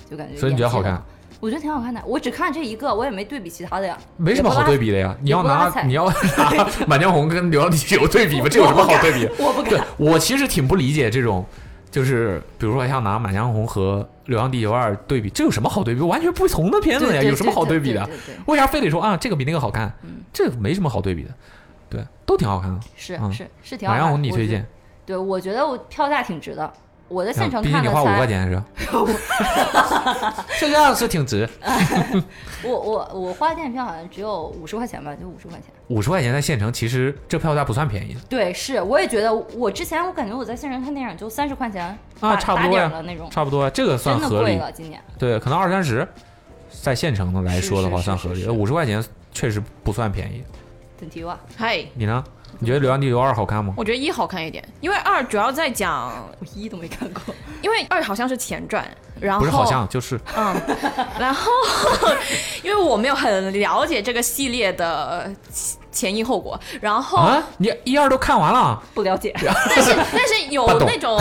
Speaker 4: 就感 觉。
Speaker 3: 所以你觉得好看？
Speaker 4: 我觉得挺好看的，我只看这一个，我也没对比其他的呀。
Speaker 3: 没什么好对比的呀。你要拿
Speaker 4: 也不拉踩
Speaker 3: 你要拿《满江红》跟《流浪地球》对 比吧，这有什么好对比？
Speaker 4: 我不
Speaker 3: 对
Speaker 4: 敢，
Speaker 3: 我其实挺不理解这种，就是比如说像拿《满江红》和《流浪地球二》对比，这有什么好对比？完全不同的片子呀，有什么好对比的
Speaker 4: 对？对对嗯
Speaker 3: 为啥非得说啊这个比那个好看？这个没什么好对比的，对，都挺好看的。
Speaker 4: 是
Speaker 3: 嗯
Speaker 4: 是是挺好
Speaker 3: 满江
Speaker 4: 看的。
Speaker 3: 红你
Speaker 4: 我
Speaker 3: 推
Speaker 4: 觉得
Speaker 3: 荐？啊
Speaker 4: 对，我觉得我票价挺值的。我在呃现场
Speaker 3: 毕竟
Speaker 4: 看
Speaker 3: 你
Speaker 4: 了
Speaker 3: 花五
Speaker 4: 才
Speaker 3: 块钱是吧？ 这个样是挺值，
Speaker 4: 我我我花电影票好像只有五十块钱吧，就五十块钱。
Speaker 3: 五十块钱在县城，其实这票价不算便宜的。
Speaker 4: 对，是，我也觉得，我之前我感觉我在县城看电影就三十块钱
Speaker 3: 啊，
Speaker 4: 打
Speaker 3: 差不
Speaker 4: 打
Speaker 3: 多
Speaker 4: 点
Speaker 3: 呀
Speaker 4: 儿了那种，
Speaker 3: 差不多，这个算
Speaker 4: 真的
Speaker 3: 合
Speaker 4: 贵
Speaker 3: 理。
Speaker 4: 了。今年
Speaker 3: 对，可能二三十，在县城的来说的话
Speaker 4: 是是是
Speaker 3: 算合理
Speaker 4: 是
Speaker 3: 的，
Speaker 4: 是
Speaker 3: 五十块钱确实不算便宜。
Speaker 4: 很提哇，
Speaker 6: 嗨。
Speaker 3: 你呢？你觉得《流浪地球二》好看吗？
Speaker 6: 我觉得一好看一点，因为二主要在讲，
Speaker 4: 我一都没看过。
Speaker 6: 因为二好像是前传，然后
Speaker 3: 不是好像就是
Speaker 6: 嗯，然后 因为我没有很了解这个系列的前前因后果，然后、
Speaker 3: 啊，你一二都看完了，
Speaker 4: 不 了解，
Speaker 3: 啊
Speaker 6: 但是但是有
Speaker 3: 不懂
Speaker 6: 那种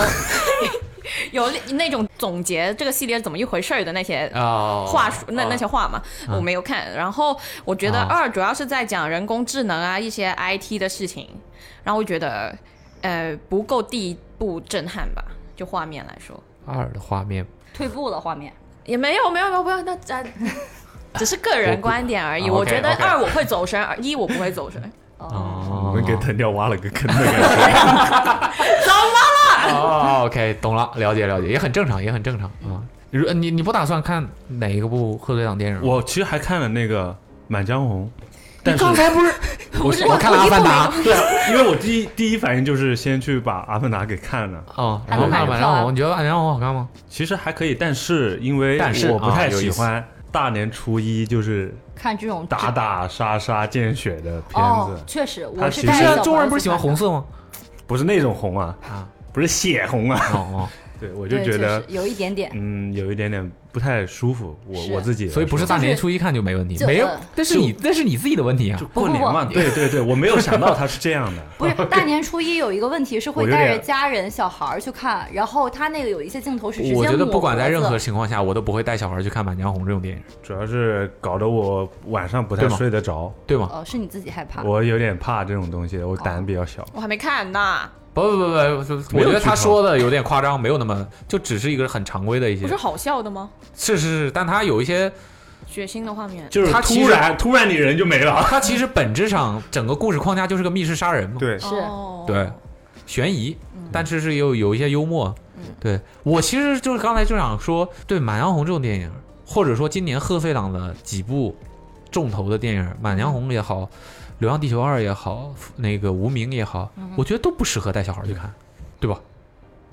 Speaker 6: 有那种总结这个系列怎么一回事儿的那些
Speaker 3: 哦
Speaker 6: 话术，那那些话嘛，
Speaker 3: 嗯
Speaker 6: 我没有看。然后我觉得
Speaker 3: 哦
Speaker 6: 啊二主要是在讲人工智能啊一些 IT 的事情，然后我觉得呃不够第一部震撼吧，就画面来说，
Speaker 3: 二的画面
Speaker 4: 退步了画面，
Speaker 6: 也没有没有没有不要那 咱。只是个人观点而已，
Speaker 3: 我
Speaker 6: 我觉得
Speaker 3: OK，OK
Speaker 6: 二我会走神，二一我不会走 神。
Speaker 3: 哦
Speaker 5: 我们给藤条挖了个坑的 感觉。
Speaker 3: 哦，OK，懂了，了解了解，也很正常，也很正常啊。如你你不打算看哪一个部贺岁档电影吗？
Speaker 5: 我其实还看了那个《满江红》，但是
Speaker 3: 刚才不是我我看了《阿凡达》
Speaker 5: 对啊，因为我第一第一反应就是先去把《阿凡达》给看了，
Speaker 3: 哦，然后看了《满
Speaker 6: 啊
Speaker 3: 江红》，你觉得《满江红》好看吗？
Speaker 5: 其实还可以，但是因为
Speaker 3: 但是
Speaker 5: 我不太
Speaker 3: 啊有意
Speaker 5: 喜
Speaker 3: 思
Speaker 5: 欢大年初一就是
Speaker 4: 看这种
Speaker 5: 打打杀杀见血的片
Speaker 4: 哦
Speaker 5: 子，，
Speaker 4: 确实
Speaker 5: 它
Speaker 4: 我是
Speaker 3: 不
Speaker 5: 其
Speaker 4: 带
Speaker 3: 是
Speaker 5: 实
Speaker 4: 小
Speaker 3: 啊
Speaker 4: 朋，友
Speaker 3: 中国人不是
Speaker 4: 去
Speaker 3: 喜欢
Speaker 4: 看
Speaker 3: 红
Speaker 4: 的
Speaker 3: 色吗？
Speaker 5: 不是那种红啊，
Speaker 3: 啊，
Speaker 5: 不是血红啊，
Speaker 3: 哦
Speaker 5: 对我就
Speaker 4: 对，
Speaker 5: 觉得
Speaker 4: 确实有一 点点，
Speaker 5: 嗯有一点点不太舒服，我
Speaker 4: 是
Speaker 5: 我自己
Speaker 3: 哦，
Speaker 5: 来
Speaker 3: 所以不是
Speaker 5: 说
Speaker 3: 大年初一看就没问题，
Speaker 4: 就
Speaker 3: 没有
Speaker 4: 呃，
Speaker 3: 那是你那是你自己的问题啊
Speaker 5: 就。过年嘛，
Speaker 4: 不
Speaker 5: 对对对，我没有想到它是这样的，
Speaker 4: 不是大年初一有一个问题是
Speaker 5: 我
Speaker 4: 会
Speaker 5: 有
Speaker 4: 带着
Speaker 5: 点
Speaker 4: 家人小孩儿去看，然后他那个有一些镜头是直接
Speaker 3: 我觉得
Speaker 4: 抹
Speaker 3: 不管在
Speaker 4: 脖
Speaker 3: 任
Speaker 4: 子
Speaker 3: 何情况下，我都不会带小孩去看《满江红》这种电影，
Speaker 5: 主要是搞得我晚上不太
Speaker 3: 对吗
Speaker 5: 睡得着，
Speaker 3: 对吗？
Speaker 4: 呃是你自己害怕，
Speaker 5: 我有点怕这种东西，我胆比较小。
Speaker 6: 我还没看呢，
Speaker 3: 不不不不不，我
Speaker 5: 没有
Speaker 3: 觉得
Speaker 5: 剧
Speaker 3: 他
Speaker 5: 透
Speaker 3: 说的有点夸张，没有那么，就只是一个很常规的一些
Speaker 6: 不是，好笑的吗？
Speaker 3: 是是是，但他有一些，
Speaker 6: 血腥的画面，
Speaker 5: 就是
Speaker 3: 他其
Speaker 5: 突
Speaker 3: 实
Speaker 5: 然突然你人就没 了。
Speaker 3: 他其实本质上整个故事框架就是个密室杀人嘛，
Speaker 5: 对
Speaker 4: 是
Speaker 6: 哦
Speaker 3: 对，悬疑，但是是有有一些幽默。对我其实就是刚才就想说，对《满江红》这种电影，或者说今年贺岁档的几部重头的电影，《满江红》也好，《流浪地球二》也好，那个《无名》也好，我觉得都不适合带小孩去看，对吧？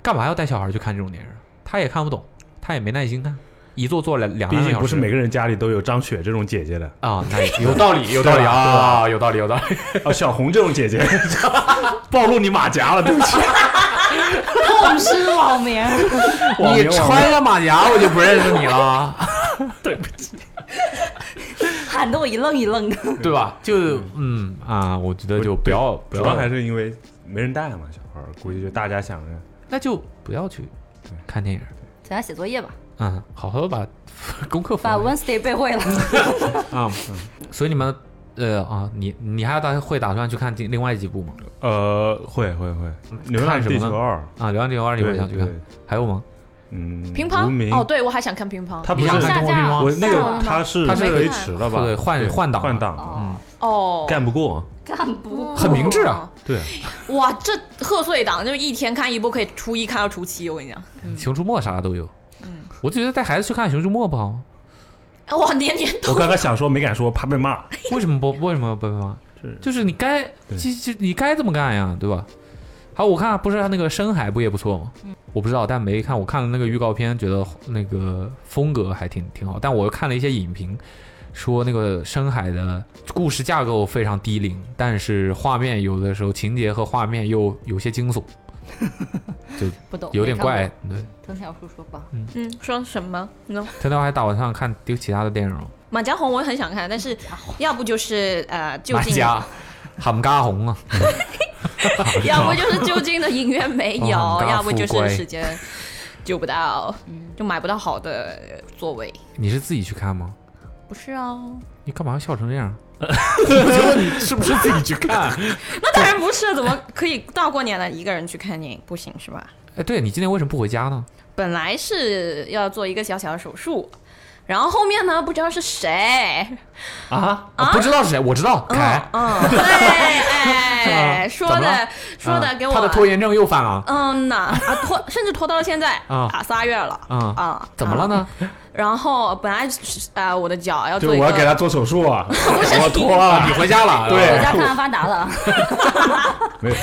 Speaker 3: 干嘛要带小孩去看这种电影？他也看不懂，他也没耐心看，一坐坐两两
Speaker 5: 毕
Speaker 3: 三个小
Speaker 5: 竟
Speaker 3: 时。
Speaker 5: 不是每个人家里都有张雪这种姐姐的
Speaker 3: 啊，那也有道理，有道理啊，有道理，有道理。
Speaker 5: 哦，小红这种 姐姐，暴露你马甲了，对不起，
Speaker 4: 痛失网名。
Speaker 5: 网名
Speaker 3: 你穿个马甲，我就不认识你了。
Speaker 4: 喊得我一愣一愣的。
Speaker 3: 对吧？就嗯啊，我觉得就不要不
Speaker 5: 主要还
Speaker 3: 要，
Speaker 5: 是因为没人带嘛，小孩儿估计就大家想着
Speaker 3: 那就不要去看电影。
Speaker 4: 咱俩写作业吧，
Speaker 3: 嗯，好好把 功课
Speaker 4: 把
Speaker 3: 放下
Speaker 4: Wednesday 背会了。
Speaker 3: 啊。所以你们呃啊，你你还要打会打算去看另另外几部吗？
Speaker 5: 呃，会会会，流浪
Speaker 3: 嗯看什么
Speaker 5: 地
Speaker 3: 呢
Speaker 5: 球二，
Speaker 3: 啊，《流浪地球二》你
Speaker 5: 对
Speaker 3: 会想去看
Speaker 5: 对？
Speaker 3: 还有吗？
Speaker 5: 嗯，
Speaker 6: 乒
Speaker 5: 无
Speaker 6: 乓
Speaker 5: 名
Speaker 6: 哦，，对我还想看乒乓
Speaker 5: 他不
Speaker 3: 你
Speaker 5: 是
Speaker 3: 想看中国乒
Speaker 5: 我
Speaker 3: 乓？
Speaker 5: 那
Speaker 6: 下了
Speaker 5: 个
Speaker 6: 吗
Speaker 5: 他是
Speaker 3: 它是
Speaker 5: 推迟了吧？
Speaker 3: 对换
Speaker 5: 对
Speaker 3: 换档啊
Speaker 5: 换
Speaker 3: 了
Speaker 5: 档，
Speaker 4: 哦，
Speaker 6: 哦，
Speaker 5: 干不过，
Speaker 4: 干不
Speaker 3: 很明智啊。
Speaker 5: 对啊，
Speaker 6: 哇，这贺岁档就一天看一部，可以初一看到初七，我跟你讲，
Speaker 3: 《熊出没》啥的都有。我就觉得带孩子去看《熊出没》不好吗？
Speaker 6: 哇，年年
Speaker 5: 我
Speaker 6: 都
Speaker 5: 刚刚想说没敢说，怕被骂。
Speaker 3: 为什么不？为什么不不不？
Speaker 5: 是
Speaker 3: 就是你该，
Speaker 5: 对
Speaker 3: 就就你该这么干呀，对吧？还有我看不是那个深海不也不错吗？
Speaker 4: 嗯
Speaker 3: 我不知道，但没看。我看了那个预告片，觉得那个风格还挺挺好。但我又看了一些影评，说那个深海的故事架构非常低龄，但是画面有的时候情节和画面又有些惊悚，
Speaker 4: 不懂，
Speaker 3: 有点
Speaker 4: 没看过
Speaker 3: 怪。。对，
Speaker 4: 藤条叔说吧，
Speaker 6: 嗯，说什么？呢？
Speaker 3: 天道还打算看丢其他的电影了。
Speaker 6: 满江红我也很想看，但是要不就是呃就
Speaker 3: 马
Speaker 6: 近，
Speaker 3: 甲，喊嘎红啊！
Speaker 6: 要不就是就近的影院没有，
Speaker 3: 哦很大
Speaker 6: 要不就
Speaker 3: 富贵
Speaker 6: 是时间救不到，就买不到好的座位。
Speaker 3: 你是自己去看吗？
Speaker 6: 不是啊，
Speaker 3: 你干嘛要笑成这样？我就问你是不是自己去看？
Speaker 6: 那当然不是，怎么可以大过年了一个人去看电影？不行是吧？
Speaker 3: 哎，对你今天为什么不回家呢？
Speaker 6: 本来是要做一个小小的手术，然后后面呢，不知道是 谁，
Speaker 3: 啊，我不知道是谁，我知道凯，
Speaker 6: 嗯，对，哎，
Speaker 3: 是吧
Speaker 6: 说
Speaker 3: 怎么了
Speaker 6: 的说的
Speaker 3: 啊
Speaker 6: 给我，
Speaker 3: 他的拖延症又犯了
Speaker 6: 嗯呐，啊 拖，甚至拖到了现在
Speaker 3: 啊
Speaker 6: 仨月了
Speaker 3: 啊
Speaker 6: 啊，
Speaker 3: 怎么了呢？
Speaker 6: 然后本来是啊，我的脚要
Speaker 5: 就
Speaker 6: 做一
Speaker 5: 我要给他
Speaker 6: 个，
Speaker 5: 做手术啊，
Speaker 6: 是
Speaker 5: 我脱
Speaker 6: 啊
Speaker 5: 了，
Speaker 3: 你回家 了？哦
Speaker 4: 回
Speaker 5: 对
Speaker 4: 家看《阿凡达》了。
Speaker 5: 没有，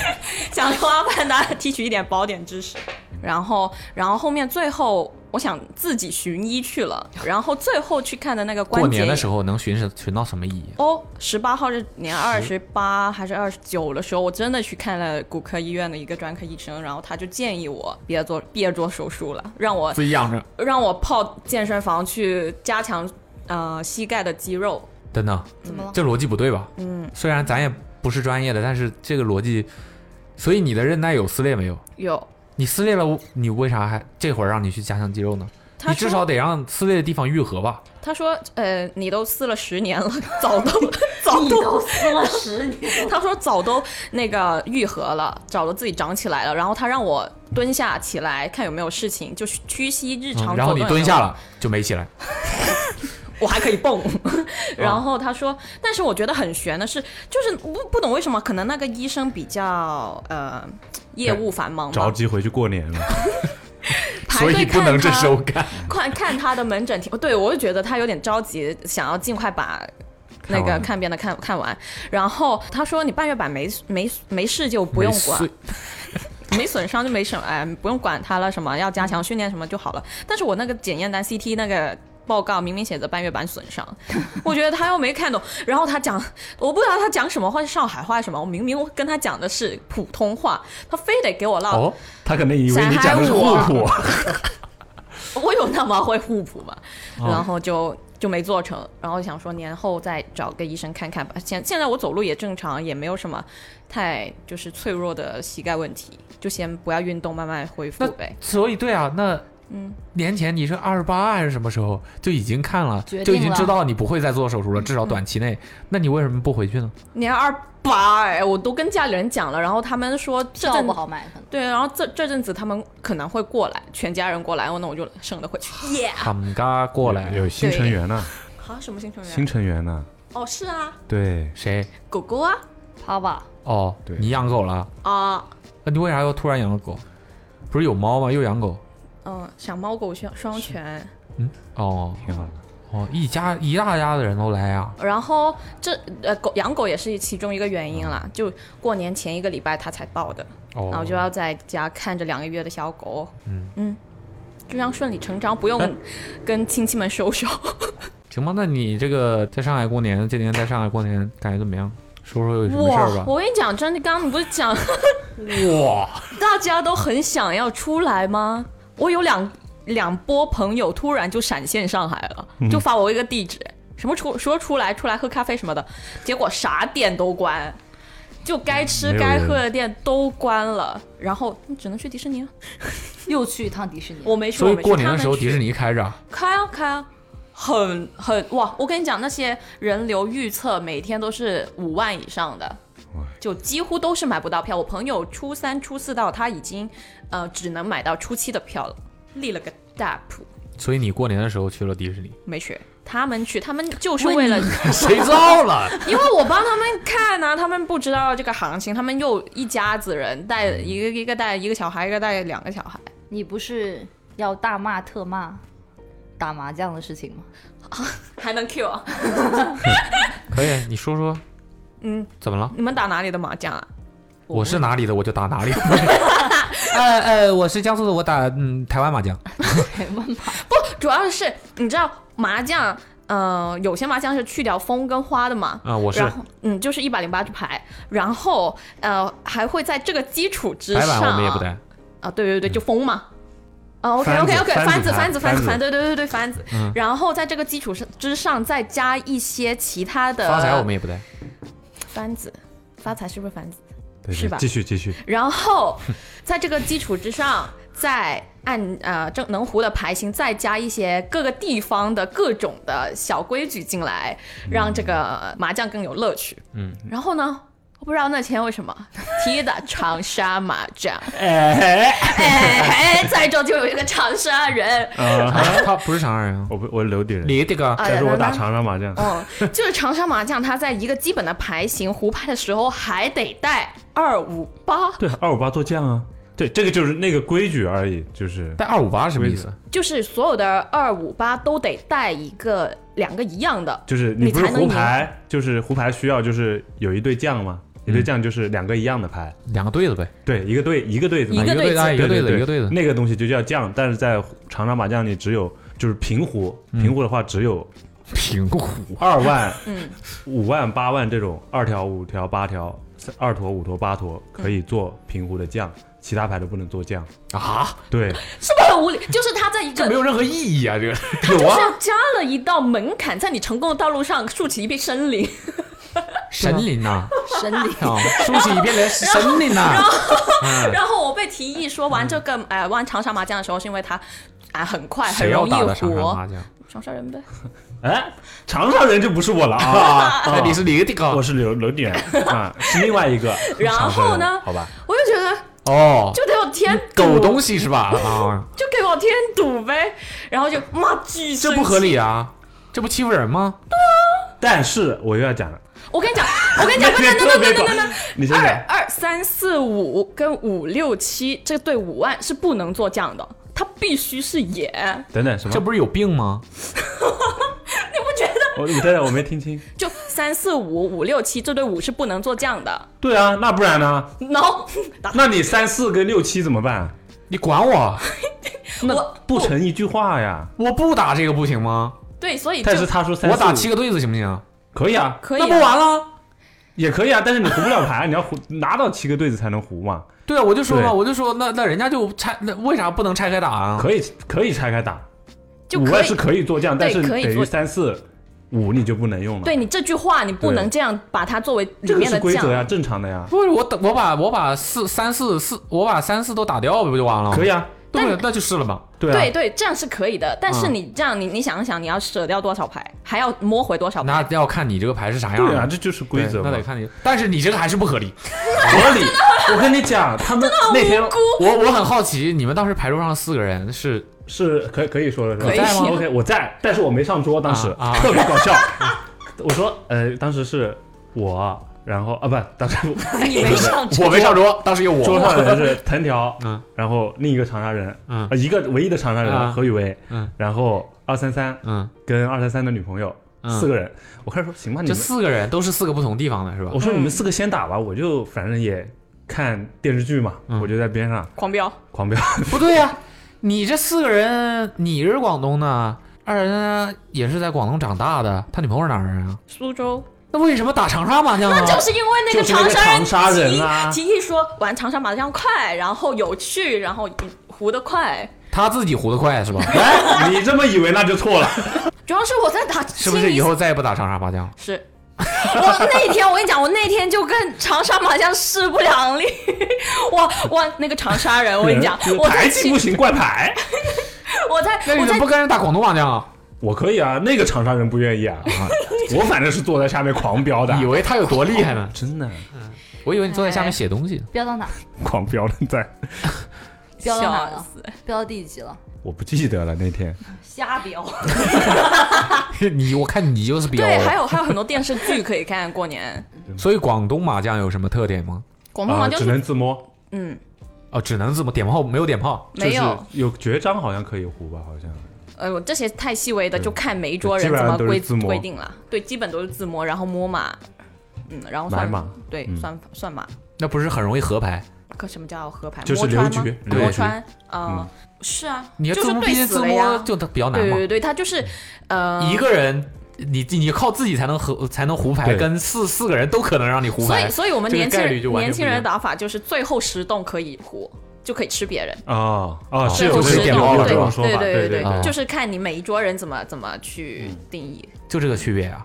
Speaker 6: 想从阿凡达提取一点宝典知识，然后然后后面最后我想自己寻医去了，然后最后去看的那个关
Speaker 3: 过
Speaker 6: 节
Speaker 3: 年的时候能寻什寻到什么意义？
Speaker 6: 哦，十八号是年二十八还是二十九的时候，我真的去看了骨科医院的一个专科医生，然后他就建议我别做别做手术了，让我
Speaker 3: 自己养着。
Speaker 6: 让我泡健身房去加强呃膝盖的肌肉。
Speaker 3: 等等，
Speaker 4: 怎么了？
Speaker 3: 这逻辑不对吧？
Speaker 6: 嗯，
Speaker 3: 虽然咱也不是专业的，但是这个逻辑，所以你的韧带有撕裂没有？
Speaker 6: 有
Speaker 3: 你撕裂了，你为啥还这会儿让你去加强肌肉呢？
Speaker 6: 他
Speaker 3: 你至
Speaker 6: 说
Speaker 3: 少得让撕裂的地方愈合吧。
Speaker 6: 他说呃，你都撕了十年了， 早 都早
Speaker 4: 你
Speaker 6: 都
Speaker 4: 都撕了十年，
Speaker 6: 他说早都那个愈合了，早都自己长起来了。然后他让我蹲下起来看有没有事情，就是屈膝日常、
Speaker 3: 嗯然后你蹲下，了就没起来。
Speaker 6: 我还可以蹦。
Speaker 3: 哦
Speaker 6: 然后他说，但是我觉得很悬的是，就是不不懂为什么，可能那个医生比较呃业务繁忙
Speaker 5: 着
Speaker 6: 吧，
Speaker 5: 急回去过年了。
Speaker 6: 排
Speaker 3: 所
Speaker 6: 队
Speaker 3: 以不
Speaker 6: 看啊
Speaker 3: 能这
Speaker 6: 他
Speaker 3: 时候干。
Speaker 6: 快看他的门诊题，对我就觉得他有点着急，想要尽快把。那
Speaker 3: 看
Speaker 6: 个
Speaker 3: 完
Speaker 6: 看遍的看看完，然后他说你半月板没没没事就不用管，
Speaker 3: 没碎
Speaker 6: 没损伤就没什么，哎，不用管它了，什么要加强训练什么就好了。但是我那个检验单 CT 那个报告明明写着半月板损伤， 我觉得他又没看懂。然后他讲，我不知道他讲什么话，是上海话还是什么，我明明跟他讲的是普通话，他非得给我唠。
Speaker 5: 哦，他可能以为你讲的是
Speaker 6: 闪
Speaker 5: 互
Speaker 6: 开
Speaker 5: 补，
Speaker 6: 我有那么会互补吗？然后就就没做成，然后想说年后再找个医生看看吧。现现在我走路也正常，也没有什么太就是脆弱的膝盖问题，就先不要运动，慢慢恢复
Speaker 3: 那
Speaker 6: 呗。
Speaker 3: 所以对啊，那
Speaker 6: 嗯，
Speaker 3: 年前你是二十八还是什么时候就已经看了，
Speaker 4: 决定
Speaker 3: 就已经
Speaker 4: 了
Speaker 3: 知道你不会再做手术了，至
Speaker 6: 嗯
Speaker 3: 少短期内。那你为什么不回去呢？
Speaker 6: 年二八哎，我都跟家里人讲了，然后他们说这
Speaker 4: 票
Speaker 6: 阵
Speaker 4: 不好买，可能
Speaker 6: 对，然后这这阵子他们可能会过来，全家人过来，哦，那我就省得回去。耶、
Speaker 3: 他们嘎过来
Speaker 5: 有有新成员呢，
Speaker 6: 好，什么新成员？
Speaker 5: 新成员呢，
Speaker 6: 哦，是啊，
Speaker 5: 对，
Speaker 3: 谁？
Speaker 6: 狗狗啊
Speaker 4: 他吧，
Speaker 3: 哦
Speaker 5: 对，
Speaker 3: 你养狗了？
Speaker 6: 啊，
Speaker 3: 那你为啥要突然养了狗？不是有猫吗？又养狗？
Speaker 6: 嗯、想猫狗双双全。
Speaker 3: 哦
Speaker 5: 挺好的。
Speaker 3: 哦，一家一大家子人都来啊！
Speaker 6: 然后这呃狗养狗也是其中一个原因啦，就过年前一个礼拜它才抱的，
Speaker 3: 哦，
Speaker 6: 然后就要在家看着两个月的小狗，
Speaker 3: 嗯
Speaker 6: 就这样顺理成章，不用跟亲戚们收手。
Speaker 3: 行吧，那你这个在上海过年，今年在上海过年感觉怎么样？说说有什么事儿
Speaker 6: 哇！
Speaker 3: 吧。
Speaker 6: 我跟你讲，真的，刚刚你不是讲
Speaker 3: 哇，
Speaker 6: 大家都很想要出来吗？我有两两波朋友突然就闪现上海了，
Speaker 3: 嗯
Speaker 6: 就发我一个地址，什么出说出来出来喝咖啡什么的，结果啥店都关，就该吃
Speaker 5: 没有
Speaker 6: 该
Speaker 5: 人
Speaker 6: 喝的店都关了，然后你只能去迪士尼啊。
Speaker 4: 又去一趟迪士尼。
Speaker 6: 我没去，
Speaker 3: 所
Speaker 6: 我
Speaker 3: 以
Speaker 6: 没去
Speaker 3: 过年的时候
Speaker 6: 他们去
Speaker 3: 迪士尼开着啊，
Speaker 6: 开啊开啊，很很哇！我跟你讲，那些人流预测每天都是五万以上的，就几乎都是买不到票。我朋友初三、初四到，他已经呃只能买到初七的票了，立了个大谱。
Speaker 3: 所以你过年的时候去了迪士尼，
Speaker 6: 没去，他们去，他们就是为了，
Speaker 3: 谁造了？
Speaker 6: 因为我帮他们看啊，他们不知道这个行情，他们又一家子人带一个一个带一个小孩，一个带两个小孩，
Speaker 4: 你不是要大骂特骂打麻将的事情 吗？
Speaker 6: 还能 Q 啊？
Speaker 3: 可以，你说说，
Speaker 6: 嗯，
Speaker 3: 怎么了？
Speaker 6: 你们打哪里的麻将啊？
Speaker 3: 我是哪里的，我就打哪里。 呃呃，我是江苏的，我打嗯台湾麻将。
Speaker 6: 主要是你知道麻将，呃，有些麻将是去掉风跟花的嘛。
Speaker 3: 啊，我是
Speaker 6: 然后，嗯，就是一百零八只牌，然后呃，还会在这个基础之
Speaker 3: 台
Speaker 6: 上，
Speaker 3: 版我们也不带。嗯
Speaker 6: 啊，对对对，就风嘛。啊，OK
Speaker 5: 番
Speaker 6: OK
Speaker 5: 子
Speaker 6: OK，
Speaker 5: 番
Speaker 6: 番
Speaker 5: 子
Speaker 6: 子
Speaker 5: 牌
Speaker 6: 番子番
Speaker 5: 番
Speaker 6: 子
Speaker 5: 子
Speaker 6: 番，对对对对番子
Speaker 3: 嗯。
Speaker 6: 然后在这个基础上之上再加一些其他的
Speaker 3: 发财我们也不带，
Speaker 6: 番子，发财是不是番子？
Speaker 5: 对
Speaker 6: 是吧
Speaker 5: 继续继续，
Speaker 6: 然后在这个基础之上，再按呃正能胡的牌型再加一些各个地方的各种的小规矩进来，让这个麻将更有乐趣。
Speaker 3: 嗯，
Speaker 6: 然后呢？我不知道那天为什么踢的长沙麻将，哎，在这就有一个长沙人，
Speaker 5: 啊，
Speaker 3: 他不是长沙人啊。
Speaker 5: 我不我留点人，
Speaker 3: 你这个
Speaker 6: 哎
Speaker 5: 再
Speaker 6: 呀
Speaker 5: 说我
Speaker 6: 那
Speaker 5: 打长沙麻将，
Speaker 6: 哦， 就是长沙麻将，它在一个基本的牌型胡拍的时候还得带二五八，
Speaker 5: 对，二五八做酱啊，对，这个就是那个规矩而已，就是
Speaker 3: 带二五八什么意思？
Speaker 6: 就是所有的二五八都得带一个两个一样的，
Speaker 5: 就是
Speaker 6: 你
Speaker 5: 不是
Speaker 6: 才能
Speaker 5: 胡
Speaker 6: 赢
Speaker 5: 牌，就是胡牌需要就是有一对酱嘛，
Speaker 6: 嗯
Speaker 5: 一对酱就是两个一样的牌，
Speaker 3: 两个对子呗，
Speaker 5: 对，一个对一个对子嘛，
Speaker 3: 啊
Speaker 6: 一个
Speaker 3: 对
Speaker 6: 对子
Speaker 3: 搭一个对
Speaker 5: 对
Speaker 3: 子，
Speaker 5: 对
Speaker 3: 一个对子。
Speaker 5: 那个东西就叫酱，但是在长沙麻将里只有就是平胡，平胡的话只有
Speaker 3: 平湖
Speaker 5: 二万、
Speaker 6: 嗯
Speaker 5: 五万、八万这种二条、五条、八条、二坨、五坨、八坨可以做平胡的酱，其他牌都不能做酱。
Speaker 3: 啊，
Speaker 5: 对，
Speaker 6: 是不是很无理？ 就是它在一个
Speaker 3: 这没有任何意义啊！这个
Speaker 6: 就
Speaker 3: 有啊，
Speaker 6: 是加了一道门槛，在你成功的道路上竖起一片森林，
Speaker 3: 神灵呐，
Speaker 4: 神灵
Speaker 3: 啊，竖起一片的神 灵呐。嗯
Speaker 6: 哎然后我被提议说玩这个呃玩长沙麻将的时候，是因为他打很快，很
Speaker 3: 谁要
Speaker 6: 容易
Speaker 3: 打的上海
Speaker 6: 活。
Speaker 3: 麻将？
Speaker 6: 长沙人呗，
Speaker 9: 哎，长沙人就不是我了啊，啊
Speaker 3: 是哪个地
Speaker 9: 我
Speaker 3: 方？
Speaker 9: 是柳柳点啊，是另外一个。
Speaker 6: 然后呢
Speaker 9: 长沙人好吧，
Speaker 6: 我就觉得
Speaker 3: 哦，
Speaker 6: 就给我添堵
Speaker 3: 狗东西是吧？啊，
Speaker 6: 就给我添堵呗，然后就妈巨
Speaker 3: 这
Speaker 6: 生
Speaker 3: 不合
Speaker 6: 气
Speaker 3: 理啊！这不欺负人吗？
Speaker 9: 但是我又要讲了，
Speaker 6: 我跟你讲，我跟你 讲，等哎
Speaker 9: 别
Speaker 6: 等
Speaker 9: 别
Speaker 6: 等
Speaker 9: 别
Speaker 6: 等
Speaker 9: 管
Speaker 6: 等等等，
Speaker 9: 你先
Speaker 6: 二
Speaker 9: 讲。
Speaker 6: 二三四五跟五六七这对五万是不能做酱的，它必须是野。
Speaker 9: 等等什么？
Speaker 3: 这不是有病吗？
Speaker 6: 你不觉得？
Speaker 9: 我哦你等等，我没听清。
Speaker 6: 就三四五五六七这对五是不能做酱的。
Speaker 9: 对啊，那不然呢？
Speaker 6: no，打
Speaker 9: 那你三四跟六七怎么办？
Speaker 3: 你管我？
Speaker 9: 那
Speaker 6: 我
Speaker 9: 不成一句话呀。
Speaker 3: 我不打这个不行吗？
Speaker 6: 对，所哎以就
Speaker 9: 但是他说三
Speaker 3: 我
Speaker 9: 四，
Speaker 3: 打七个对子行不行？
Speaker 9: 可以啊，
Speaker 6: 可以、
Speaker 3: 那
Speaker 6: 啊。
Speaker 3: 不完了？
Speaker 9: 也可以啊，但是你胡不了牌，你要胡 拿到七个对子才能胡嘛。
Speaker 3: 对啊，我就说嘛，
Speaker 9: 对
Speaker 3: 我就说那那人家就拆，那为啥不能拆开打啊？
Speaker 9: 可以可以拆开打，
Speaker 6: 就
Speaker 9: 五
Speaker 6: 可
Speaker 9: 万
Speaker 6: 以
Speaker 9: 是。可以做酱，但
Speaker 6: 对
Speaker 9: 是
Speaker 6: 可以
Speaker 9: 等于
Speaker 6: 做
Speaker 9: 三四五你就不能用了。
Speaker 6: 对，你这句话，你不
Speaker 9: 对
Speaker 6: 能这样把它作为里
Speaker 9: 这个
Speaker 6: 面
Speaker 9: 是
Speaker 6: 的
Speaker 9: 规
Speaker 6: 酱。
Speaker 9: 则呀，正常的呀，
Speaker 3: 不是我打我把我把四三四四我把三四都打掉不就完了吗？
Speaker 9: 可以啊，
Speaker 3: 对不对
Speaker 6: 但
Speaker 3: 那就是了吧。
Speaker 9: 对
Speaker 6: 对
Speaker 9: 啊，
Speaker 6: 对，这样是可以的。但是你这样，你你想一想，你要舍掉多少牌，还要摸回多少
Speaker 3: 那
Speaker 6: 牌？
Speaker 3: 要看你这个牌是啥样
Speaker 9: 对啊，
Speaker 3: 的。
Speaker 9: 这就是规则
Speaker 3: 那
Speaker 9: 嘛
Speaker 3: 得。看你，但是你这个还是不合理。
Speaker 9: 合理，我跟你讲，他们
Speaker 6: 啊
Speaker 9: 那天
Speaker 3: 我我很好奇，你们当时牌桌上四个人是
Speaker 9: 是可以可以说了是吧？
Speaker 6: 可以
Speaker 9: 在吗？OK，我在，但是我没上桌，当时
Speaker 3: 啊啊
Speaker 9: 特别搞笑。我说，呃，当时是我，然后啊，不，当时
Speaker 6: 你没上
Speaker 3: 我没上 桌，当时有我
Speaker 9: 桌上人是藤条，
Speaker 3: 嗯
Speaker 9: 然后另一个长沙人，
Speaker 3: 嗯
Speaker 9: 啊，一个唯一的长沙
Speaker 3: 啊
Speaker 9: 人何雨薇，
Speaker 3: 嗯，
Speaker 9: 然后二三三
Speaker 3: 嗯，
Speaker 9: 跟二三三的女朋友，
Speaker 3: 嗯
Speaker 9: 四个人。我开始说行吧，你
Speaker 3: 这
Speaker 9: 们，
Speaker 3: 四个嗯人都是四个不同地方的是吧
Speaker 9: 我？说你们四个先打吧，我就反正也看电视剧嘛，
Speaker 3: 嗯
Speaker 9: 我就在边上
Speaker 6: 狂飙，
Speaker 9: 狂飙。
Speaker 3: 不对呀、你这四个人，你是广东的，二人呢也是在广东长大的，他女朋友是哪儿人啊？
Speaker 6: 苏州。
Speaker 3: 那为什么打长沙麻将啊？
Speaker 6: 就是因为那个
Speaker 9: 就是那个
Speaker 6: 沙人
Speaker 9: 长沙人
Speaker 6: 提
Speaker 9: 啊
Speaker 6: 提议说玩长沙麻将快，然后有趣，然后胡得快。
Speaker 3: 他自己胡得快是吧？
Speaker 9: 哎， 你这么以为那就错了。
Speaker 6: 主要是我在打，
Speaker 3: 是不是以后再也不打长沙麻将了？
Speaker 6: 是？ 我那天我跟你讲，我那天就跟长沙麻将势不两立。我我那个长沙人，我跟你讲
Speaker 9: 就是，
Speaker 6: 我
Speaker 9: 牌
Speaker 6: 在
Speaker 9: 技
Speaker 6: 骑
Speaker 9: 不行，怪牌。
Speaker 6: 我在
Speaker 3: 那你
Speaker 6: 我
Speaker 3: 怎
Speaker 6: 在
Speaker 3: 么不跟人打广东麻将啊？
Speaker 9: 我可以啊，那个长沙人不愿意啊，我反正是坐在下面狂飙的，啊
Speaker 3: 以为他有多厉害呢？
Speaker 9: 真的
Speaker 3: 我以为你坐在
Speaker 6: 哎
Speaker 3: 下面写东西呢。
Speaker 4: 飙到哪？
Speaker 9: 狂飙的在，
Speaker 4: 飙到哪
Speaker 6: 笑
Speaker 4: 了？
Speaker 6: 死，
Speaker 4: 飙到第几集了？
Speaker 9: 我不记得了那天。
Speaker 6: 瞎飙。
Speaker 3: 你我看你就是比较，
Speaker 9: 啊
Speaker 6: 对，还有还有很多电视剧可以看，过年
Speaker 3: 所以广东麻将有什么特点吗？
Speaker 6: 广东
Speaker 9: 啊，
Speaker 6: 麻将
Speaker 9: 只
Speaker 6: 是、
Speaker 9: 能自摸，
Speaker 6: 嗯
Speaker 3: 哦，只能自摸点炮，没有点炮。
Speaker 9: 就是
Speaker 6: 没有。
Speaker 9: 有绝招好像可以胡吧，好像
Speaker 6: 呃，我这些太细微的，
Speaker 9: 对
Speaker 6: 就看每一桌
Speaker 9: 基
Speaker 6: 人
Speaker 9: 本
Speaker 6: 怎
Speaker 9: 上
Speaker 6: 么
Speaker 9: 都是
Speaker 6: 规
Speaker 9: 自摸
Speaker 6: 规定了。对，基本都是自摸，然后摸马，嗯，然后
Speaker 9: 买
Speaker 6: 算
Speaker 9: 马，
Speaker 6: 对，
Speaker 9: 嗯
Speaker 6: 算算马。
Speaker 3: 那不是很容易合牌？
Speaker 6: 可什么叫合牌？
Speaker 9: 就是
Speaker 6: 摸穿
Speaker 9: 刘
Speaker 6: 吗
Speaker 9: 局？嗯
Speaker 3: 刘
Speaker 6: 摸
Speaker 3: 局
Speaker 6: 穿啊，是啊，
Speaker 3: 你要
Speaker 6: 就
Speaker 3: 自
Speaker 6: 是
Speaker 3: 摸，
Speaker 6: 对
Speaker 3: 毕竟啊
Speaker 6: 死
Speaker 3: 自
Speaker 6: 了呀
Speaker 3: 摸。就比较难
Speaker 6: 对
Speaker 3: 嘛。
Speaker 6: 对对，他就是呃
Speaker 3: 一个人，你你靠自己才能胡才能胡牌，
Speaker 9: 对
Speaker 3: 跟四四个人都可能让你胡
Speaker 6: 所以
Speaker 3: 牌。
Speaker 6: 所以我们
Speaker 3: 这个
Speaker 6: 年轻
Speaker 3: 概率就
Speaker 6: 人
Speaker 3: 完全
Speaker 6: 年轻人的
Speaker 3: 不一
Speaker 6: 打法就是最后十洞可以胡，就可以吃别人。
Speaker 3: 哦
Speaker 9: 啊啊，是
Speaker 6: 最
Speaker 9: 有
Speaker 6: 后
Speaker 9: 这
Speaker 6: 十
Speaker 9: 种
Speaker 3: 点
Speaker 6: 洞
Speaker 3: 包
Speaker 9: 有
Speaker 3: 了
Speaker 9: 这
Speaker 6: 对
Speaker 9: 种说法，
Speaker 6: 对
Speaker 9: 对
Speaker 6: 对
Speaker 3: 对
Speaker 6: 就是看你每一桌人怎么怎么去定义。
Speaker 3: 就这个区别啊，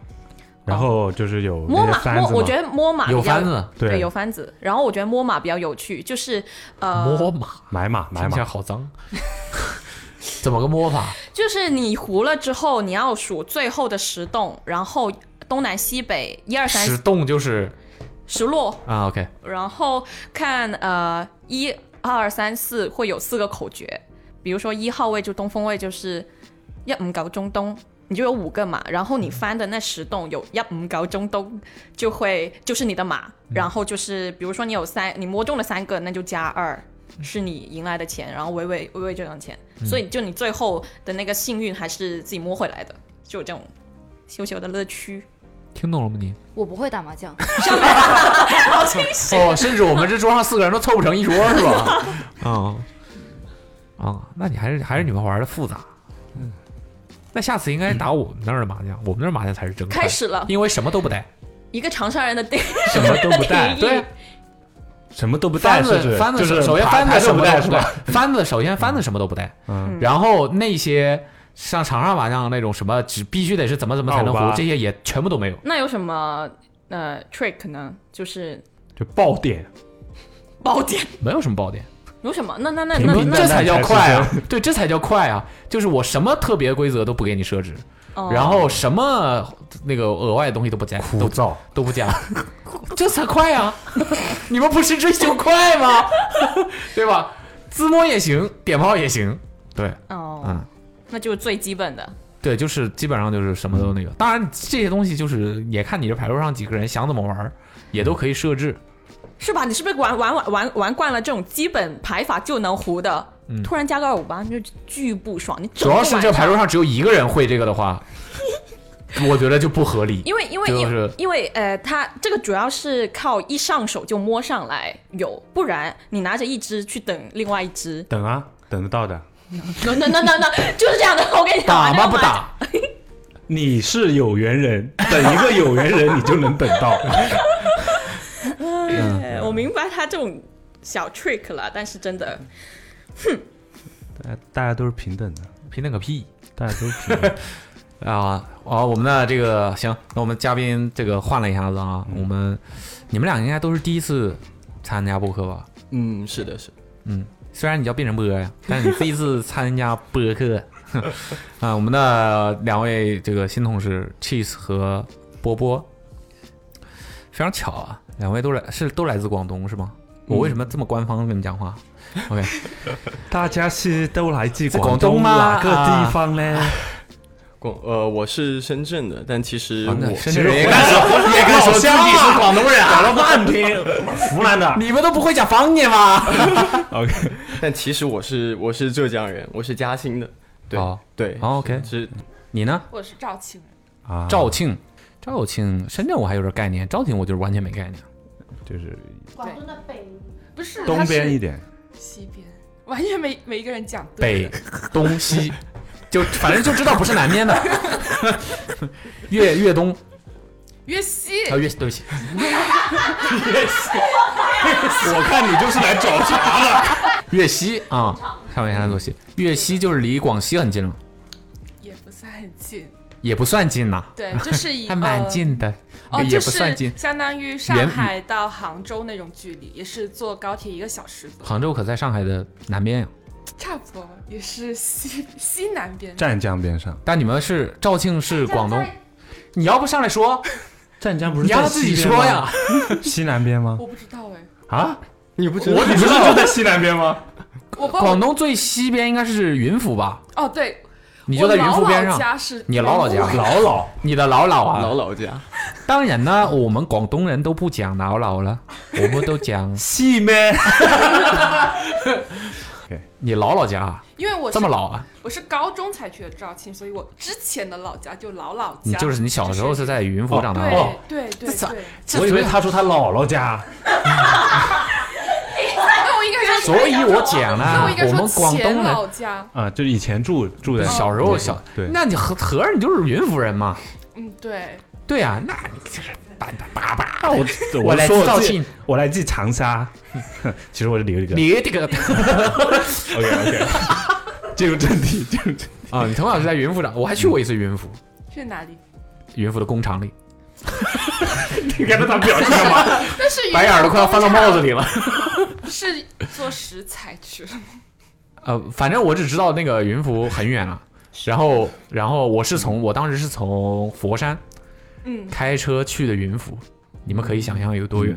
Speaker 9: 然后就是有
Speaker 6: 摸
Speaker 9: 那个
Speaker 6: 马
Speaker 9: 翻
Speaker 6: 摸，
Speaker 9: 子
Speaker 6: 我
Speaker 9: 嘛
Speaker 6: 觉得摸马
Speaker 3: 有
Speaker 6: 比较
Speaker 3: 翻子，
Speaker 9: 对
Speaker 6: 对，有番子。然后我觉得摸马比较有趣，就是呃，
Speaker 3: 摸马，
Speaker 9: 买马买
Speaker 3: 听起来
Speaker 9: 马，
Speaker 3: 好 脏。怎么个摸法？
Speaker 6: 就是你胡了之后，你要数最后的十洞，然后东南西北一二三
Speaker 3: 使动就是
Speaker 6: 十落，
Speaker 3: 啊，OK，
Speaker 6: 然后看呃一二三四会有四个口诀，比如说一号位就东风位就是一五九中东。你就有五个马，然后你翻的那十洞有一五九中东，就会就是你的马，然后就是比如说你有三，你摸中了三个，那就加二，是你赢来的钱，然后微微微微这样钱，所以就你最后的那个幸运还是自己摸回来的，就有这种小小的乐趣。
Speaker 3: 听懂了吗你？
Speaker 4: 我不会打麻将，
Speaker 6: 好清醒，
Speaker 3: 哦，甚至我们这桌上四个人都凑不成一桌，是 吧？嗯，啊，那你还是还是你们玩的复杂。嗯那下次应该打我们那儿的麻将，我们那儿麻将才是真快
Speaker 6: 开，始了
Speaker 3: 因为什么都不带，
Speaker 6: 一个长沙人的定
Speaker 9: 什么都不带，
Speaker 6: 义。
Speaker 3: 对，
Speaker 9: 什么都不带，
Speaker 3: 翻
Speaker 9: 是指
Speaker 3: 子翻
Speaker 9: 就
Speaker 3: 子
Speaker 9: 是
Speaker 3: 首先
Speaker 9: 牌
Speaker 3: 翻
Speaker 9: 牌
Speaker 3: 子什
Speaker 9: 都不
Speaker 3: 么
Speaker 9: 带
Speaker 3: 都
Speaker 9: 是
Speaker 3: 不
Speaker 9: 吧
Speaker 3: 带？， 翻子首先翻子什么都不带，
Speaker 9: 嗯，
Speaker 3: 然后那些像长沙麻将那种什么只必须得是怎么怎么才能
Speaker 9: 二五
Speaker 3: 胡
Speaker 9: 八，
Speaker 3: 这些也全部都没有。
Speaker 6: 那有什么呃 trick 呢？就是
Speaker 9: 就爆点，
Speaker 6: 爆点，
Speaker 3: 没有什么爆点。
Speaker 6: 有什么？那那那
Speaker 5: 平
Speaker 6: 那
Speaker 5: 民
Speaker 6: 那
Speaker 5: 的
Speaker 3: 这才叫快啊
Speaker 5: 那才！
Speaker 3: 对，这才叫快啊！就是我什么特别规则都不给你设置，
Speaker 6: 哦
Speaker 3: 然后什么那个额外的东西都不加，
Speaker 5: 枯
Speaker 3: 都
Speaker 5: 燥。，
Speaker 3: 都不加， 这才快啊！ 你们不是追求快吗？ 对吧？自摸也行，点炮也行，对，
Speaker 6: 哦
Speaker 3: 嗯，，
Speaker 6: 那就是最基本的。
Speaker 3: 对，就是基本上就是什么都那个。当然，这些东西就是也看你这牌桌上几个人想怎么玩儿，也都可以设置。
Speaker 6: 嗯是吧？你是不是玩玩玩玩玩惯了这种基本排法就能胡的？突然加个二五八，你就巨不爽。你整
Speaker 3: 嗯主
Speaker 6: 个
Speaker 3: 要是这
Speaker 6: 晚
Speaker 3: 牌
Speaker 6: 上
Speaker 3: 桌上只有一个人会这个的 话，我觉得就不合理。
Speaker 6: 因为因为
Speaker 3: 就
Speaker 6: 因
Speaker 3: 是
Speaker 6: 为因为呃，它这个主要是靠一上手就摸上来有，不然你拿着一只去等另外一只
Speaker 5: 等啊，等得到的。
Speaker 6: 那那那那那就是这样的。我跟你讲，
Speaker 3: 打
Speaker 6: 玩这
Speaker 3: 吗？
Speaker 6: 个
Speaker 3: 不
Speaker 6: 麻
Speaker 3: 打，
Speaker 5: 你是有缘人，等一个有缘人，你就能等到。
Speaker 6: 将。哎我明白他这种小 trick 了，但是真的
Speaker 5: 大大家都是平等的，
Speaker 3: 平等个屁
Speaker 5: 大家都是平等的。
Speaker 3: 啊！哦，我们的这个行，那我们嘉宾这个换了一下子啊，
Speaker 5: 嗯
Speaker 3: 我们你们俩应该都是第一次参加播客吧？
Speaker 10: 嗯，是的，是的。
Speaker 3: 虽然你叫变成波呀，但是你第一次参加播客 啊，我们的两位这个新同事 Cheese 和波波，非常巧啊，两位都来是都来自广东是吗？
Speaker 10: 嗯
Speaker 3: 我为什么这么官方跟你们讲话？OK，
Speaker 5: 大家是都来自
Speaker 3: 在
Speaker 5: 广
Speaker 3: 广
Speaker 5: 啊
Speaker 3: 东吗
Speaker 5: 哪个地方呢？
Speaker 10: 广呃，我是深圳的，但其实
Speaker 3: 啊那
Speaker 10: 呃我
Speaker 3: 深圳人也敢说， 也敢说自己是广东人啊？
Speaker 5: 了半天， 湖南的。
Speaker 3: 你们都不会讲方言吗？
Speaker 10: 但其实我是我是浙江人，我是嘉兴的。对、
Speaker 3: 好
Speaker 10: 对，
Speaker 3: 好，OK，哦
Speaker 10: 是
Speaker 3: 你呢？
Speaker 2: 我是肇庆人。
Speaker 5: 啊，
Speaker 3: 肇庆，肇庆，深圳我还有点概念，肇庆我就是完全没概念。
Speaker 5: 就是
Speaker 2: 广东的北不是
Speaker 5: 东边一
Speaker 2: 点，
Speaker 5: 点，
Speaker 2: 西边完全没没一个人讲对
Speaker 3: 北、东、西，就反正就知道不是南边的。 粤粤东
Speaker 2: 粤西
Speaker 3: 啊，粤对不起，
Speaker 5: 我看你就是来找茬的。
Speaker 3: 粤西啊，上面山东西，粤西就是离广西很近了，
Speaker 2: 也不算很近，
Speaker 3: 也不算近呐，
Speaker 2: 对，就是以
Speaker 3: 还蛮近的，
Speaker 2: 呃哦，
Speaker 3: 也
Speaker 2: 就
Speaker 3: 不算近
Speaker 2: 是。相当于
Speaker 3: 原
Speaker 2: 上海到杭州那种距离，也是坐高铁一个小时左右，
Speaker 3: 杭州可在上海的南边呀，
Speaker 2: 差不多也是西西南边。
Speaker 5: 湛江边上，
Speaker 3: 但你们是肇庆是广东，你要不上来说，
Speaker 5: 湛江不
Speaker 3: 你要自己说呀，
Speaker 5: 西南边吗？
Speaker 2: 我不知道哎，
Speaker 5: 啊，
Speaker 10: 你不知道
Speaker 5: 我你不是就 在西南边吗？
Speaker 3: 呃
Speaker 2: 我不知道
Speaker 3: 广东最西边应该是云浮吧？
Speaker 2: 哦，对，
Speaker 3: 你就在云浮边
Speaker 2: 我老老
Speaker 3: 上，
Speaker 2: 家是
Speaker 3: 你老老家，
Speaker 5: 老老
Speaker 3: 你的老老啊，
Speaker 10: 老老家，
Speaker 3: 当然呢，我们广东人都不讲老老了，我们都 讲
Speaker 5: 西咩？
Speaker 3: 你老老家啊，
Speaker 2: 因为我是
Speaker 3: 这么老啊？
Speaker 2: 我是高中才去的肇庆，所以我之前的老家就老老家。
Speaker 3: 你就是你小时候是在哦云浮长大的？
Speaker 2: 对对对对，
Speaker 5: 我以为他说他姥姥家，
Speaker 2: 哎那我应该说，
Speaker 3: 所以我讲
Speaker 2: 那
Speaker 3: 呢
Speaker 2: 我应，该
Speaker 3: 我
Speaker 2: 说
Speaker 3: 们广
Speaker 2: 前
Speaker 3: 东人
Speaker 2: 老家。
Speaker 5: 啊，就是以前住住 在
Speaker 3: 小时候小，
Speaker 5: 对，
Speaker 3: 那你合合着你就是云浮人嘛？
Speaker 2: 嗯，对，
Speaker 3: 对呀、啊，那你就是叭叭叭叭，
Speaker 5: 那 我
Speaker 3: 我来
Speaker 5: 说
Speaker 3: 自
Speaker 5: 我
Speaker 3: 肇
Speaker 5: 自己
Speaker 3: 庆，
Speaker 5: 我来自长沙， 其实我是留一个。
Speaker 3: 你这个
Speaker 5: OK OK，进 入正题，进入正题。
Speaker 3: 啊，你从小是在云浮长，我还去过一次云浮，
Speaker 2: 是哪里？
Speaker 3: 云浮的工厂里，
Speaker 5: 你看到他表情干嘛？
Speaker 2: 但是
Speaker 3: 白眼儿都快要翻到帽子里了。
Speaker 2: 是做食材去了吗？
Speaker 3: 呃，反正我只知道那个云浮很远啊。然后，然后我是从我当时是从佛山
Speaker 2: 嗯，
Speaker 3: 开车去的云浮，你们可以想象有多远？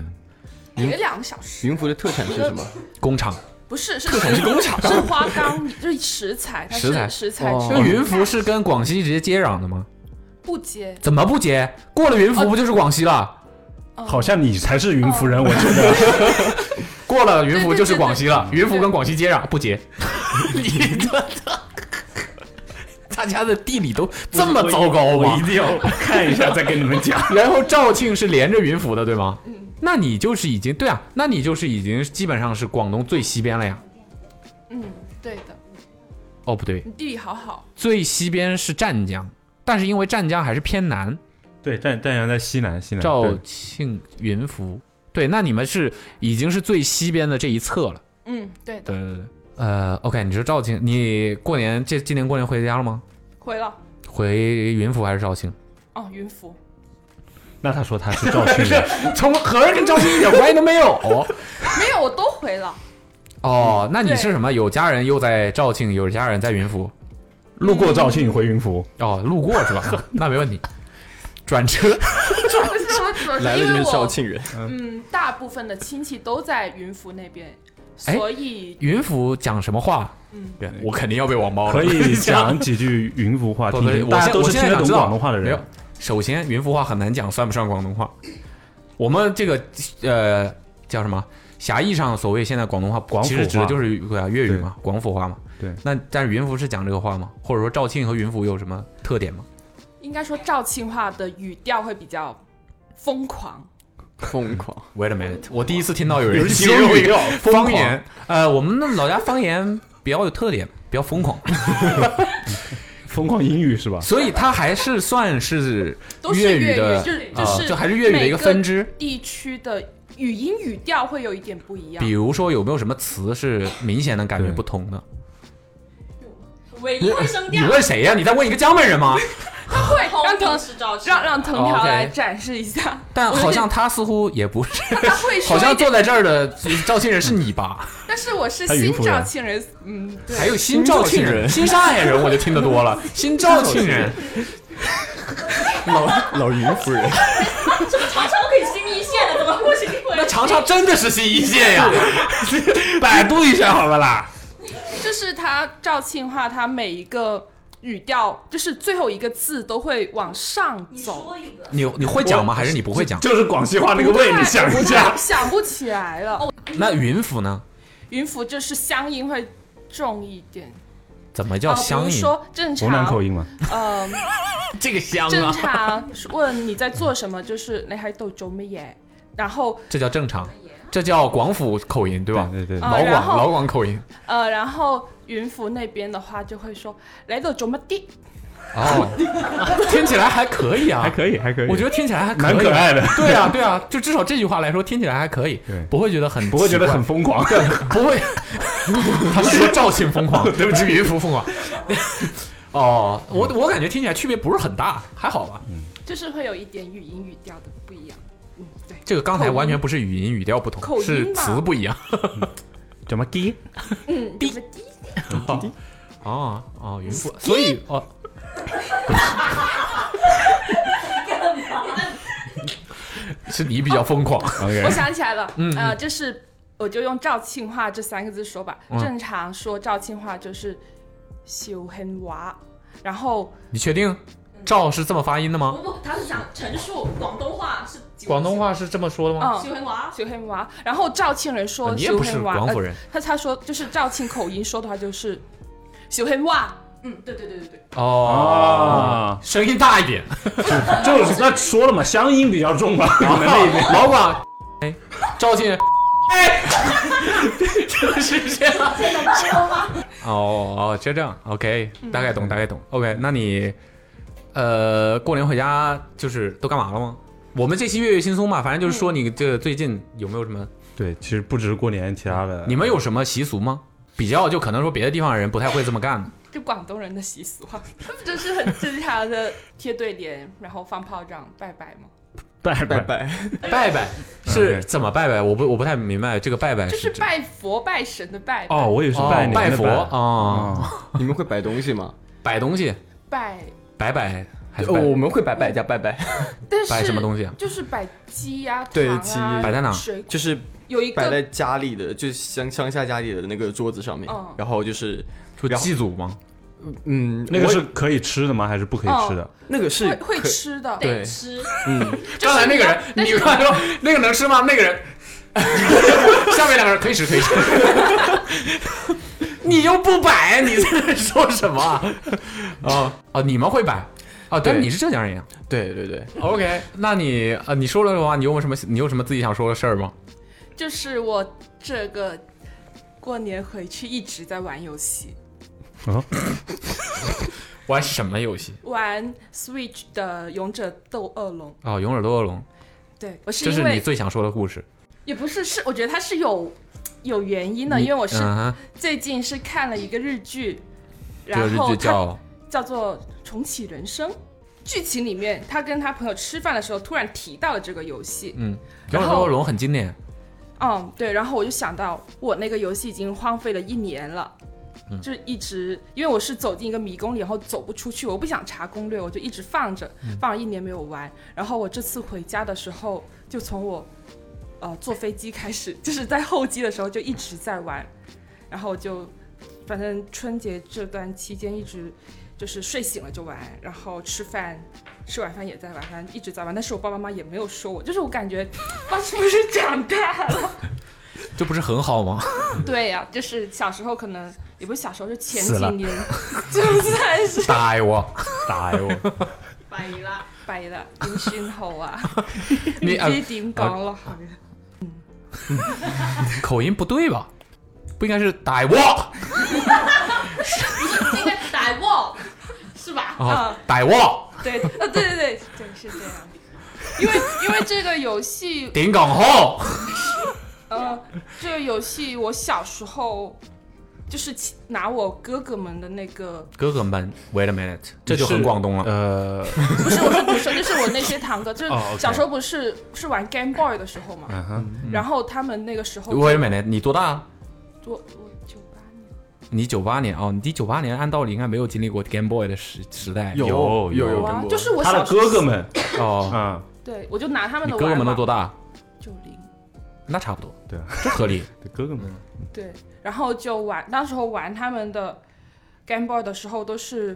Speaker 2: 也两个小时。
Speaker 10: 云浮的特产是什么？
Speaker 3: 工厂，
Speaker 2: 不是，是是工厂，是花岗，就是食材，它
Speaker 3: 食材
Speaker 2: 是食材
Speaker 10: 哦
Speaker 2: 之
Speaker 3: 那
Speaker 2: 一
Speaker 3: 云浮是跟广西直接接壤的吗？
Speaker 2: 不接，
Speaker 3: 怎么不接？过了云浮不就是广西了？
Speaker 2: 嗯
Speaker 5: 好像你才是云浮人，我觉得
Speaker 3: 过了云浮就是广西了，云浮跟广西接壤，不接。你这 大家的地理都这么糟糕
Speaker 5: 我一
Speaker 3: 吗？
Speaker 5: 定要看一下再跟你们讲。
Speaker 3: 然后肇庆是连着云浮的，对吗？
Speaker 2: 嗯
Speaker 3: 那你就是已经对啊，那你就是已经基本上是广东最西边了呀。
Speaker 2: 嗯，对的，
Speaker 3: 哦，不对，
Speaker 2: 你地理好好，
Speaker 3: 最西边是湛江，但是因为湛江还是偏南，
Speaker 5: 对，湛湛阳在西南，西南
Speaker 3: 肇庆云浮。对，那你们是已经是最西边的这一侧了。
Speaker 2: 嗯，对的，
Speaker 3: 对对对。呃，OK，你是肇庆，你过年这今年过年回家了吗？
Speaker 2: 回了，
Speaker 3: 回云浮还是肇庆？
Speaker 2: 哦，云浮，
Speaker 5: 那他说他是 肇庆人，
Speaker 3: 从合着跟肇庆一点关系都没有。
Speaker 2: 没有，我都回了，
Speaker 3: 哦，那你是什么？有家人又在肇庆，有家人在云浮，
Speaker 9: 路过肇庆回云浮。
Speaker 3: 哦，路过 是吧？那没问题。转车，
Speaker 2: 不是我主要
Speaker 10: 来
Speaker 2: 是
Speaker 10: 了
Speaker 2: 因
Speaker 10: 就
Speaker 2: 为
Speaker 10: 是肇
Speaker 2: 我
Speaker 10: 庆人，
Speaker 2: 嗯，大部分的亲戚都在云浮那边，
Speaker 3: 哎
Speaker 2: 所以
Speaker 3: 云浮讲什么话？
Speaker 2: 嗯，
Speaker 3: 我肯定要被网猫了。
Speaker 9: 可以讲几句云 浮话，
Speaker 3: 不
Speaker 9: 听
Speaker 3: 不是
Speaker 9: 听。
Speaker 3: 我
Speaker 9: 大
Speaker 3: 现
Speaker 9: 家都
Speaker 3: 我
Speaker 9: 是
Speaker 3: 现
Speaker 9: 听
Speaker 3: 在想
Speaker 9: 得懂
Speaker 3: 知道
Speaker 9: 广东话的
Speaker 3: 没有
Speaker 9: 人，，
Speaker 3: 首先云浮话很难讲，算不上广东话。我们这个呃叫什么？狭义上所谓现在广东话，
Speaker 9: 广府
Speaker 3: 其实指的
Speaker 9: 话
Speaker 3: 就是对啊粤语嘛，广府话嘛。
Speaker 9: 对
Speaker 3: 那但是云浮是讲这个话吗？或者说肇庆和云浮有什么特点吗？
Speaker 2: 应该说肇庆话的语调会比较疯狂。
Speaker 10: 疯狂。
Speaker 3: Wait a minute，我第一次听到有
Speaker 9: 有
Speaker 3: 人
Speaker 9: 人
Speaker 3: 形容一
Speaker 9: 形容
Speaker 3: 个
Speaker 9: 一个
Speaker 3: 方言。呃，我们的老家方言比较有特点，比较疯狂，
Speaker 9: 疯狂英语是吧？
Speaker 3: 所以它还是算是
Speaker 2: 都是
Speaker 3: 粤
Speaker 2: 粤
Speaker 3: 语
Speaker 2: 语
Speaker 3: 的，
Speaker 2: 就是
Speaker 3: 啊
Speaker 2: 就是
Speaker 3: 就还是粤语的一
Speaker 2: 每个
Speaker 3: 个分支。
Speaker 2: 地区的语音语调会有一点不一样
Speaker 3: 比。如说有没有什么词是明显的感觉不同 的？
Speaker 6: 尾
Speaker 3: 你
Speaker 6: 音会升
Speaker 3: 你
Speaker 6: 调，
Speaker 3: 问谁呀、你在问一个江门 人吗？
Speaker 2: 会让
Speaker 6: 让
Speaker 2: 腾
Speaker 6: 腾是肇庆，
Speaker 2: 让让藤
Speaker 3: 哦
Speaker 2: 条
Speaker 3: ，OK
Speaker 2: 来展示一下，
Speaker 3: 但好像他似乎也 不是，
Speaker 2: 他会说
Speaker 3: 好
Speaker 2: 一
Speaker 3: 像
Speaker 2: 点
Speaker 3: 坐在这儿的肇庆人是你吧？
Speaker 2: 但是我是
Speaker 9: 他云
Speaker 2: 新
Speaker 9: 浮
Speaker 2: 肇
Speaker 9: 人
Speaker 2: 庆人，嗯，对，
Speaker 3: 还有新肇庆人、新上海人，我就听得 多了。新肇庆人，
Speaker 10: 老 老云夫人，
Speaker 6: 这个长沙可以新一线的，怎么不行？
Speaker 3: 那长沙真的是新一线呀！百度一下好吧啦。
Speaker 2: 就是他肇庆话，他每一个语调，就是最后一个字都会往上走。
Speaker 3: 你你会讲吗？还是你不会 讲？
Speaker 9: 就是广西话那个
Speaker 2: 对，啊
Speaker 9: 味，你想一下
Speaker 2: 我。想不起来了。
Speaker 3: 那云府呢？
Speaker 2: 哦云浮就是乡音会重一点，
Speaker 3: 怎么
Speaker 2: 啊，
Speaker 3: 叫
Speaker 2: 比
Speaker 3: 乡
Speaker 2: 如
Speaker 3: 音？
Speaker 2: 说正
Speaker 9: 湖南口
Speaker 2: 常，
Speaker 9: 音嘛，
Speaker 2: 嗯，
Speaker 3: 这个乡
Speaker 2: 正，常问你在做什么，就是你还都做乜嘢，然后
Speaker 3: 这叫正常，这叫广府口音对吧？
Speaker 9: 对对对
Speaker 2: 啊
Speaker 3: 老
Speaker 2: 然
Speaker 3: 广
Speaker 2: 后
Speaker 3: 老广口音。
Speaker 2: 呃，然后云浮那边的话就会说来到做乜的，
Speaker 3: 哦，听起来还可以啊，
Speaker 9: 还可以，还可以。
Speaker 3: 我觉得听起来还
Speaker 9: 蛮可爱的
Speaker 3: 对啊，对啊，就至少这句话来说，听起来还可以
Speaker 9: 对，
Speaker 3: 不会觉得很
Speaker 9: 不会觉得很
Speaker 3: 奇
Speaker 9: 疯狂。
Speaker 3: 怪不 会。他是说肇庆疯狂，对不起，云浮疯狂。哦，我我感觉听起来区别不是很大，还好吧。
Speaker 9: 嗯
Speaker 2: 就是会有一点语音语调的不一样。嗯，对，
Speaker 3: 这个刚才完全不是语音语调不
Speaker 2: 口
Speaker 3: 同，
Speaker 2: 音
Speaker 3: 是
Speaker 2: 吧
Speaker 3: 词不一样。
Speaker 9: 怎么鸡？
Speaker 2: 嗯，就是滴
Speaker 3: 哦哦，云浮，所以哦。哦是你比较疯狂，
Speaker 2: 我
Speaker 9: OK，
Speaker 2: 想起来了，
Speaker 9: 嗯
Speaker 2: 呃，就是我就用肇庆话这三个字说吧。
Speaker 9: 嗯
Speaker 2: 正常说肇庆话就是“修很娃”，然后
Speaker 3: 你确定赵是这么发音的吗？
Speaker 6: 不不，他是讲陈述广东话是
Speaker 3: 广东话是这么说的吗？
Speaker 2: 嗯
Speaker 6: 喜欢
Speaker 2: “
Speaker 6: 娃，
Speaker 2: 修很娃”，然后肇庆人
Speaker 3: 啊
Speaker 2: 说“
Speaker 3: 你也不
Speaker 2: 修
Speaker 3: 是
Speaker 2: 很娃呃
Speaker 3: 广”，府人，
Speaker 2: 他他说就是肇庆口音说的话就是“修很娃
Speaker 6: 嗯，对对对对对，
Speaker 3: 哦，
Speaker 9: 啊，
Speaker 3: 声音大一点。
Speaker 9: 就是那说了嘛，乡音比较重嘛，你们那 边。
Speaker 3: 老广，哎，赵进，哎，就是这样。哦哦，就这样，OK，大概懂，大概懂，OK。那你，呃，过年回家就是都干嘛了吗？我们这期月月轻松嘛，反正就是说你这最近有没有什么？
Speaker 9: 对，其实不只是过年，其他的
Speaker 3: 你们有什么习俗吗？比较就可能说别的地方人不太会这么干的。”，
Speaker 2: 就广东人的习俗啊，他们就是很正常的贴对联，然后放炮仗拜拜嘛。
Speaker 9: 拜
Speaker 10: 拜
Speaker 9: 拜。
Speaker 10: 拜。
Speaker 3: 拜拜是
Speaker 9: OK
Speaker 3: 怎么拜拜？我不我不太明白这个拜拜
Speaker 2: 就是
Speaker 3: 指
Speaker 2: 拜佛拜神的拜，
Speaker 9: 哦，我也是
Speaker 3: 哦
Speaker 9: 拜年的
Speaker 3: 拜佛啊，
Speaker 9: 啊，
Speaker 10: 你们会摆东西 吗？
Speaker 3: 摆东西，
Speaker 2: 拜，
Speaker 3: 摆摆还是
Speaker 10: 呃，
Speaker 3: 摆
Speaker 10: 我们会摆摆加拜拜，
Speaker 2: 但是
Speaker 3: 摆什么东西啊？
Speaker 2: 就是摆鸡呀、糖
Speaker 10: 对
Speaker 2: 啊
Speaker 10: 鸡
Speaker 3: 摆在哪
Speaker 2: 水果
Speaker 10: 就是
Speaker 2: 有一
Speaker 10: 摆在
Speaker 2: 个
Speaker 10: 家里的，就是乡乡下家里的那个桌子上面
Speaker 2: 嗯，
Speaker 10: 然后就是，
Speaker 3: 说
Speaker 10: 然后
Speaker 3: 祭祖吗？
Speaker 10: 嗯，
Speaker 9: 那个
Speaker 10: 我
Speaker 9: 是可以吃的吗？还是不可以吃的？
Speaker 3: 哦
Speaker 10: 那个是
Speaker 2: 会会
Speaker 10: 可，
Speaker 2: 吃的，
Speaker 10: 对，
Speaker 3: 哎
Speaker 6: 吃
Speaker 10: 嗯，
Speaker 3: 刚才那个人，你看说那个能吃吗？那个人， 下面两个人可以吃，可以吃。 你又不摆，你在这说什么啊？哦哦，你们会摆哦，但是
Speaker 10: 对
Speaker 3: 你是浙江人呀。
Speaker 10: 对对对，
Speaker 3: OK，那你呃，你说了的话，你有没有什么？你有什么自己想说的事儿吗？
Speaker 2: 就是我这个过年回去一直在玩游戏，
Speaker 3: 玩什么游戏？
Speaker 2: 玩 Switch 的《勇者斗恶龙》。
Speaker 3: 哦，勇者斗恶龙，
Speaker 2: 对我是
Speaker 3: 这
Speaker 2: 因
Speaker 3: 是你
Speaker 2: 为
Speaker 3: 最想说的故事。
Speaker 2: 也不是是，我觉得它是有有原因的，
Speaker 3: 你
Speaker 2: 因为我是
Speaker 3: 嗯哼
Speaker 2: 最近是看了一个日剧，
Speaker 3: 这个
Speaker 2: 然
Speaker 3: 日
Speaker 2: 后
Speaker 3: 剧
Speaker 2: 它
Speaker 3: 叫
Speaker 2: 叫做《重启人生》。剧情里面，他跟他朋友吃饭的时候突然提到了这个游戏，
Speaker 3: 嗯，
Speaker 2: 然
Speaker 3: 勇
Speaker 2: 后
Speaker 3: 者斗恶龙很经典，
Speaker 2: 嗯，对，然后我就想到我那个游戏已经荒废了一年了。就是一直，因为我是走进一个迷宫里，然后走不出去，我不想查攻略，我就一直放着，放了一年没有玩。然后我这次回家的时候，就从我，呃，坐飞机开始，就是在候机的时候就一直在玩。然后我就，反正春节这段期间一直就是睡醒了就玩，然后吃饭，吃晚饭也在玩，反正一直在玩。但是我爸爸妈妈也没有说我，就是我感觉，爸是不是长大了？
Speaker 3: 这不是很好吗？
Speaker 2: 对呀、就是小时候可能也不是小时候，就前
Speaker 3: 死
Speaker 2: 几
Speaker 3: 了
Speaker 2: 年就算是
Speaker 3: 打我，
Speaker 5: 打 我！
Speaker 2: 白了，白了，点算好啊？
Speaker 3: 你呃啊
Speaker 2: 唔知點講落去。
Speaker 3: 口音不对吧？不应该是打我
Speaker 11: 应该打我，是吧？
Speaker 2: 嗯
Speaker 3: 啊，打我
Speaker 2: 对，啊，对对对，对是这样。因为因为这个游戏，
Speaker 3: 顶港号，
Speaker 2: 呃，这个游戏我小时候就是其拿我哥哥们的那个，
Speaker 3: 哥哥们，Wait a minute，这就很广东了。
Speaker 5: 呃，
Speaker 2: 不是我说不是，就是我那些堂哥，就是
Speaker 3: 哦，OK
Speaker 2: 小时候不是是玩 Game Boy 的时候嘛，
Speaker 3: 嗯
Speaker 5: 嗯
Speaker 3: 哼
Speaker 2: 然后他们那个时候就
Speaker 3: Wait a minute，你多大？
Speaker 2: 我我就
Speaker 3: 你九八年哦，你九八年按道理应该没有经历过 Game Boy 的时时代。
Speaker 5: 有有有有啊 Game Boy
Speaker 2: 就是我
Speaker 3: 他
Speaker 2: 小
Speaker 3: 的
Speaker 2: 时候
Speaker 3: 哥哥们哦，
Speaker 5: 嗯，
Speaker 2: 对我就拿他们
Speaker 3: 你
Speaker 2: 的
Speaker 3: 哥哥
Speaker 2: 玩
Speaker 3: 们
Speaker 2: 嘛
Speaker 3: 都多大？
Speaker 2: 九零。
Speaker 3: 那差不多，
Speaker 5: 对，
Speaker 3: 这合理。
Speaker 5: 哥哥们，
Speaker 2: 对，然后就玩，那时候玩他们的 Game Boy 的时候都是。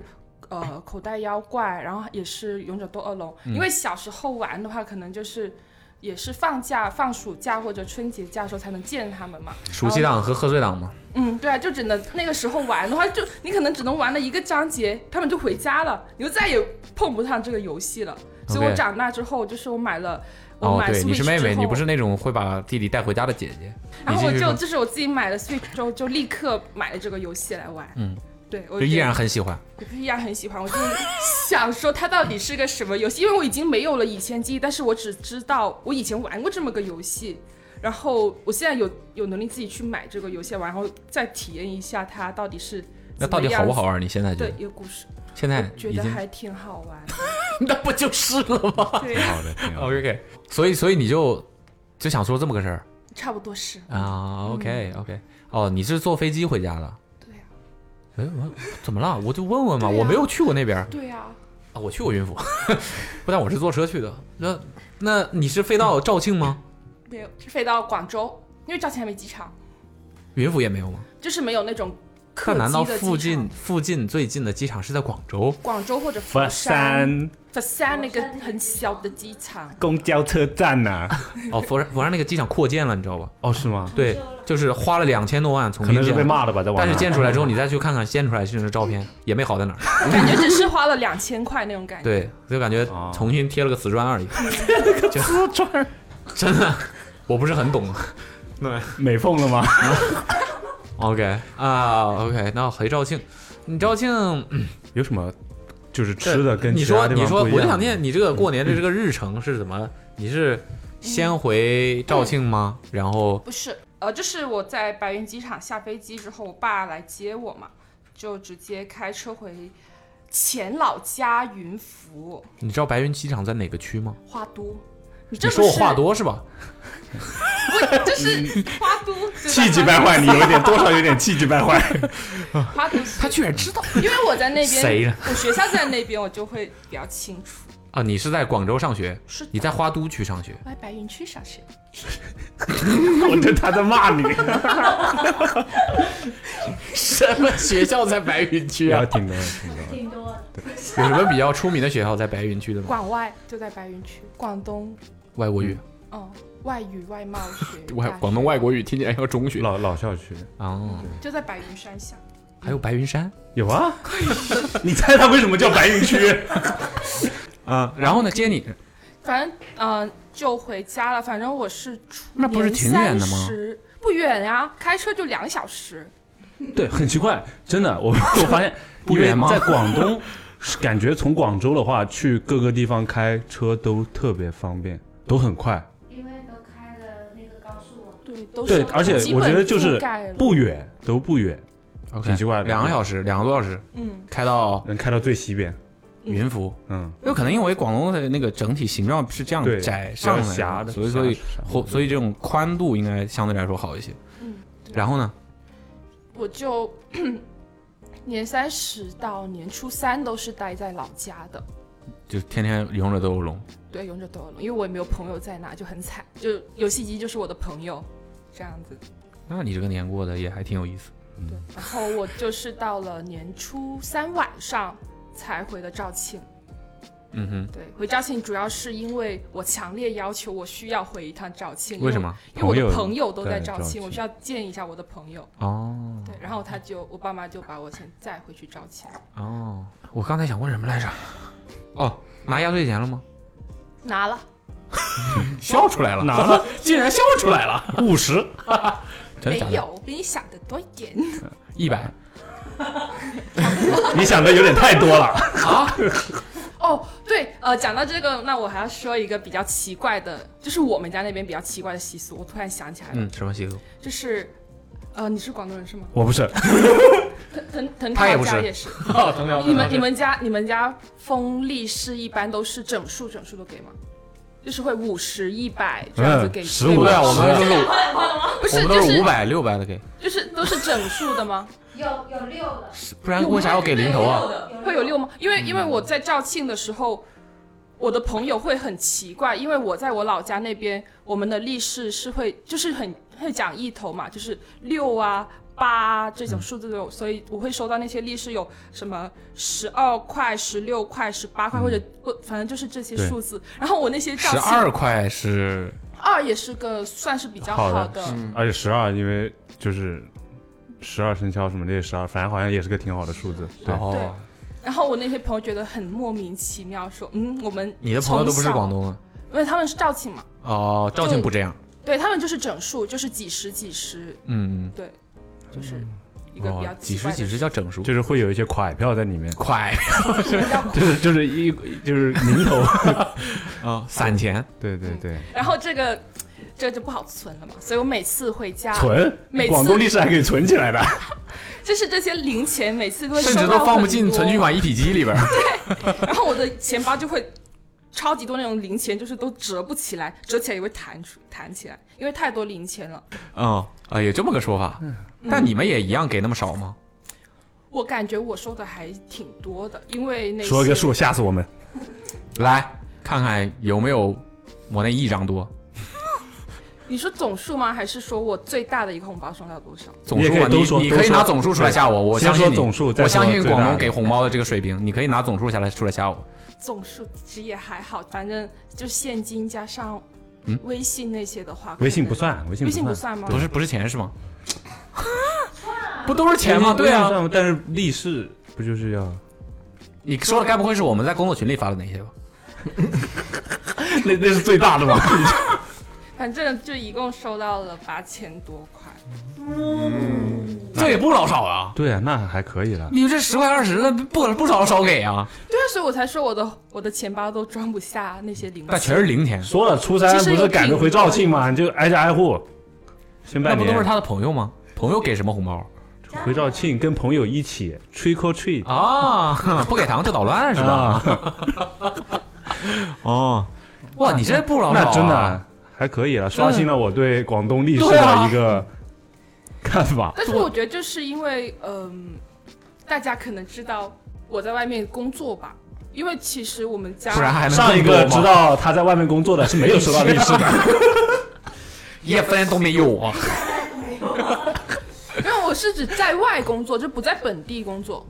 Speaker 2: 呃，口袋妖怪，然后也是勇者斗恶龙。
Speaker 3: 嗯
Speaker 2: 因为小时候玩的话，可能就是也是放假、放暑假或者春节假的时候才能见他们嘛。
Speaker 3: 暑期
Speaker 2: 然后
Speaker 3: 档和贺岁档嘛，
Speaker 2: 嗯，对啊，就只能那个时候玩的话，就你可能只能玩了一个章节，他们就回家了，你就再也碰不上这个游戏了。所以我
Speaker 3: OK
Speaker 2: 长大之后，就是我买了，我
Speaker 3: 哦，
Speaker 2: 买
Speaker 3: 对，你是
Speaker 2: Switch
Speaker 3: 妹妹，
Speaker 2: 之后
Speaker 3: 你不是那种会把弟弟带回家的姐姐。
Speaker 2: 然后我
Speaker 3: 你这
Speaker 2: 就
Speaker 3: 种
Speaker 2: 就是我自己买了 Switch 之后，就立刻买了这个游戏来玩。
Speaker 3: 嗯，
Speaker 2: 对，我
Speaker 3: 就依
Speaker 2: 觉得
Speaker 3: 然很喜欢。
Speaker 2: 我依然很喜欢，我就想说它到底是个什么游戏，因为我已经没有了以前记忆，但是我只知道我以前玩过这么个游戏，然后我现在有有能力自己去买这个游戏玩，然后再体验一下它到底是
Speaker 3: 那
Speaker 2: 怎
Speaker 3: 到
Speaker 2: 么
Speaker 3: 底
Speaker 2: 样
Speaker 3: 好不
Speaker 2: 子
Speaker 3: 好啊玩你现在觉
Speaker 2: 对
Speaker 3: 得
Speaker 2: 有故事，
Speaker 3: 现在
Speaker 2: 我觉
Speaker 3: 已
Speaker 2: 得
Speaker 3: 经
Speaker 2: 还挺好玩。
Speaker 3: 那不就是了吗？
Speaker 2: 好
Speaker 5: 的
Speaker 3: ，OK。所以，所以你就就想说这么个事儿
Speaker 2: 差不多是。
Speaker 3: 啊？OK
Speaker 2: 嗯
Speaker 3: OK。哦，你是坐飞机回家的？
Speaker 2: 啊
Speaker 3: 对呀。哎，我怎么了？我就问问嘛，我没有去过那边儿
Speaker 2: 对呀、
Speaker 3: 啊，我去过云浮， 不但我是坐车去的。那那你是飞到肇庆吗？
Speaker 2: 没有，是飞到广州，因为肇庆还没机场，
Speaker 3: 云浮也没有吗？
Speaker 2: 就是没有那种客
Speaker 3: 那难道
Speaker 2: 机的机
Speaker 3: 附
Speaker 2: 场
Speaker 3: 近附近最近的机场是在广州？
Speaker 2: 广州或者佛
Speaker 5: 佛山
Speaker 2: 佛山那个很小的机场，
Speaker 5: 公交车站呐、
Speaker 3: 哦，佛山佛山那个机场扩建了，你知道吧？
Speaker 5: 哦，是吗？
Speaker 3: 对，就是花了两千多万重
Speaker 5: 可
Speaker 3: 新建，
Speaker 5: 能是被骂了吧在网
Speaker 3: 但
Speaker 5: 上
Speaker 3: 是建出来之 后，你再去看看建出来是的照
Speaker 2: 嗯
Speaker 3: 片，也没好在哪儿。
Speaker 2: 感觉只是花了两千块那种感觉。
Speaker 3: 对，就感觉重新贴了个瓷砖而已。
Speaker 2: 对，瓷砖。
Speaker 3: 真的， 我不是很懂。对，
Speaker 5: 美缝了吗
Speaker 3: ？OK 啊，OK，那回肇庆，你肇庆嗯
Speaker 5: 有什么就是吃的跟
Speaker 3: 你
Speaker 5: 其他
Speaker 3: 说
Speaker 5: 地
Speaker 3: 你
Speaker 5: 方
Speaker 3: 说，
Speaker 5: 不一样
Speaker 3: 我就想念你这个过年的这个日程是怎么？你是先回肇庆吗？然后
Speaker 2: 不是，呃，就是我在白云机场下飞机之后，我爸来接我嘛，就直接开车回前老家云浮
Speaker 3: 你知道白云机场在哪个区吗？
Speaker 2: 花都。你
Speaker 3: 你
Speaker 2: 这
Speaker 3: 说
Speaker 2: 不
Speaker 3: 我
Speaker 2: 是
Speaker 3: 话，多是吧？
Speaker 2: 不就是花都
Speaker 5: 气急败坏，你有点多少有点气急 败坏。
Speaker 2: 花都。他
Speaker 3: 居然知道，
Speaker 2: 因为我在那边，
Speaker 3: 谁呀
Speaker 2: 我学校在那边，我就会比较清楚。
Speaker 3: 啊，你是在广州上学
Speaker 2: 是的，
Speaker 3: 你在花都区上学。
Speaker 2: 我在哎白云区上学，
Speaker 5: 我觉得他在骂你。
Speaker 3: 什么学校在白云区
Speaker 5: 啊？挺多挺多。
Speaker 2: 挺多的。
Speaker 3: 有什么比较出名的学校在白云区的吗？
Speaker 2: 广外就在白云区，广东，
Speaker 3: 外国语，
Speaker 2: 哦，外语外贸学
Speaker 3: 外
Speaker 2: 大学
Speaker 3: 广东外国语听起来像中学。
Speaker 5: 老老校区
Speaker 3: 哦，
Speaker 2: 就在白云山下。
Speaker 3: 还有白云山，
Speaker 5: 有啊。你猜 他为什么叫白云区？
Speaker 3: 啊，然后呢，接你，
Speaker 2: 反正呃，就回家了。反正我是初
Speaker 3: 那不是挺远的吗
Speaker 2: 30？不远呀、开车就两小时。
Speaker 5: 对，很奇怪，真的，我我发现，
Speaker 3: 不
Speaker 5: 因为
Speaker 3: 远吗
Speaker 5: 在广 东，是感觉从广州的话去各个地方开车都特别方便，都很快。
Speaker 7: 因为都开了那个高速网，
Speaker 2: 对，都
Speaker 5: 对，而且我觉得就是不远，都不远
Speaker 3: OK，
Speaker 5: 挺奇怪的，
Speaker 3: 两个小时，两个多小时，
Speaker 2: 嗯，
Speaker 3: 开到
Speaker 5: 能开到最西边。
Speaker 3: 云浮，
Speaker 5: 嗯，
Speaker 3: 有可能因为广东的那个整体形状是这样
Speaker 5: 对
Speaker 3: 窄
Speaker 5: 比较
Speaker 3: 上来
Speaker 5: 狭的
Speaker 3: 所以
Speaker 5: 狭
Speaker 3: 所以
Speaker 5: 窄
Speaker 3: 或所以这种宽度应该相对来说好一些。
Speaker 2: 嗯，
Speaker 3: 然后呢，
Speaker 2: 我就 年三十到年初三都是待在老家的，
Speaker 3: 就天天勇者斗恶龙，
Speaker 2: 对，勇者斗恶龙，因为我也没有朋友在那，就很惨，就游戏机就是我的朋友，这样子。
Speaker 3: 那你这个年过得也还挺有意思。
Speaker 2: 然后我就是到了年初三晚上才回的肇庆。
Speaker 3: 嗯哼，
Speaker 2: 对，回肇庆主要是因为我强烈要求我需要回一趟肇庆。因
Speaker 3: 为什么
Speaker 2: 因为我的
Speaker 5: 朋
Speaker 2: 朋
Speaker 5: 友
Speaker 2: 友都在
Speaker 5: 在肇
Speaker 2: 庆，
Speaker 5: 庆
Speaker 2: 我需要见一下我的朋友。
Speaker 3: 哦
Speaker 2: 对，然后他就我爸妈就把我先载回去肇庆。
Speaker 3: 哦，我刚才想问什么来着？哦，拿压岁钱了吗？
Speaker 2: 拿了，
Speaker 3: 笑出来了，
Speaker 5: 拿 了，
Speaker 3: 竟然笑出来了，
Speaker 5: 五十，
Speaker 3: 真
Speaker 2: 没
Speaker 3: 的假的？
Speaker 2: 有，比你想的多一点。
Speaker 3: 一百
Speaker 5: 你想的有点太多了
Speaker 3: 啊！
Speaker 2: 哦，对，呃，讲到这个，那我还要说一个比较奇怪的，就是我们家那边比较奇怪的习俗。我突然想起来了，
Speaker 3: 嗯，什么习俗？
Speaker 2: 就是，呃，你是广东人是吗？
Speaker 5: 我不是，
Speaker 2: 藤藤藤
Speaker 3: 他也
Speaker 2: 条
Speaker 3: 不
Speaker 2: 家
Speaker 3: 是
Speaker 2: 也是。
Speaker 3: 哦藤 条
Speaker 2: 你们
Speaker 3: 藤
Speaker 5: 嗯
Speaker 3: 条
Speaker 2: 你们家你们家封利是一般都是整数整数都给吗？就是会五十一百这样子给
Speaker 5: 嗯
Speaker 2: 给
Speaker 5: 15
Speaker 2: 吗
Speaker 5: 对啊我们
Speaker 3: 都是
Speaker 2: 不
Speaker 3: 我
Speaker 2: 是
Speaker 3: 们都
Speaker 2: 就是
Speaker 3: 五百六百的给，
Speaker 2: 就是都是整数的吗？
Speaker 7: 有有六的，
Speaker 3: 不然为啥要给零头啊？
Speaker 2: 会有六吗？因为因为我在肇庆的时候，我的朋友会很奇怪，因为我在我老家那边，我们的历史是会就是很会讲一头嘛，就是六啊。八啊这种数字都有，所以我会收到那些历史有什么十二块、十六块、十八块，或者不，反正就是这些
Speaker 3: 嗯对
Speaker 2: 数字。然后我那些肇
Speaker 3: 十
Speaker 2: 庆
Speaker 3: 二块是
Speaker 2: 二也是个算是比较好
Speaker 5: 的，而且十二因为就是十二生肖什么这些十二，反正好像也是个挺好的数字，对。
Speaker 3: 哦，
Speaker 2: 然后我那些朋友觉得很莫名其妙，说嗯，我们
Speaker 3: 你的朋友都不
Speaker 2: 从
Speaker 3: 是
Speaker 2: 小
Speaker 3: 广，东啊？
Speaker 2: 因为他们是肇庆嘛，
Speaker 3: 哦，肇庆不这样。
Speaker 2: 对他们就是整数，就是几十几十，
Speaker 3: 嗯，哦
Speaker 2: 对，就是一个比较奇怪的
Speaker 3: 十叫整数，
Speaker 5: 就是会有一些蒯票在里面，
Speaker 3: 蒯
Speaker 5: 票 就是就是一就是零头
Speaker 3: 啊，散钱，
Speaker 5: 对对对，
Speaker 2: 然后这个这就不好存了嘛，所以我每次回家
Speaker 5: 存
Speaker 2: 每，次
Speaker 5: 广东历史还可以存起来的，
Speaker 2: 就是这些零钱，每次都会
Speaker 3: 甚
Speaker 2: 收
Speaker 3: 至
Speaker 2: 到
Speaker 3: 都放不
Speaker 2: 很
Speaker 3: 进
Speaker 2: 多
Speaker 3: 存取款一体机里边儿。
Speaker 2: 然后我的钱包就会超级多那种零钱，就是都折不起来，折起来也会弹出弹起来，因为太多零钱了。
Speaker 3: 嗯，啊，有这么个说法。
Speaker 2: 嗯
Speaker 3: 但你们也一样给那么少吗？
Speaker 2: 我感觉我收的还挺多的，因为那
Speaker 3: 说
Speaker 2: 些
Speaker 3: 个数
Speaker 5: 吓死我们！
Speaker 3: 来看看有没有我那一张多，
Speaker 2: 你说总数吗？还是说我最大的一个红包收到多少？
Speaker 3: 总数啊
Speaker 5: 你也可以都说
Speaker 3: 你你可
Speaker 5: 都
Speaker 3: 以
Speaker 5: 说
Speaker 3: 拿总数出来吓我，
Speaker 5: 对
Speaker 3: 我
Speaker 5: 先
Speaker 3: 相
Speaker 5: 说
Speaker 3: 信你
Speaker 5: 总数再
Speaker 3: 我
Speaker 5: 说
Speaker 3: 相信
Speaker 5: 最
Speaker 3: 广
Speaker 5: 大
Speaker 3: 东
Speaker 5: 的
Speaker 3: 给红包的这个水平，你可以拿总数下来出来吓我。
Speaker 2: 总数其实也还好，反正就现金加上
Speaker 3: 嗯
Speaker 2: 微信那些的话，
Speaker 3: 微信
Speaker 2: 可能
Speaker 3: 不算微信
Speaker 2: 微
Speaker 3: 不
Speaker 2: 信不
Speaker 3: 算
Speaker 2: 算吗？
Speaker 3: 不是不是钱是吗？不都是钱吗？对啊，
Speaker 5: 但是立誓不就是要？
Speaker 3: 你说的该不会是我们在工作群里发的那些吧？
Speaker 5: 那那是最大的吗？
Speaker 2: 反正就一共收到了八千多块。
Speaker 3: 这也不老少啊。
Speaker 5: 对啊，那还可以了。
Speaker 3: 你这十块二十的不不少少给啊，
Speaker 2: 对啊，所以我才说我的我的钱包都装不下那些零钱。
Speaker 3: 但全是零钱。
Speaker 5: 说了，初三不是赶着回肇庆吗？你就挨家挨户，先拜
Speaker 3: 那不
Speaker 5: 年。
Speaker 3: 都是他的朋友吗？朋友给什么红包
Speaker 5: 回肇庆跟朋友一起 trick or treat
Speaker 3: 啊？不给糖就捣乱是吧？哦，哇，你这不老少啊
Speaker 5: 那真的还可以了，刷新了我对广东历史
Speaker 2: 对啊
Speaker 5: 的一个看法。
Speaker 2: 但是我觉得就是因为，嗯、大家可能知道我在外面工作吧，因为其实我们家
Speaker 5: 上一个知道他在外面工作的是没有收到利是的，
Speaker 3: 一分都没有啊！
Speaker 2: 没有，我是指在外工作，就不在本地工作。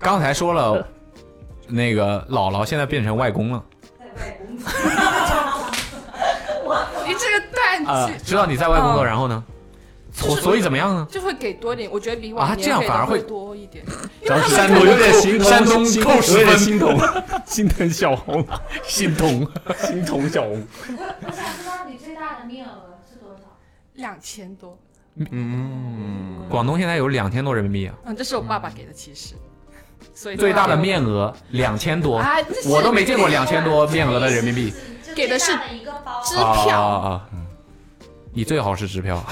Speaker 3: 刚才说了，那个姥姥现在变成外公了
Speaker 2: 你这个淡
Speaker 3: 啊
Speaker 2: 季，，
Speaker 3: 知道你在外工作，
Speaker 2: 嗯
Speaker 3: 然后呢？
Speaker 2: 就
Speaker 3: 所
Speaker 2: 是
Speaker 3: 所以怎么样呢？
Speaker 2: 就会给多一点，我觉得比
Speaker 3: 啊
Speaker 2: 往
Speaker 3: 这
Speaker 2: 年
Speaker 3: 样
Speaker 2: 给
Speaker 3: 反而
Speaker 2: 的
Speaker 3: 会
Speaker 2: 多一点。
Speaker 3: 山东有点心痛山东扣十分
Speaker 5: 有点心痛， 心疼小红，
Speaker 3: 心痛，
Speaker 5: 心疼小红。
Speaker 7: 我想知道你最大的面额是多少？
Speaker 2: 两千多，
Speaker 3: 嗯，广东现在有两千多人民币啊，
Speaker 2: 嗯，这是我爸爸给的，其实，所以
Speaker 3: 最大的面额两千多
Speaker 2: 啊这，是
Speaker 3: 我都没见过两千多面额的人民币。
Speaker 2: 给的是支票，
Speaker 3: 啊嗯啊啊！你最好是支票，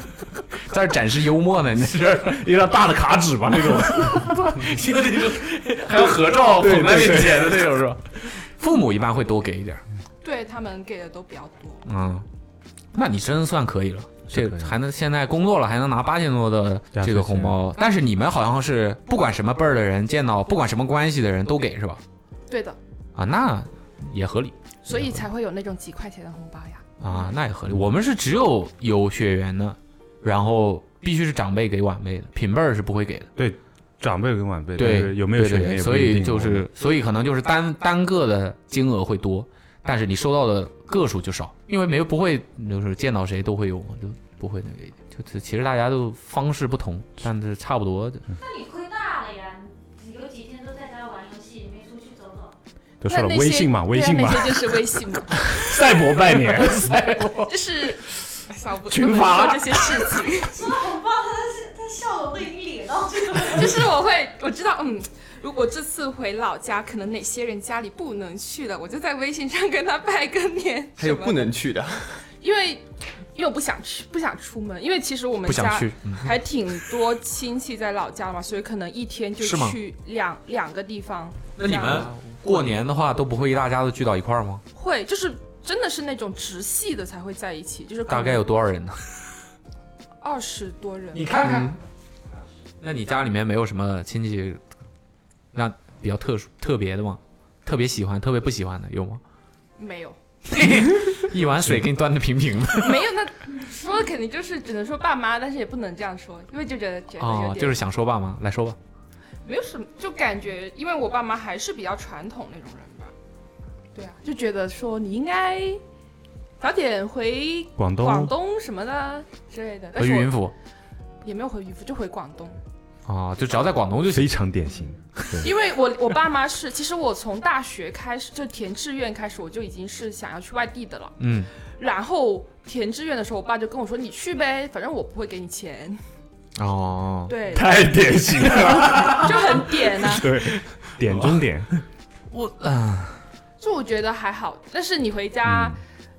Speaker 3: 在这展示幽默呢，你是
Speaker 5: 一张大的卡纸吧那种，
Speaker 3: 现在就是还有合照
Speaker 5: 对
Speaker 3: 捧在
Speaker 5: 对
Speaker 3: 面
Speaker 5: 对
Speaker 3: 前的那种是吧？父母一般会多给一点儿，
Speaker 2: 对他们给的都比较多。
Speaker 3: 嗯，那你真算可以了。这还能现在工作了，还能拿八千多的这个红包，但是你们好像是不管什么辈儿的人见到，不管什么关系的人都给是吧？
Speaker 2: 对的，
Speaker 3: 啊，那也合理
Speaker 2: 所以才会有那种几块钱的红包呀。
Speaker 3: 啊，那也合理。我们是只有有血缘的，然后必须是长辈给晚辈的，平辈儿是不会给的。
Speaker 5: 对， 长辈跟晚辈但
Speaker 3: 对
Speaker 5: 是有没有
Speaker 3: 对对
Speaker 5: 血缘也
Speaker 3: 所
Speaker 5: 不一
Speaker 3: 以
Speaker 5: 定哦
Speaker 3: 就是所以可能就是单单个的金额会多，但是你收到的个数就少，因为没有不会就是见到谁都会有嘛，就不会那个，就就其实大家都方式不同，但是差不多的。
Speaker 7: 那你亏大了呀！你有几天都在家玩游戏，没出去走走。
Speaker 5: 就说了微信嘛，微信
Speaker 2: 对
Speaker 5: 嘛
Speaker 2: 啊，那些就是微信 嘛，
Speaker 5: 赛博拜年，
Speaker 2: 就是哎算了不
Speaker 5: 群
Speaker 2: 不能
Speaker 5: 发
Speaker 2: 说这些事情。
Speaker 7: 说的很棒，他是他笑容都已经咧到这个。
Speaker 2: 就是我会我知道，嗯，如果这次回老家，可能哪些人家里不能去了，我就在微信上跟他拜个年。
Speaker 10: 还有不能去的，
Speaker 2: 因为因为我不想去，不想出门，因为其实我们
Speaker 10: 不想
Speaker 2: 家
Speaker 10: 去嗯
Speaker 2: 还挺多亲戚在老家嘛，所以可能一天就是
Speaker 3: 吗
Speaker 2: 去两两个地方。
Speaker 3: 那你
Speaker 2: 这
Speaker 3: 们
Speaker 2: 样
Speaker 3: 过年的话都不会一大家子聚到一块儿吗？
Speaker 2: 会就是真的是那种直系的才会在一起，就是
Speaker 3: 大概有多少人呢？
Speaker 2: 二十多人。
Speaker 3: 你看看，那你家里面没有什么亲戚，那比较特殊特别的吗？特别喜欢，特别不喜欢的有吗？
Speaker 2: 没有。
Speaker 3: 一碗水给你端的平平的。
Speaker 2: 没有，那说的肯定就是只能说爸妈，但是也不能这样说，因为就觉得觉得有
Speaker 3: 哦
Speaker 2: 点、，
Speaker 3: 就是想说爸妈，来说吧。
Speaker 2: 没有什么，就感觉因为我爸妈还是比较传统那种人吧，对啊，就觉得说你应该早点回
Speaker 3: 广东
Speaker 2: 广东什么的之类的，但
Speaker 3: 回
Speaker 2: 是我
Speaker 3: 云浮
Speaker 2: 也没有回云浮，就回广东，
Speaker 3: 哦，就只要在广东就
Speaker 5: 非常典型。
Speaker 2: 因为我我爸妈是，其实我从大学开始就填志愿开始，我就已经是想要去外地的了，
Speaker 3: 嗯，
Speaker 2: 然后填志愿的时候，我爸就跟我说你去呗，反正我不会给你钱。
Speaker 3: 哦，
Speaker 2: 对，
Speaker 5: 太典型了
Speaker 2: 就很典呐、
Speaker 5: 对， 点中点，
Speaker 3: 我啊，
Speaker 2: 就我觉得还好，但是你回家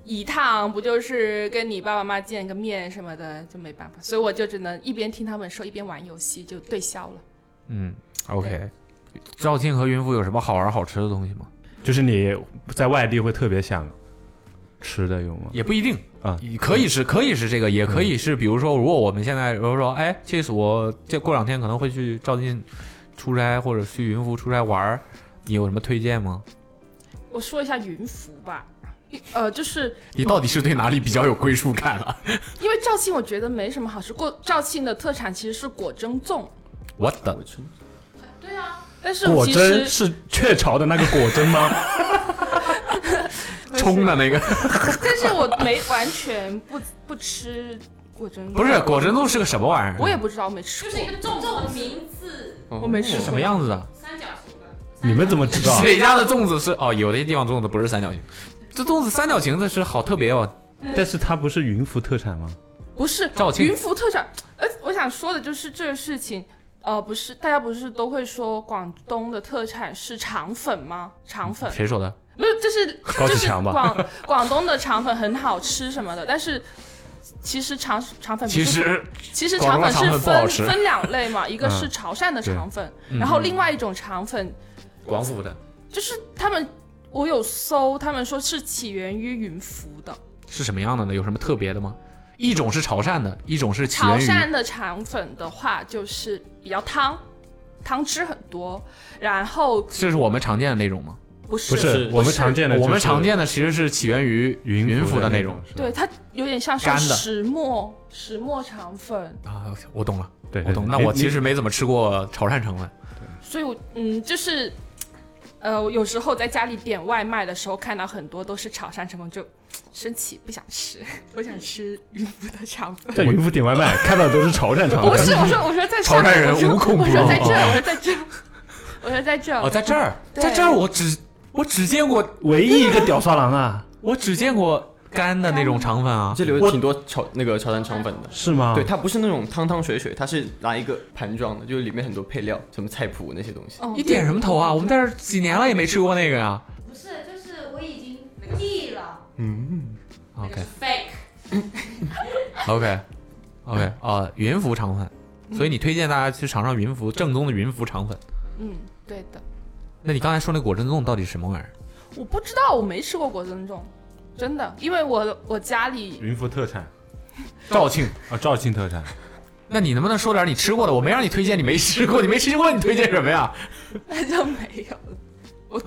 Speaker 2: 一趟，不就是跟你爸爸妈妈见个面什么的，就没办法，所以我就只能一边听他们说，一边玩游戏，就对消了。
Speaker 3: 嗯，OK。肇庆和云浮有什么好玩好吃的东西吗？
Speaker 5: 就是你在外地会特别想吃的有吗？
Speaker 3: 也不一定
Speaker 5: 啊，
Speaker 3: 可以是，可以是这个，也可以是，比如说，如果我们现在，比如说，哎，这是我这过两天可能会去肇庆出差，或者去云浮出差玩儿，你有什么推荐吗？
Speaker 2: 我说一下云浮吧，呃，就是
Speaker 3: 你到底是对哪里比较有归属感 啊
Speaker 2: 因为肇庆，我觉得没什么好吃。过肇庆的特产其实是果蒸粽，
Speaker 3: 我的
Speaker 2: 但是
Speaker 5: 果
Speaker 2: 其
Speaker 5: 真
Speaker 2: 实
Speaker 5: 是雀巢的那个果真吗？
Speaker 3: 冲的 那个
Speaker 2: 但是我没完全不不吃果蒸粽，
Speaker 3: 不是果珍粽是个什么玩意
Speaker 2: 我
Speaker 3: 儿？
Speaker 2: 也不知道，我没吃过，就是一个粽
Speaker 12: 粽
Speaker 2: 子名字，我没吃
Speaker 3: 是
Speaker 10: 哦
Speaker 2: 过
Speaker 3: 什么样子啊的？
Speaker 2: 三角形的。
Speaker 5: 你们怎么知道？
Speaker 3: 谁家的粽子是哦？有的地方粽子不是三角形，这粽子三角形的是好特别哦。
Speaker 5: 但是它不是云浮特产吗？
Speaker 2: 不是
Speaker 3: 肇庆
Speaker 2: 云浮特产。呃，我想说的就是这个事情，呃，不是大家不是都会说广东的特产是肠粉吗？肠粉
Speaker 3: 谁说的？
Speaker 2: 没有，就是
Speaker 3: 嗯高
Speaker 2: 就
Speaker 3: 启
Speaker 2: 是
Speaker 3: 强吧
Speaker 2: 广广东的肠粉很好吃什么的，但是其实肠肠粉不是
Speaker 3: 其实
Speaker 2: 其实
Speaker 3: 广
Speaker 2: 肠
Speaker 3: 东的
Speaker 2: 粉是
Speaker 3: 肠粉不好
Speaker 2: 分
Speaker 3: 吃
Speaker 2: 分两类嘛，一个是
Speaker 3: 嗯
Speaker 2: 潮汕的
Speaker 3: 对
Speaker 2: 肠粉，
Speaker 3: 嗯
Speaker 2: 然后另外一种肠粉
Speaker 3: 广府的
Speaker 2: 就是他们我有搜，他们说是起源于云浮的。
Speaker 3: 是什么样的呢？有什么特别的吗？一种是潮汕的，一种是起
Speaker 2: 潮
Speaker 3: 源于
Speaker 2: 汕的肠粉的话，就是比较汤，汤汁很多，然后
Speaker 3: 这是我们常见的那种吗？
Speaker 2: 不是不是
Speaker 5: 我们常见的就是
Speaker 3: 我们常见的其实是起源于云云浮的那种。
Speaker 2: 对它有点像是
Speaker 3: 干的
Speaker 2: 石磨石磨肠粉，
Speaker 3: 啊，我懂了，
Speaker 5: 对，
Speaker 3: 我懂。
Speaker 5: 对
Speaker 3: 那
Speaker 5: 你
Speaker 3: 我
Speaker 5: 你
Speaker 3: 其实没怎么吃过潮汕肠粉，
Speaker 2: 所以我嗯就是，呃，我有时候在家里点外卖的时候，看到很多都是潮汕肠粉，就生气不想吃， 我想吃云浮的肠粉。
Speaker 5: 在云浮点外 卖，看到的都是潮汕肠粉。
Speaker 2: 不是，我说我说在
Speaker 5: 潮
Speaker 2: 上
Speaker 5: 汕
Speaker 2: 海
Speaker 5: 人
Speaker 2: 我说
Speaker 5: 无孔不
Speaker 2: 我说在
Speaker 5: 入
Speaker 2: 这儿，
Speaker 5: 哦
Speaker 2: 我说在这儿，我说在这儿，
Speaker 3: 哦，在这儿，
Speaker 2: 对
Speaker 3: 在这儿我只我只见过
Speaker 5: 唯一一个屌刷狼啊，
Speaker 3: 我只见过干的那种肠粉啊，
Speaker 10: 这里有挺多潮那个潮汕肠粉的，
Speaker 5: 是嗯吗
Speaker 10: 对，它不是那种汤汤水水，它是拿一个盘装的，就是里面很多配料，什么菜谱那些东西。
Speaker 2: 哦
Speaker 3: 你点什么头啊？我们在这儿几年了也没吃过那个呀、
Speaker 7: 不是，就是我已经腻了
Speaker 3: 嗯，OK
Speaker 7: ，fake。
Speaker 3: OK， OK，呃，云浮肠粉，所以你推荐大家去尝尝云浮正宗的云浮肠粉。
Speaker 2: 嗯，对的。
Speaker 3: 那你刚才说那果珍粽到底是什么玩意儿？
Speaker 2: 我不知道，我没吃过果珍粽，真的，因为我我家里
Speaker 5: 云浮特产，
Speaker 3: 哦肇庆
Speaker 5: 啊，肇庆特产。
Speaker 3: 那你能不能说点你吃过的？我没让你推荐，你没吃过，你没吃过，你推荐什么呀？
Speaker 2: 那 就没有了。我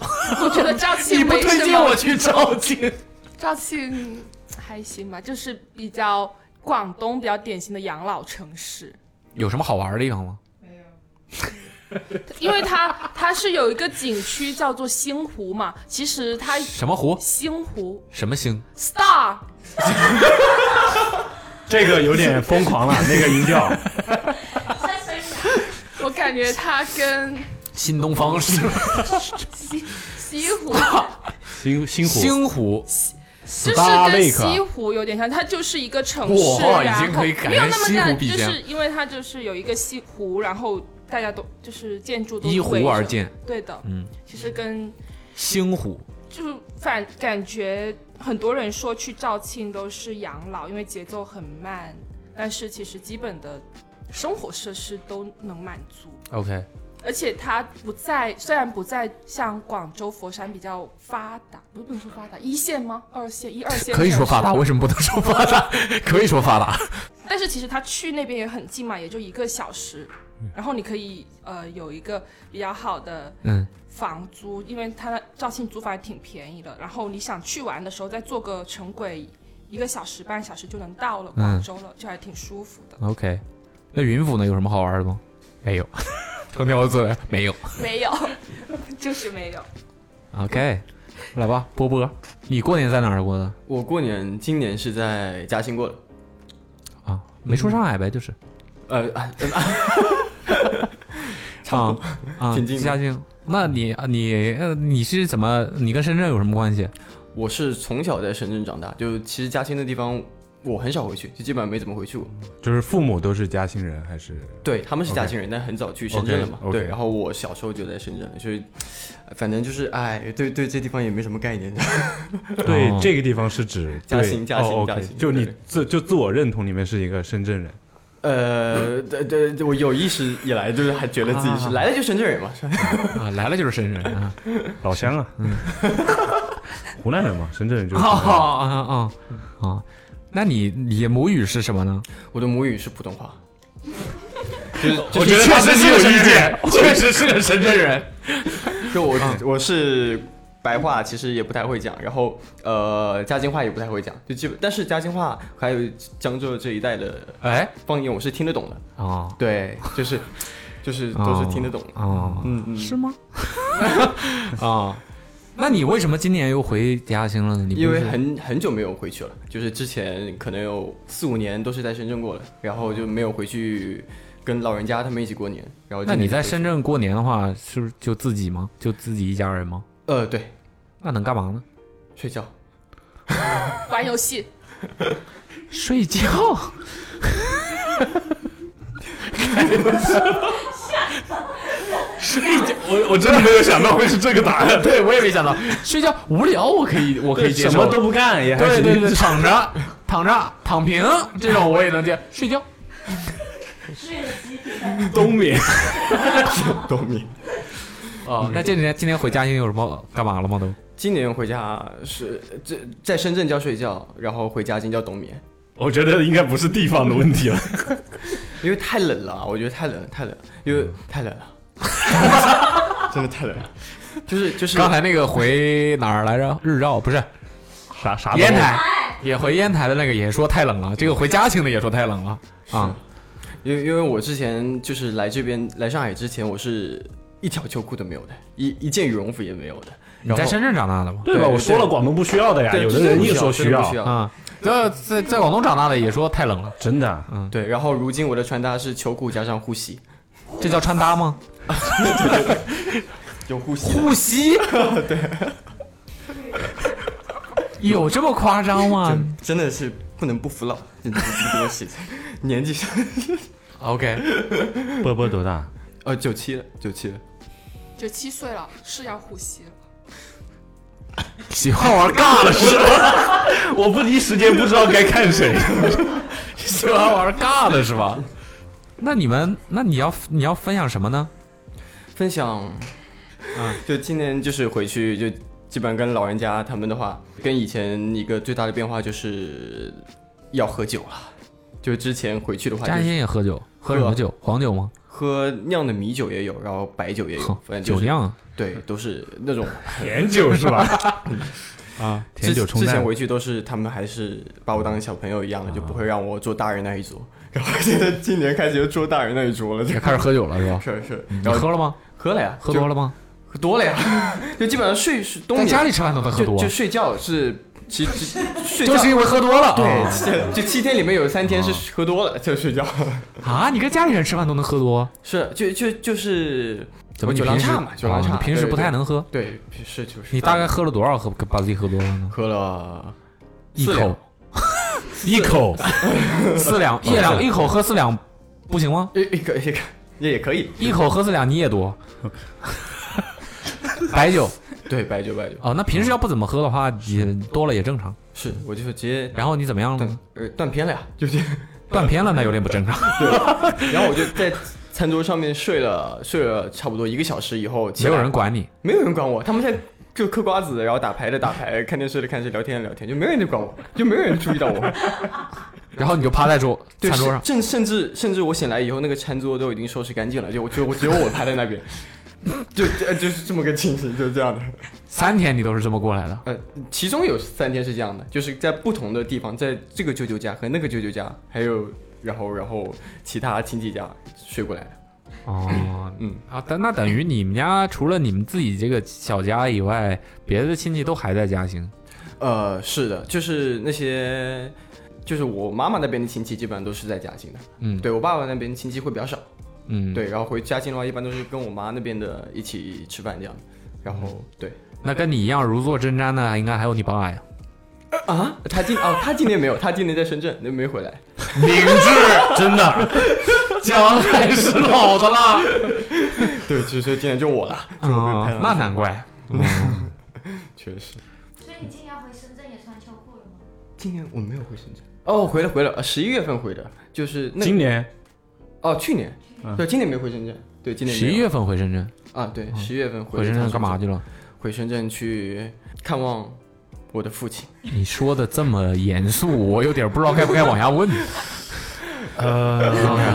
Speaker 2: 我觉得肇庆
Speaker 3: 你不
Speaker 2: 没什
Speaker 3: 推荐
Speaker 2: 么
Speaker 3: 我去肇庆？
Speaker 2: 肇庆还行吧，就是比较广东比较典型的养老城市，
Speaker 3: 有什么好玩的地方吗？
Speaker 2: 因为它它是有一个景区叫做星湖嘛，其实它
Speaker 3: 什么湖
Speaker 2: 星湖
Speaker 3: 什么星？
Speaker 2: Star，
Speaker 5: 这个有点疯狂了，那个音调。
Speaker 2: 我感觉它跟
Speaker 3: 新东方是吗？
Speaker 2: 西西湖
Speaker 5: 星星
Speaker 3: 湖星湖
Speaker 2: 就是跟西湖有点像，它就是一个城市，
Speaker 3: 哇
Speaker 2: 然后
Speaker 3: 已经可以改
Speaker 2: 没有
Speaker 3: 成
Speaker 2: 那么
Speaker 3: 西湖
Speaker 2: 大，就
Speaker 3: 比肩
Speaker 2: 是因为它就是有一个西湖，然后大家都就是建筑都
Speaker 3: 依湖
Speaker 2: 围着
Speaker 3: 而建
Speaker 2: 对的，
Speaker 3: 嗯，
Speaker 2: 其实跟
Speaker 3: 星湖
Speaker 2: 就是反感觉很多人说去肇庆都是养老，因为节奏很慢，但是其实基本的生活设施都能满足。
Speaker 3: OK，
Speaker 2: 而且它不在，虽然不在像广州、佛山比较发达，不不能说发达，一线吗？二线、一二线
Speaker 3: 可以说发达，为什么不能说发达？ 可以说发达。
Speaker 2: 但是其实他去那边也很近嘛，也就一个小时，然后你可以呃有一个比较好的
Speaker 3: 嗯
Speaker 2: 房租，因为他肇庆租房还挺便宜的。然后你想去玩的时候再坐个城轨，一个小时半小时就能到了
Speaker 3: 嗯
Speaker 2: 广州了，就还挺舒服的。
Speaker 3: OK，那云府呢有什么好玩的吗？没 有，藤条子没有。
Speaker 2: 没 有，就是没有。
Speaker 3: OK，来吧，波波，你过年在哪儿啊过的？
Speaker 10: 我过年今年是在嘉兴过的，
Speaker 3: 啊没说上海呗，就是
Speaker 10: 呃， 啊啊差不
Speaker 3: 啊
Speaker 10: 多
Speaker 3: 啊，
Speaker 10: 挺近的
Speaker 3: 嘉兴。那你啊你呃你是怎么？你跟深圳有什么关系？
Speaker 10: 我是从小在深圳长大，就其实嘉兴的地方我很少回去，就基本上没怎么回去过。
Speaker 5: 就是父母都是嘉兴人还是？
Speaker 10: 对，他们是嘉兴人
Speaker 5: 嗯 OK
Speaker 10: 但很早去深圳了嘛。
Speaker 5: OK，OK
Speaker 10: 对，然后我小时候就在深圳了，所以呃反正就是哎，对对，这地方也没什么概念。
Speaker 5: 对，
Speaker 3: 哦
Speaker 5: 这个地方是指
Speaker 10: 嘉
Speaker 5: 对
Speaker 10: 兴嘉兴
Speaker 5: 哦
Speaker 10: 嘉
Speaker 5: OK，
Speaker 10: 兴
Speaker 5: 就你自就自我认同里面是一个深圳人。
Speaker 10: 呃，对对，对我有意识以来就是还觉得自己是、
Speaker 5: 啊
Speaker 10: 来了就深圳人嘛。是吧
Speaker 3: 啊，来了就是深圳 啊，
Speaker 5: 老乡啊，
Speaker 3: 嗯，
Speaker 5: 湖南人嘛，深圳人就
Speaker 3: 哦
Speaker 5: 是。
Speaker 3: 哦哦哦，那你你的母语是什么呢？
Speaker 10: 我的母语是普通话。 就是
Speaker 3: 我觉得他是有意见 确实是个深圳人。
Speaker 10: 就嗯我我是白话，其实也不太会讲，然后呃嘉兴话也不太会讲，就基本但是嘉兴话还有江浙这一带的
Speaker 3: 哎
Speaker 10: 方言我是听得懂的。
Speaker 3: 哦，
Speaker 10: 对，就是就是都是听得懂的。
Speaker 3: 哦，
Speaker 10: 嗯嗯，
Speaker 3: 是吗？啊，那你为什么今年又回嘉兴了呢？你不是
Speaker 10: 因为很很久没有回去了，就是之前可能有四五年都是在深圳过了，然后就没有回去跟老人家他们一起过年。然后
Speaker 3: 那你
Speaker 10: 今年
Speaker 3: 在
Speaker 10: 回去
Speaker 3: 深圳过年的话，是不是就自己吗？就自己一家人吗？
Speaker 10: 呃，对。
Speaker 3: 那能干嘛呢？
Speaker 10: 睡觉。
Speaker 2: 玩游戏，
Speaker 3: 睡觉。 睡觉，我我真的没有想到会是这个答案。对我也没想到，睡觉无聊我可以我可以接受，
Speaker 5: 什么都不干也还
Speaker 3: 对
Speaker 5: 行
Speaker 3: 对对，躺着躺着躺平这种我也能接，睡觉
Speaker 5: 冬眠。
Speaker 10: 冬眠。
Speaker 3: 哦，那这几天今天回嘉兴有什么干嘛了吗？都
Speaker 10: 今年回家是这在深圳叫睡觉，然后回嘉兴叫冬眠，
Speaker 5: 我觉得应该不是地方的问题了。
Speaker 10: 因为太冷了啊，我觉得太冷了，太冷了，因为太冷了， 真的太冷了。就是就是
Speaker 3: 刚才那个回哪儿来着？日照不是
Speaker 5: 啥啥
Speaker 3: 烟台，也回烟台的那个也说太冷了，这个回嘉兴的也说太冷了啊。
Speaker 10: 因为因为我之前就是来这边来上海之前，我是一条秋裤都没有的，一一件羽绒服也没有的。
Speaker 3: 你在深圳长大的吗？
Speaker 5: 对吧？我说了，广东不需要的呀，
Speaker 10: 对
Speaker 5: 哎有的人
Speaker 10: 真的不
Speaker 5: 硬
Speaker 10: 需要
Speaker 5: 说需要
Speaker 10: 真的不需要
Speaker 3: 啊。在在在广东长大的也说太冷了，
Speaker 5: 真的。啊
Speaker 3: 嗯，
Speaker 10: 对。然后如今我的穿搭是秋裤加上护膝，
Speaker 3: 这叫穿搭吗？
Speaker 10: 有护膝的。
Speaker 3: 护 膝，
Speaker 10: 对，
Speaker 3: 有这么夸张吗
Speaker 10: 真真的是不能不服老， 真的是这个事情，年纪上。
Speaker 3: ？OK，
Speaker 5: 波波 多大？
Speaker 10: 呃，九七了，九七了。
Speaker 2: 就七岁了，是要呼吸了。
Speaker 3: 喜欢玩尬了是吧？
Speaker 5: 我不第一时间不知道该看谁。
Speaker 3: 喜欢玩尬的是吧？那你们，那你要你要分享什么呢？
Speaker 10: 分享，
Speaker 3: 嗯，
Speaker 10: 啊就今年就是回去就基本上跟老人家他们的话，跟以前一个最大的变化就是要喝酒了。就之前回去的啊话、就是，
Speaker 3: 嘉欣也喝酒，喝什么酒？黄酒吗？
Speaker 10: 喝酿的米酒也有，然后白酒也有，反正、就
Speaker 3: 酒
Speaker 10: 是、
Speaker 3: 酿啊
Speaker 10: 对，都是 那种
Speaker 5: 甜酒是吧？啊，
Speaker 10: 之之前回去都是他们还是把我当小朋友一样的，就不会让我坐大人那一桌。然后现在今年开始又坐大人那一桌了，就
Speaker 3: 也开始喝酒了是吧？
Speaker 10: 是是。
Speaker 3: 你
Speaker 10: 然后
Speaker 3: 喝了吗？
Speaker 10: 喝了呀，
Speaker 3: 喝多了吗？
Speaker 10: 喝多了呀， 就基本上睡是冬
Speaker 3: 在
Speaker 10: 眠
Speaker 3: 家里吃饭都能喝
Speaker 10: 就
Speaker 3: 多
Speaker 10: 就睡觉是。其实睡觉
Speaker 3: 就是哦因为喝多了啊
Speaker 10: 对，就就七天里面有三天是喝多了就睡觉。
Speaker 3: 啊？你跟家里人吃饭都能喝多？
Speaker 10: 是，就就就是
Speaker 3: 怎么你
Speaker 10: 酒量
Speaker 3: 平时
Speaker 10: 差嘛，酒
Speaker 3: 啊
Speaker 10: 量差，
Speaker 3: 你平时
Speaker 10: 对
Speaker 3: 不太能喝
Speaker 10: 对，对平时就是
Speaker 3: 你大概喝了多少喝把自己喝多了呢？
Speaker 10: 喝了
Speaker 3: 一
Speaker 10: 四两
Speaker 3: 口， 一口，四两， 一两，一口喝四两，不行吗？
Speaker 10: 一一个一个也也可以，
Speaker 3: 一口喝四两你也多。 白酒
Speaker 10: 对白酒白酒
Speaker 3: 哦，那平时要不怎么喝的话，也多了也正常。
Speaker 10: 是，我就直接
Speaker 3: 然后你怎么样了呢？
Speaker 10: 呃断片了呀，就这样。
Speaker 3: 断片了，那有点不正常。
Speaker 10: 对，然后我就在餐桌上面睡了睡了差不多一个小时以后，起
Speaker 3: 没
Speaker 10: 来
Speaker 3: 有人管你，
Speaker 10: 没有人管我，他们在就嗑瓜子，然后打牌的打牌，看电视的看电视，聊天的聊天，就没有人管我，就没有人注意到我。
Speaker 3: 然后你就趴在 桌
Speaker 10: 对，
Speaker 3: 餐桌上，
Speaker 10: 甚甚至甚至我醒来以后，那个餐桌都已经收拾干净了，就我就我只有我趴在那 边，就呃就是这么个情形，就是这样的。
Speaker 3: 三天你都是这么过来的。
Speaker 10: 呃，其中有三天是这样的，就是在不同的地方，在这个舅舅家和那个舅舅家，还有然后然后其他亲戚家睡过来的。
Speaker 3: 哦，
Speaker 10: 嗯
Speaker 3: 啊，但那等于你们家除了你们自己这个小家以外，别的亲戚都还在嘉兴。
Speaker 10: 呃，是的，就是那些，就是我妈妈那边的亲戚基本上都是在嘉兴的，
Speaker 3: 嗯
Speaker 10: 对我爸爸那边亲戚会比较少，
Speaker 3: 嗯，
Speaker 10: 对，然后回嘉兴的话，一般都是跟我妈那边的一起吃饭这样，然
Speaker 3: 嗯
Speaker 10: 后对，
Speaker 3: 那跟你一样如坐针毡的，应该还有你爸呀。
Speaker 10: 啊，他今哦，他今年没有，他今年在深圳，那没回来，
Speaker 3: 明 智，真
Speaker 5: 啊
Speaker 3: 的，姜还是老的辣。
Speaker 10: 对，其实今年就我了，
Speaker 3: 啊、那难怪。嗯
Speaker 10: 确实，
Speaker 7: 所以你今年回深圳也穿秋裤了吗？
Speaker 10: 今年我没有回深圳，哦，回了回了，十一月份回的，就是那个
Speaker 5: 今年
Speaker 10: 哦，去年
Speaker 5: 嗯，
Speaker 10: 对，今年没回深圳，对，今年没
Speaker 3: 十
Speaker 10: 有
Speaker 3: 一月份回深圳，
Speaker 10: 啊，对，十一月份
Speaker 3: 回深圳干嘛
Speaker 10: 去？
Speaker 3: 去了？
Speaker 10: 回深圳去看望我的父亲。
Speaker 3: 你说的这么严肃，我有点不知道该不该往下问。
Speaker 10: 呃，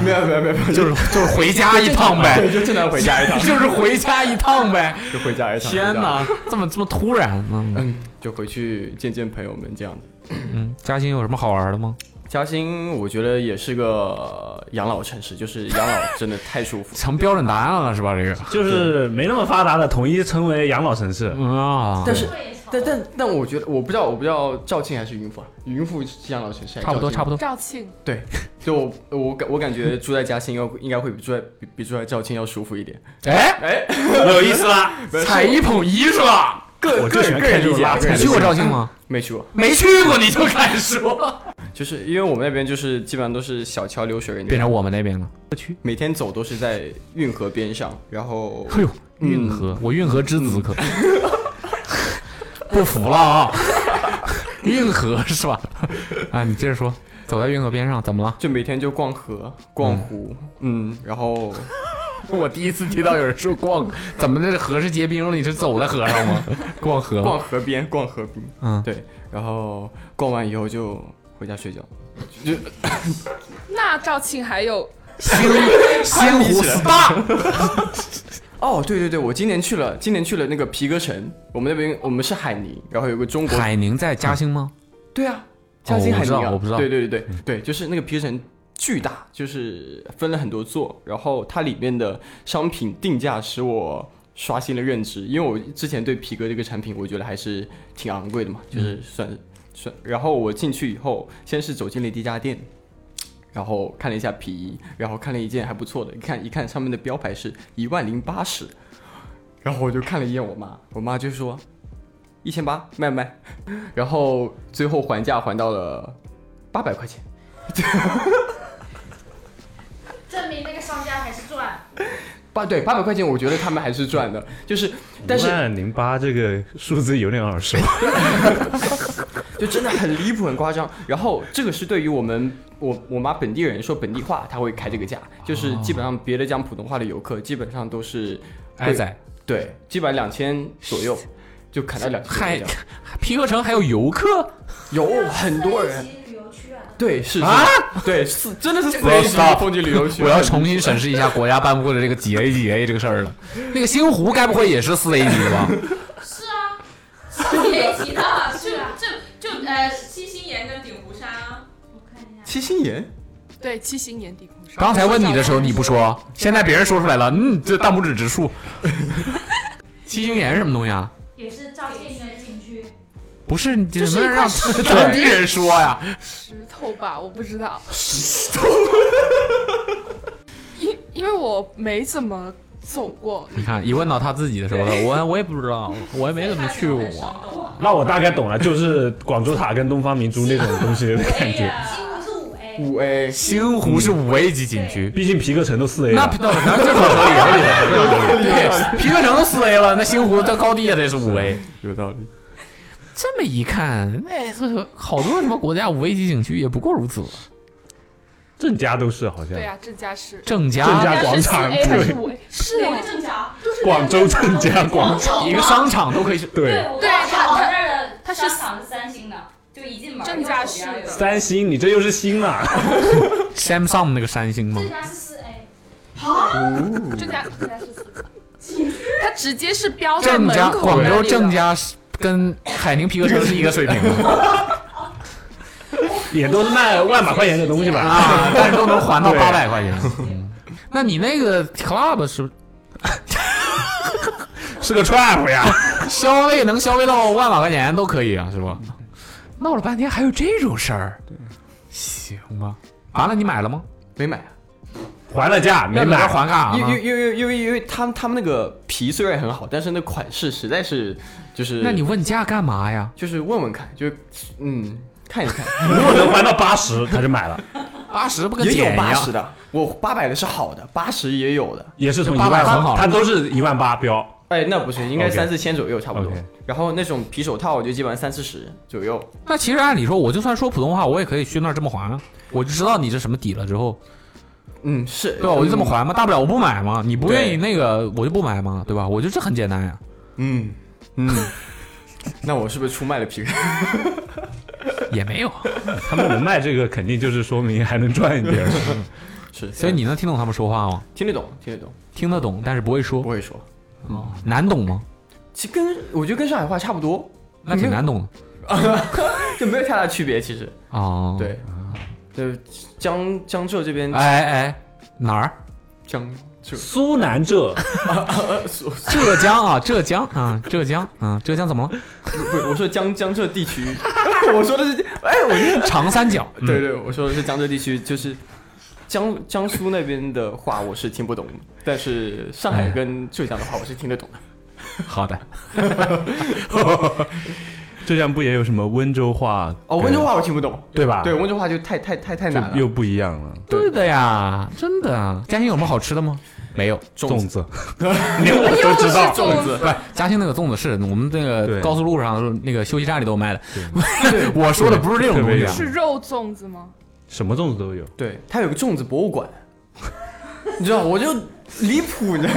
Speaker 10: 没有没有没有，就是
Speaker 3: 就是回家一趟 呗，
Speaker 10: 就正常回家一趟，
Speaker 3: 就是回家一趟呗。
Speaker 10: 就回家一趟。
Speaker 3: 天哪
Speaker 10: 哪，，
Speaker 3: 这么这么突然，嗯
Speaker 10: 嗯，就回去见见朋友们这样子。
Speaker 3: 嗯，嘉兴有什么好玩的吗？。
Speaker 10: 嘉兴，我觉得也是个养老城市，就是养老真的太舒服
Speaker 3: 成标准答案了是吧？这个
Speaker 9: 就是没那么发达的，统一称为养老城市。
Speaker 3: 啊
Speaker 10: 但是，但但但我觉得，我不知道，我不知道肇庆还是云浮啊，云浮是养老城市，
Speaker 3: 差不多差不多
Speaker 2: 肇庆，
Speaker 10: 对，就我我感我感觉住在嘉兴要应该会比住在比比住在肇庆要舒服一点。
Speaker 3: 哎
Speaker 10: 哎
Speaker 3: 有意思啦踩一捧一是吧？
Speaker 10: 个
Speaker 3: 我就
Speaker 10: 个
Speaker 3: 喜欢
Speaker 10: 人个
Speaker 3: 看
Speaker 10: 人
Speaker 3: 这
Speaker 10: 理
Speaker 3: 种
Speaker 10: 解
Speaker 3: 拉
Speaker 10: 啊，
Speaker 3: 踩
Speaker 10: 个人
Speaker 3: 你去过
Speaker 10: 理解
Speaker 3: 肇庆吗？
Speaker 10: 没去过，
Speaker 3: 没去过你就敢说，
Speaker 10: 就是因为我们那边就是基本上都是小桥流水人家，
Speaker 3: 变成我们那边了。去，
Speaker 10: 每天走都是在运河边上，然后
Speaker 3: 哎呦，运河，我运河之子可 不服了啊！ 运河是吧？啊，你接着说，走在运河边上怎么了？
Speaker 10: 就每天就逛河、逛湖，嗯，然后
Speaker 3: 我第一次听到有人说逛，怎么这河是结冰了？你是走在河上 吗？逛河，
Speaker 10: 逛河边、逛河边，
Speaker 3: 嗯，
Speaker 10: 对，然后逛完以后就回家睡觉，就
Speaker 2: 那肇庆还有
Speaker 3: 仙湖 SPA。
Speaker 10: 哦，对对对，我今年去了，今年去了那个皮革城，我们那边我们是海宁，然后有个中国
Speaker 3: 海宁在嘉兴吗？
Speaker 10: 对啊，嘉兴
Speaker 3: 哦
Speaker 10: 海宁
Speaker 3: 我
Speaker 10: 啊、
Speaker 3: 不知道我不知道嗯
Speaker 10: 对对对对、对，就是那个皮城巨大，就是分了很多座，然后它里面的商品定价使我刷新了认知，因为我之前对皮革这个产品，我觉得还是挺昂贵的嘛，就是算、
Speaker 3: 嗯
Speaker 10: 算。然后我进去以后，先是走进了第一家店。然后看了一下皮衣，然后看了一件还不错的，一看一看上面的标牌是一万零八十，然后我就看了一眼我妈，我妈就说一千八卖不卖？然后最后还价还到了八百块钱，
Speaker 7: 证明那个商家还是赚。
Speaker 10: 八对八百块钱，我觉得他们还是赚的，就是但是
Speaker 9: 零八这个数字有点耳熟，
Speaker 10: 就真的很离谱，很夸张。然后这个是对于我们我我妈本地人说本地话，她会开这个价，
Speaker 3: 哦
Speaker 10: 就是基本上别的讲普通话的游客基本上都是会
Speaker 3: 挨宰，
Speaker 10: 对，基本上两千左右就砍到两千。
Speaker 3: 嗨，皮革城还有游客，
Speaker 10: 有哦
Speaker 7: 啊
Speaker 10: 很多人。对，是
Speaker 3: 啊，
Speaker 10: 对，是真的是
Speaker 3: 我要
Speaker 10: 四
Speaker 3: stop，
Speaker 10: 风景旅游区，
Speaker 3: 我要重新审视一下国家颁布的这个几 A 几 A 这个事儿了。那个星湖该不会也是四 A 级的吧？
Speaker 13: 是啊，是
Speaker 7: 别
Speaker 13: 提
Speaker 7: 提
Speaker 13: 的
Speaker 7: 了，
Speaker 13: 就
Speaker 7: 啊
Speaker 13: 就就呃，七星岩跟鼎湖山啊。
Speaker 10: 七星岩，
Speaker 2: 对，七星岩底裤
Speaker 3: 刚才问你的时候你不说，现在别人说出来了，嗯，这大拇指直竖。 七星岩是什么东西啊？
Speaker 7: 也是赵建轩景区。
Speaker 3: 不是，你
Speaker 2: 这
Speaker 3: 怎
Speaker 2: 是
Speaker 3: 么
Speaker 2: 一块
Speaker 3: 让
Speaker 2: 石头
Speaker 3: 当地人说呀？
Speaker 2: 石头吧，我不知道。石头，因因为我没怎么走过，
Speaker 3: 你看，一问到他自己的时候了，我我也不知道，我也没怎么去过。
Speaker 10: 啊
Speaker 5: 那我大概懂了，就是广州塔跟东方明珠那种东西的感觉。
Speaker 7: 啊
Speaker 10: 五 A，
Speaker 3: 星湖是五 A 级景区，
Speaker 5: 毕竟皮革城都四 A
Speaker 3: 那
Speaker 5: 了。
Speaker 3: 那那这很合理，合理合 理。对，皮革城都四 A 了，那星湖到高地也得是五 A。
Speaker 10: 有道理。
Speaker 3: 这么一看，那这好多什么国家五 A 级景区也不过如此。
Speaker 5: 郑家都是好像
Speaker 3: 啊
Speaker 2: 对。呀、郑家是
Speaker 3: 郑家
Speaker 5: 郑家广场
Speaker 2: 是 4A 还是
Speaker 5: 对
Speaker 2: 5A
Speaker 7: 是
Speaker 2: 啊
Speaker 7: 哪个正常？
Speaker 5: 广州郑家广场，
Speaker 3: 一个商场都可以是。
Speaker 5: 对，
Speaker 7: 我
Speaker 2: 对
Speaker 7: 刚
Speaker 2: 他
Speaker 7: 好
Speaker 2: 他
Speaker 7: 这儿的
Speaker 2: 他是
Speaker 7: 商场是三星的，就一进门
Speaker 2: 郑家是的
Speaker 5: 三星，你这又是啊星了。
Speaker 3: Samsung 那个三星吗
Speaker 7: 郑？家是哎四 A，
Speaker 2: 郑家郑家是四 A，它直接是标在
Speaker 3: 郑
Speaker 2: 门
Speaker 3: 家，
Speaker 2: 口
Speaker 3: 广
Speaker 2: 那
Speaker 3: 州
Speaker 2: 里的
Speaker 3: 郑家是跟海宁皮革城是一个 水平的
Speaker 5: 也都是卖万把块钱的东西吧？
Speaker 3: 啊，但是都能还到
Speaker 5: 对
Speaker 3: 八百
Speaker 10: 哎
Speaker 3: 块钱。嗯那你那个 club 是
Speaker 5: 是个 trap 呀。
Speaker 3: 消费能消费到万把块钱都可以啊，是吧？闹了半天还有这种事儿，行吧？完了，你买了吗？
Speaker 10: 没买，啊
Speaker 5: 还了价没
Speaker 3: 那你
Speaker 5: 买
Speaker 3: 这，还干啥
Speaker 10: 因
Speaker 3: 呢
Speaker 10: 为？因为因为因为他们他们那个皮虽然很好，但是那款式实在是就是，
Speaker 3: 那你问价干嘛呀？
Speaker 10: 就是问问看，就是嗯看一 看，
Speaker 5: 如果能还到八十，他就买了，
Speaker 3: 八十不跟
Speaker 10: 也
Speaker 3: 减
Speaker 10: 有
Speaker 3: 一
Speaker 10: 八
Speaker 3: 样
Speaker 10: 十？的，我八百的是好的，八十也有的，
Speaker 5: 也是从一
Speaker 3: 八
Speaker 5: 万
Speaker 3: 百很好
Speaker 5: 他都是一万八标。
Speaker 10: 哎，那不是应该
Speaker 5: OK
Speaker 10: 三四千左右差不多
Speaker 5: OK。
Speaker 10: 然后那种皮手套我就基本上三四十左右，
Speaker 3: 那其实按理说，我就算说普通话，我也可以去那儿这么还啊。我就知道你这什么底了之后，
Speaker 10: 嗯是，
Speaker 3: 对吧？我就这么还嘛，大不了我不买嘛，你不愿意
Speaker 10: 对
Speaker 3: 那个我就不买嘛，对吧？我就这很简单呀。
Speaker 10: 嗯嗯。 那我是不是出卖了皮？
Speaker 3: 也没有，啊
Speaker 5: 他们能卖这个，肯定就是说明还能赚一 点。
Speaker 10: 是，
Speaker 3: 所以你能听懂他们说话吗？
Speaker 10: 听得懂，听得懂，
Speaker 3: 听得懂，但是不会说嗯
Speaker 10: 不，会说。
Speaker 3: 难懂吗？
Speaker 10: 其实跟我觉得跟上海话差不多，
Speaker 3: 那挺难懂的
Speaker 10: 就没有太大区别。其实，
Speaker 3: 哦。，
Speaker 10: 对，对，江江浙这边，
Speaker 3: 哎哎，哪儿？
Speaker 10: 江 浙
Speaker 5: 苏南浙，
Speaker 3: 浙江啊，浙江啊，浙江啊，浙江怎么了？
Speaker 10: 不是，我说江江浙地区， 我说的是，哎，我就
Speaker 3: 长三角。嗯
Speaker 10: 对对，我说的是江浙地区，就是江江苏那边的话我是听不懂的，但是上
Speaker 5: 哎
Speaker 10: 海跟浙江的话我是听得懂的。
Speaker 3: 好的，
Speaker 5: 浙江不也有什么温州话？
Speaker 10: 哦，温州话我听不懂，
Speaker 5: 对吧？
Speaker 10: 对，温州话就太太太太难
Speaker 5: 就又
Speaker 10: 了。
Speaker 5: 不一样了。
Speaker 3: 对的呀，真的啊。嘉兴有什么好吃的吗？没有。
Speaker 5: 粽子， 连我都 知道。
Speaker 10: 粽
Speaker 2: 哦
Speaker 10: 子，
Speaker 3: 嘉兴那个粽子是我们那个
Speaker 5: 对
Speaker 3: 高速路上那个休息站里都有卖的。我说的不是这种东西啊。
Speaker 2: 是肉粽子吗？
Speaker 5: 什么粽子都有。
Speaker 10: 对，它有个粽子博物馆，你知道，我就离谱呢。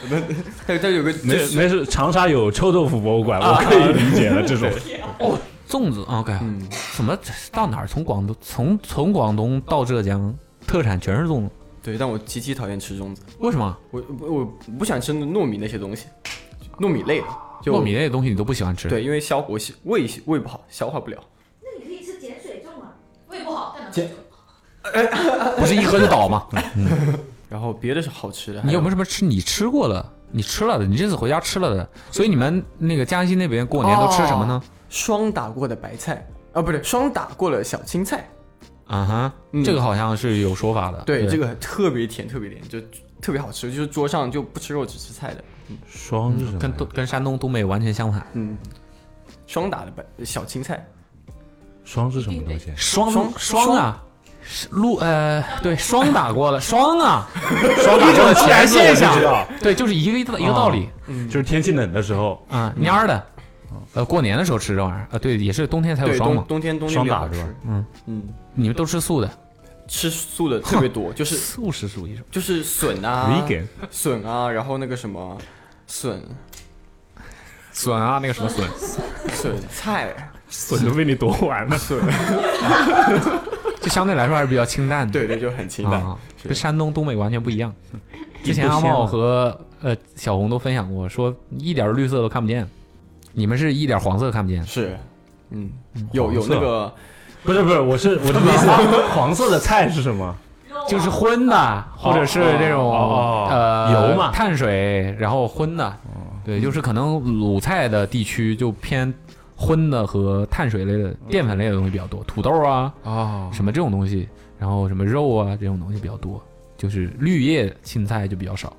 Speaker 10: 它它有个
Speaker 5: 没
Speaker 10: 就是
Speaker 5: 没事，长沙有臭豆腐博物馆，我可以理解了这种。
Speaker 3: 哦，粽子 OK，
Speaker 10: 嗯
Speaker 3: 什么到哪儿？从广东从从广东到浙江，特产全是粽子，
Speaker 10: 对，但我极其讨厌吃粽子，
Speaker 3: 为什么？
Speaker 10: 我我我不想吃糯米那些东西，糯米类的，就
Speaker 3: 糯米类的东西你都不喜欢吃？，
Speaker 10: 对，因为消我消胃胃不好，消化不了。
Speaker 7: 那你可以吃碱水粽啊，胃不好但能
Speaker 10: 碱
Speaker 7: 吃。
Speaker 3: 不是一喝就倒吗？
Speaker 10: 然后别的是好吃的，
Speaker 3: 你有没有
Speaker 10: 有
Speaker 3: 什么吃你吃过的？你吃了的，你这次回家吃了的，所以你们那个嘉兴那边过年都吃什么呢？
Speaker 10: 双打过的白菜啊？不对，双打过了小青菜。
Speaker 3: 啊哈，
Speaker 10: 嗯
Speaker 3: 这个好像是有说法的。
Speaker 10: 对，这个特别甜，特别甜，就特别好吃，就是桌上就不吃肉，只吃菜的。
Speaker 5: 双是什么
Speaker 3: 跟东跟山东东北完全相反。
Speaker 10: 嗯，双打的白小青菜，
Speaker 5: 双是什么东西？
Speaker 3: 双
Speaker 10: 双
Speaker 3: 双啊，是路呃对双打过了双啊，
Speaker 5: 双
Speaker 3: 一种自然 现
Speaker 5: 我
Speaker 3: 象
Speaker 5: 就知道，
Speaker 3: 对，就是一个一个一个道理
Speaker 10: 哦
Speaker 5: 就是天气冷的时候，
Speaker 3: 啊，蔫儿的。呃，过年的时候吃这玩意儿啊、对，也是冬天才有
Speaker 10: 对
Speaker 3: 霜嘛，
Speaker 10: 冬冬天冬天
Speaker 3: 霜
Speaker 10: 比较
Speaker 3: 打
Speaker 10: 好
Speaker 3: 是吧
Speaker 10: 吃？
Speaker 3: 嗯
Speaker 10: 嗯，
Speaker 3: 你们都吃素的，
Speaker 10: 吃素的特别 多，就是
Speaker 3: 素食主义者，
Speaker 10: 就是笋啊
Speaker 3: Vegan
Speaker 10: 笋啊，然后那个什么笋
Speaker 3: 笋啊，那个什么笋，
Speaker 10: 笋菜，
Speaker 3: 笋都被你夺完了，
Speaker 10: 笋，
Speaker 3: 就相对来说还是比较清淡的，
Speaker 10: 对对，就很清淡
Speaker 3: 嗯啊，
Speaker 10: 是
Speaker 3: 跟山东东北完全不一 样。
Speaker 10: 一
Speaker 3: 之前
Speaker 10: 不
Speaker 3: 阿
Speaker 10: 鲜
Speaker 3: 茂
Speaker 10: 了
Speaker 3: 和呃小红都分享过，说一点绿色都看不见，你们是一点黄色看不见，
Speaker 10: 是，嗯，有有那个
Speaker 5: 不是不是，我是我的意思，黄色的菜是什么？
Speaker 3: 就是荤的，或者是这种、
Speaker 5: 哦哦哦
Speaker 3: 呃
Speaker 5: 油嘛哦
Speaker 3: 碳水，然后荤的，对，就是可能鲁菜的地区就偏荤的和碳水类的、
Speaker 5: 嗯
Speaker 3: 淀粉类的东西比较多，土豆啊，
Speaker 14: 哦，
Speaker 3: 什么这种东西，然后什么肉啊这种东西比较多，就是绿叶青菜就比较少，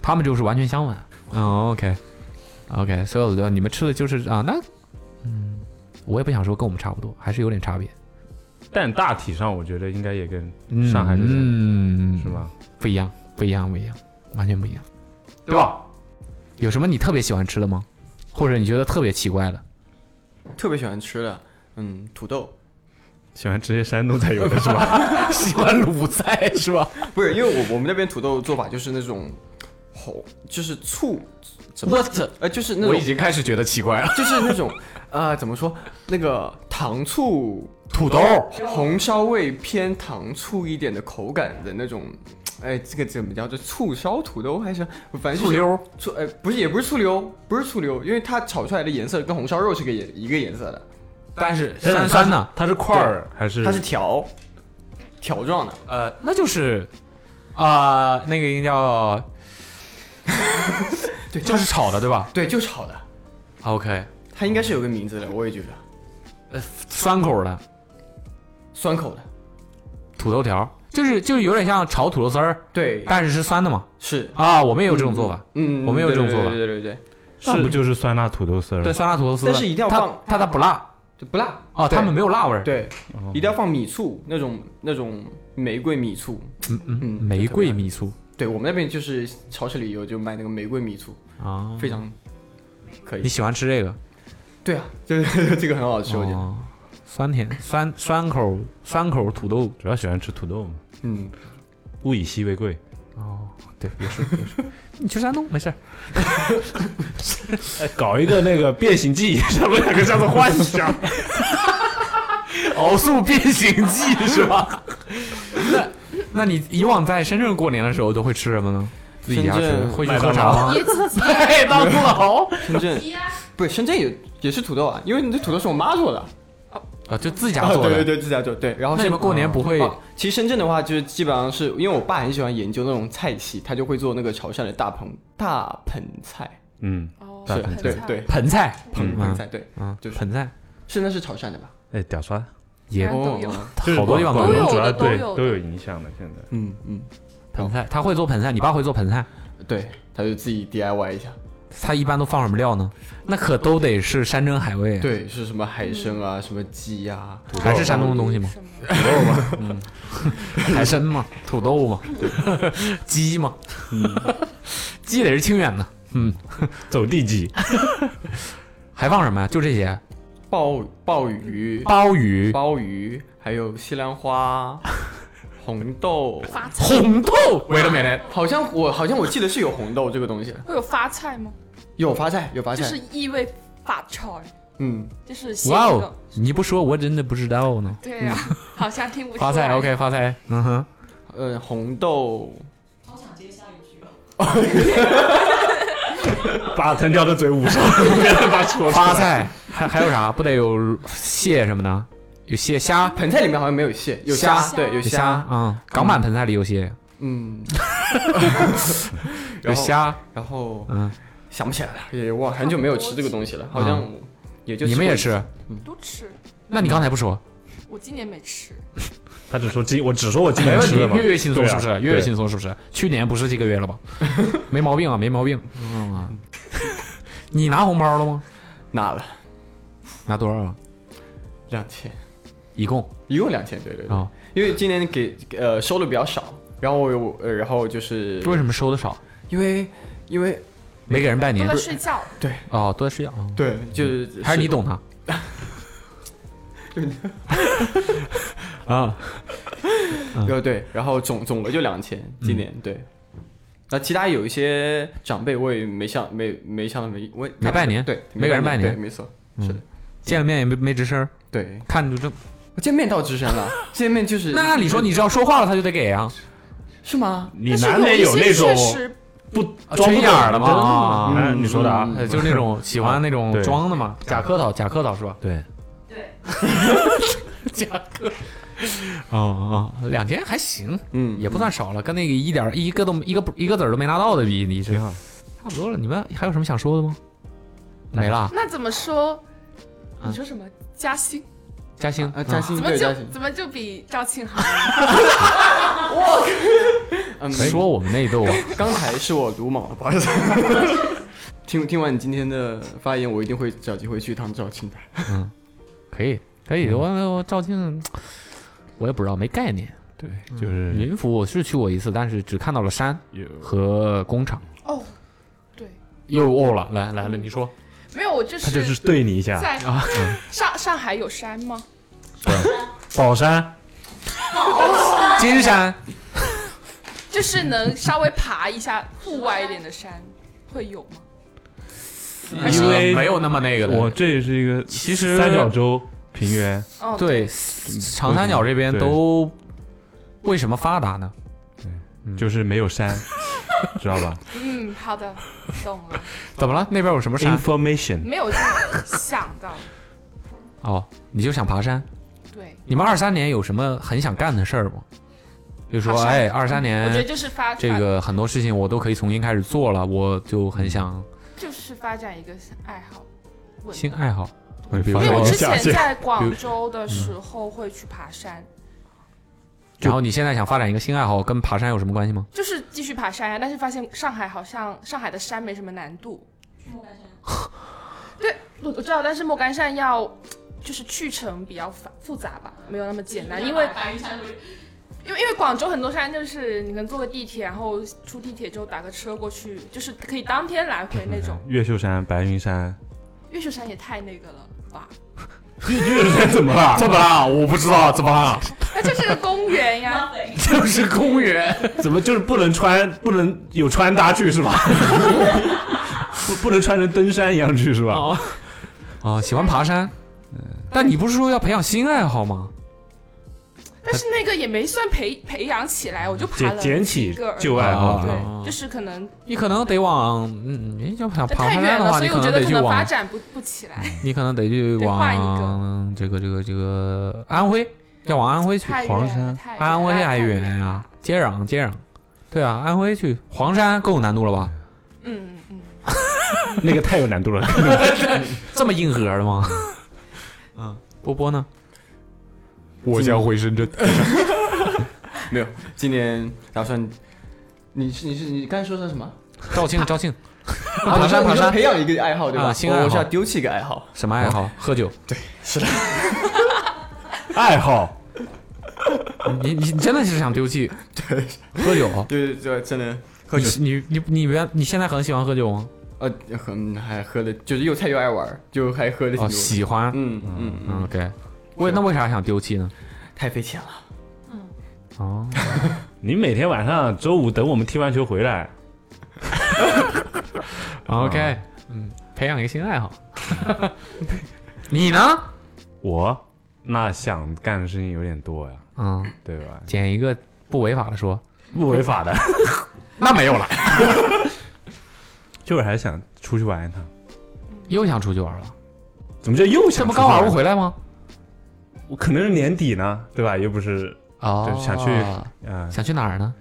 Speaker 3: 他们就是完全相反。
Speaker 5: 哦
Speaker 3: 嗯，OK OK，所有的你们吃的就是啊，那嗯，我也不想说跟我们差不多，还是有点差别。
Speaker 5: 但大体上我觉得应该也跟
Speaker 3: 嗯
Speaker 5: 上海这种
Speaker 3: 嗯
Speaker 5: 是吧？
Speaker 3: 不一样，不一样，不一样，完全不一样，对吧？有什么你特别喜欢吃的吗？或者你觉得特别奇怪的？
Speaker 10: 特别喜欢吃的，嗯，土豆。
Speaker 5: 喜欢吃些山东菜有的是吧？
Speaker 3: 喜欢鲁菜是吧？
Speaker 10: 不是，因为我我们那边土豆做法就是那种，红，就是醋怎么
Speaker 3: What？
Speaker 10: 呃，就是那种
Speaker 3: 我已经开始觉得奇怪了，
Speaker 10: 就是那种呃，怎么说那个糖醋
Speaker 3: 土豆
Speaker 10: 红烧味偏糖醋一点的口感的那种。哎，这个怎么叫？这醋烧土豆还是反正就是
Speaker 3: 醋溜儿
Speaker 10: 醋？哎，不是，也不是醋溜，不是醋溜，因为它炒出来的颜色跟红烧肉是个颜一个颜色的。
Speaker 3: 但是嗯三三呢
Speaker 5: 它是块儿还
Speaker 3: 嗯
Speaker 5: 是
Speaker 10: 它是条条状的？
Speaker 3: 呃，那就是啊、那个应该 叫，
Speaker 10: 对，
Speaker 3: 就是炒的对吧？
Speaker 10: 对，就炒的。
Speaker 3: OK，
Speaker 10: 它应该是有个名字的，我也觉得
Speaker 3: 呃，酸口的
Speaker 10: 酸口的。
Speaker 3: 土豆条儿，就是就是有点像炒土豆丝儿，
Speaker 10: 对，
Speaker 3: 但是是酸的嘛。
Speaker 10: 是
Speaker 3: 啊，我们也有这种做法，
Speaker 10: 嗯，
Speaker 3: 我们也有这种做法，
Speaker 10: 对对对对对，
Speaker 5: 是不就是酸辣土豆丝儿？
Speaker 3: 对酸辣土豆丝，
Speaker 10: 嗯但是一定要
Speaker 3: 它
Speaker 10: 放
Speaker 3: 它它不辣，
Speaker 10: 就不辣
Speaker 3: 哦
Speaker 10: 对
Speaker 3: 他们没有辣味儿
Speaker 10: 对，一定要放米醋，那种那种玫瑰米醋。
Speaker 3: 嗯嗯，玫瑰米醋
Speaker 10: 对我们那边就是超市里有就卖那个玫瑰米醋，
Speaker 3: 啊，
Speaker 10: 非常可以
Speaker 3: 你喜欢吃这个？
Speaker 10: 对啊， 这个这个很好吃，我觉得。
Speaker 3: 哦酸甜酸酸口酸口土豆，
Speaker 5: 主要喜欢吃土豆嘛。
Speaker 10: 嗯，
Speaker 5: 物以稀为贵。
Speaker 3: 哦，对，也是也是。你去山东没事儿，
Speaker 5: 哎搞一个那个变形 记，他们两个叫做幻想。
Speaker 3: 熬速变形记是吧？ 那那你以往在深圳过年的时候都会吃什么呢？自己家
Speaker 10: 深
Speaker 3: 吃
Speaker 10: 圳
Speaker 3: 会去喝茶吗？
Speaker 10: 麦
Speaker 3: 当劳，
Speaker 10: 深圳不是深圳也也是土豆啊，因为你这土豆是我妈做的，
Speaker 3: 啊，就自家做的。
Speaker 10: 啊对对对，自家做。对，然后
Speaker 3: 那你们过年不会
Speaker 10: 哦其实深圳的话，就是基本上是因为我爸很喜欢研究那种菜系，他就会做那个潮汕的大盆大盆菜，
Speaker 5: 嗯，
Speaker 2: 哦
Speaker 5: 大
Speaker 10: 是
Speaker 5: 盆
Speaker 10: 对
Speaker 5: 菜。
Speaker 10: 对
Speaker 3: 盆菜，
Speaker 10: 盆
Speaker 3: 嗯
Speaker 10: 盆菜对，
Speaker 3: 嗯，
Speaker 10: 就是
Speaker 3: 盆菜
Speaker 10: 是那是潮汕的吧？
Speaker 5: 哎，屌酸
Speaker 3: 也
Speaker 10: 哦都有
Speaker 3: 好多地方
Speaker 5: 广
Speaker 3: 有
Speaker 5: 东主
Speaker 3: 都有的
Speaker 5: 要对
Speaker 3: 都有的
Speaker 5: 都有影响的，现在。
Speaker 10: 嗯嗯，
Speaker 3: 盆菜，他会做盆菜，你爸会做盆菜，
Speaker 10: 对，他就自己 DIY 一下。
Speaker 3: 他一般都放什么料呢？那可都得是山珍海味，，啊
Speaker 10: 对，是什么海参啊，什么鸡呀，
Speaker 3: 还是山东的东西吗？土豆嘛，嗯， 海参嘛，土豆嘛，鸡嘛，鸡得是清远的，嗯，
Speaker 5: 走地鸡，
Speaker 3: 还放什么呀？就这些，
Speaker 10: 鲍鲍鱼、
Speaker 3: 鲍鱼、
Speaker 10: 鲍鱼，还有西兰花、 红豆、
Speaker 3: 红豆。Wait a minute，
Speaker 10: 好像我好像我记得是有红豆这个东西，
Speaker 2: 会有发菜吗？
Speaker 10: 有发菜，有发
Speaker 2: 就是
Speaker 10: 菜，
Speaker 2: 异味发菜，
Speaker 10: 嗯，
Speaker 2: 就是鲜
Speaker 3: 哇
Speaker 2: 的
Speaker 3: 哦。，你不说我真的不知道呢。
Speaker 2: 对呀、好像听不出来。
Speaker 3: 发菜，OK，发菜，嗯哼，
Speaker 10: 呃，红豆，
Speaker 7: 好想接下一句哦。
Speaker 5: 把藤条的嘴捂上，别再把说出来
Speaker 3: 发菜，还还有啥？不得有蟹什么的？有蟹虾，
Speaker 10: 盆菜里面好像没有蟹，有
Speaker 3: 虾
Speaker 10: 虾，对，有
Speaker 3: 有虾
Speaker 10: 虾，
Speaker 3: 啊，港版盆菜里有蟹，
Speaker 10: 嗯，
Speaker 3: 有虾，
Speaker 10: 然后
Speaker 3: 嗯，
Speaker 10: 想不起来了，也忘了很久没有吃这个东西了，好像也就
Speaker 3: 嗯你们
Speaker 10: 过
Speaker 3: 也
Speaker 10: 一次
Speaker 3: 吃？
Speaker 2: 都吃，
Speaker 3: 那你刚才不说？
Speaker 2: 我今年没吃。
Speaker 5: 他只说今，我只说我今
Speaker 3: 没
Speaker 5: 天
Speaker 3: 问
Speaker 5: 吃
Speaker 3: 题，
Speaker 5: 的嘛。
Speaker 3: 月月轻松
Speaker 5: 对
Speaker 3: 是
Speaker 5: 啊
Speaker 3: 不是？月月轻。松是不是？去年不是这个月了 吧？没毛病啊，没毛病。嗯啊，你拿红包了吗？
Speaker 10: 拿了
Speaker 3: 拿多少啊？
Speaker 10: 两千，
Speaker 3: 一共
Speaker 10: 一共两千，对对对
Speaker 3: 啊，
Speaker 10: 因为今年给呃收的比较少，然后我有呃然后就是
Speaker 3: 为什么收的少？
Speaker 10: 因为因为
Speaker 3: 没给人拜年，
Speaker 2: 多睡觉。
Speaker 10: 对，
Speaker 3: 哦，多睡觉，
Speaker 10: 对，就是
Speaker 3: 还是你懂 他。
Speaker 10: 啊，对呃对，然后总总额就两千，今年对。
Speaker 3: 嗯
Speaker 10: 那其他有一些长辈我也没向没没向没我也
Speaker 3: 没拜年
Speaker 10: 对，
Speaker 3: 没给人拜年
Speaker 10: 对没错，
Speaker 3: 嗯，见了面也没没吱声，
Speaker 10: 对，
Speaker 3: 看着这，
Speaker 10: 见面到吱声了，啊见面就是
Speaker 3: 那按理说你只要说话了，他就得给啊，
Speaker 10: 是吗？
Speaker 3: 你难免有那种不
Speaker 5: 装
Speaker 3: 装
Speaker 5: 不
Speaker 3: 眼
Speaker 5: 懂
Speaker 3: 儿的嘛
Speaker 5: 真的吗
Speaker 3: 啊，
Speaker 5: 嗯你说的啊
Speaker 3: 嗯就是那种喜欢那
Speaker 5: 啊对
Speaker 3: 种装的嘛，假客套，假客套是吧？
Speaker 15: 对，
Speaker 3: 假客。 哦哦，两千还行，
Speaker 10: 嗯，
Speaker 3: 也不算少了，跟那个一点一个都一个一个子儿都没拿到的比，你是差不多了。你们还有什么想说的吗？没了，
Speaker 2: 那怎么说？
Speaker 3: 啊嗯
Speaker 2: 你说什么？嘉兴
Speaker 3: 嘉兴
Speaker 10: 啊，嘉兴
Speaker 2: 怎么
Speaker 10: 对嘉
Speaker 2: 就
Speaker 10: 兴，
Speaker 2: 怎么就比赵庆好？
Speaker 10: 嗯，
Speaker 3: 说我们内斗 啊，
Speaker 10: 刚才是我鲁莽了，不好意思。 听听完你今天的发言，我一定会找机会去一趟肇庆的。
Speaker 3: 嗯，可以可以，我我肇庆，我也不知道，没概念。对，
Speaker 5: 就是
Speaker 3: 云浮，我是去过一次，但是只看到了山和工厂。
Speaker 2: 哦，
Speaker 3: 又哦了，来来了，你说，
Speaker 2: 没有，我就是
Speaker 5: 他就是对你一下
Speaker 2: 在
Speaker 5: 啊嗯
Speaker 2: 上上海有山吗？
Speaker 5: 宝山、
Speaker 3: 金山，
Speaker 2: 就是能稍微爬一下户外一点的山，会有吗？
Speaker 5: 因为
Speaker 3: 没有那么那个的
Speaker 5: 我这是一个
Speaker 3: 其实
Speaker 5: 三角洲平原，
Speaker 2: 哦
Speaker 3: 对，长三角这边
Speaker 5: 对
Speaker 3: 都为什么发达呢？
Speaker 5: 就是没有 山，知道吧
Speaker 2: 嗯，好的，懂了，
Speaker 3: 怎么了？那边有什么山？
Speaker 5: ？Information
Speaker 2: 没有想到，
Speaker 3: 哦，你就想爬山？
Speaker 2: 对，
Speaker 3: 你们二三年有什么很想干的事儿吗？比如说，
Speaker 2: 爬山
Speaker 3: 哎，二三年，
Speaker 2: 我觉得就是发
Speaker 3: 这个很多事情我都可以重新开始做了，我就很想
Speaker 2: 就是发展一个爱好，稳
Speaker 3: 新爱好。比
Speaker 2: 因
Speaker 3: 如
Speaker 2: 为
Speaker 3: 说，
Speaker 2: 我之前在
Speaker 3: 比
Speaker 2: 广
Speaker 3: 如
Speaker 2: 州的时候会去爬山，
Speaker 3: 嗯然后你现在想发展一个新爱好，跟爬山有什么关系吗？
Speaker 2: 就是继续爬山呀，但是发现上海好像上海的山没什么难度。对，我我知道，但是莫干山要就是去程比较复复杂吧，没有那么简单，因为
Speaker 7: 白云山都是
Speaker 2: 因为因为广州很多山就是你可能坐个地铁，然后出地铁之后打个车过去，就是可以当天来回那种。
Speaker 5: 越秀山、白云山，
Speaker 2: 越秀山也太那个了吧？
Speaker 5: 越秀山怎么 了？
Speaker 3: 怎么了？我不知道怎么了，
Speaker 2: 那这是个公园呀，
Speaker 3: 就是公园。
Speaker 16: 怎么就是不能穿，不能有穿搭去 是吧？不不能穿成登山一样去是吧？
Speaker 3: 哦，喜欢爬山，呃但你不是说要培养新爱好吗？
Speaker 2: 但是那个也没算培培养起来，我就爬
Speaker 3: 捡
Speaker 2: 了
Speaker 3: 捡
Speaker 2: 几
Speaker 3: 起
Speaker 2: 个而已
Speaker 3: 旧爱好
Speaker 2: 对，
Speaker 3: 哦
Speaker 2: 就是可能
Speaker 3: 你可能得往，嗯，你要想爬
Speaker 2: 太
Speaker 3: 爬
Speaker 2: 远
Speaker 3: 山的
Speaker 2: 了，
Speaker 3: 话，
Speaker 2: 所
Speaker 3: 你
Speaker 2: 以我觉
Speaker 3: 能
Speaker 2: 得
Speaker 3: 得
Speaker 2: 可
Speaker 3: 去
Speaker 2: 能发
Speaker 3: 往，
Speaker 2: 展不不起来。
Speaker 3: 你可能得去
Speaker 2: 得换一个
Speaker 3: 往这个这个这个安徽，要往安徽去
Speaker 2: 太，远黄山太远
Speaker 3: 安徽太远呀，接壤接壤，对啊，安徽去黄山更有难度了吧？
Speaker 2: 嗯嗯，
Speaker 3: 那个太有难度了，这么硬核的吗？嗯，波波呢？
Speaker 10: 我将回
Speaker 3: 深圳。
Speaker 10: 没有，今年打算，你是你是你刚才说的什么？
Speaker 3: 肇庆，肇庆，
Speaker 10: 啊
Speaker 3: 爬山，
Speaker 10: 你说
Speaker 3: 爬
Speaker 10: 你说
Speaker 3: 山，
Speaker 10: 培养一个爱好对吧
Speaker 3: 啊新爱好
Speaker 10: 我是要丢弃一个爱好
Speaker 3: 什么爱好？喝酒。对，
Speaker 10: 是的。
Speaker 3: 爱好。你你真的是想丢弃？对，喝酒。
Speaker 10: 对对，真的
Speaker 3: 喝酒。你你你原你现在很喜欢喝酒吗？
Speaker 10: 呃，很还喝的，就是又菜又爱玩，就还喝的挺多
Speaker 3: 哦，
Speaker 10: 的。
Speaker 3: 喜欢。
Speaker 10: 嗯嗯
Speaker 3: 嗯，OK。为那为啥想丢弃呢？
Speaker 10: 太费钱了。
Speaker 3: 哦，
Speaker 5: 你每天晚上周五等我们踢完球回来
Speaker 3: OK，嗯，培养一个新爱好。 你呢？
Speaker 5: 我那想干的事情有点多呀，
Speaker 3: 嗯，
Speaker 5: 对吧？
Speaker 3: 捡一个不违法的说，
Speaker 5: 不违法的，
Speaker 3: 那没有了。
Speaker 5: 就是还想出去玩一趟。
Speaker 3: 又想出去玩了？
Speaker 5: 怎么叫又想？
Speaker 3: 这不啊刚玩不回来吗？
Speaker 5: 我可能是年底呢，对吧？又不是
Speaker 3: 哦
Speaker 5: 对想去啊，
Speaker 3: 想去哪儿呢？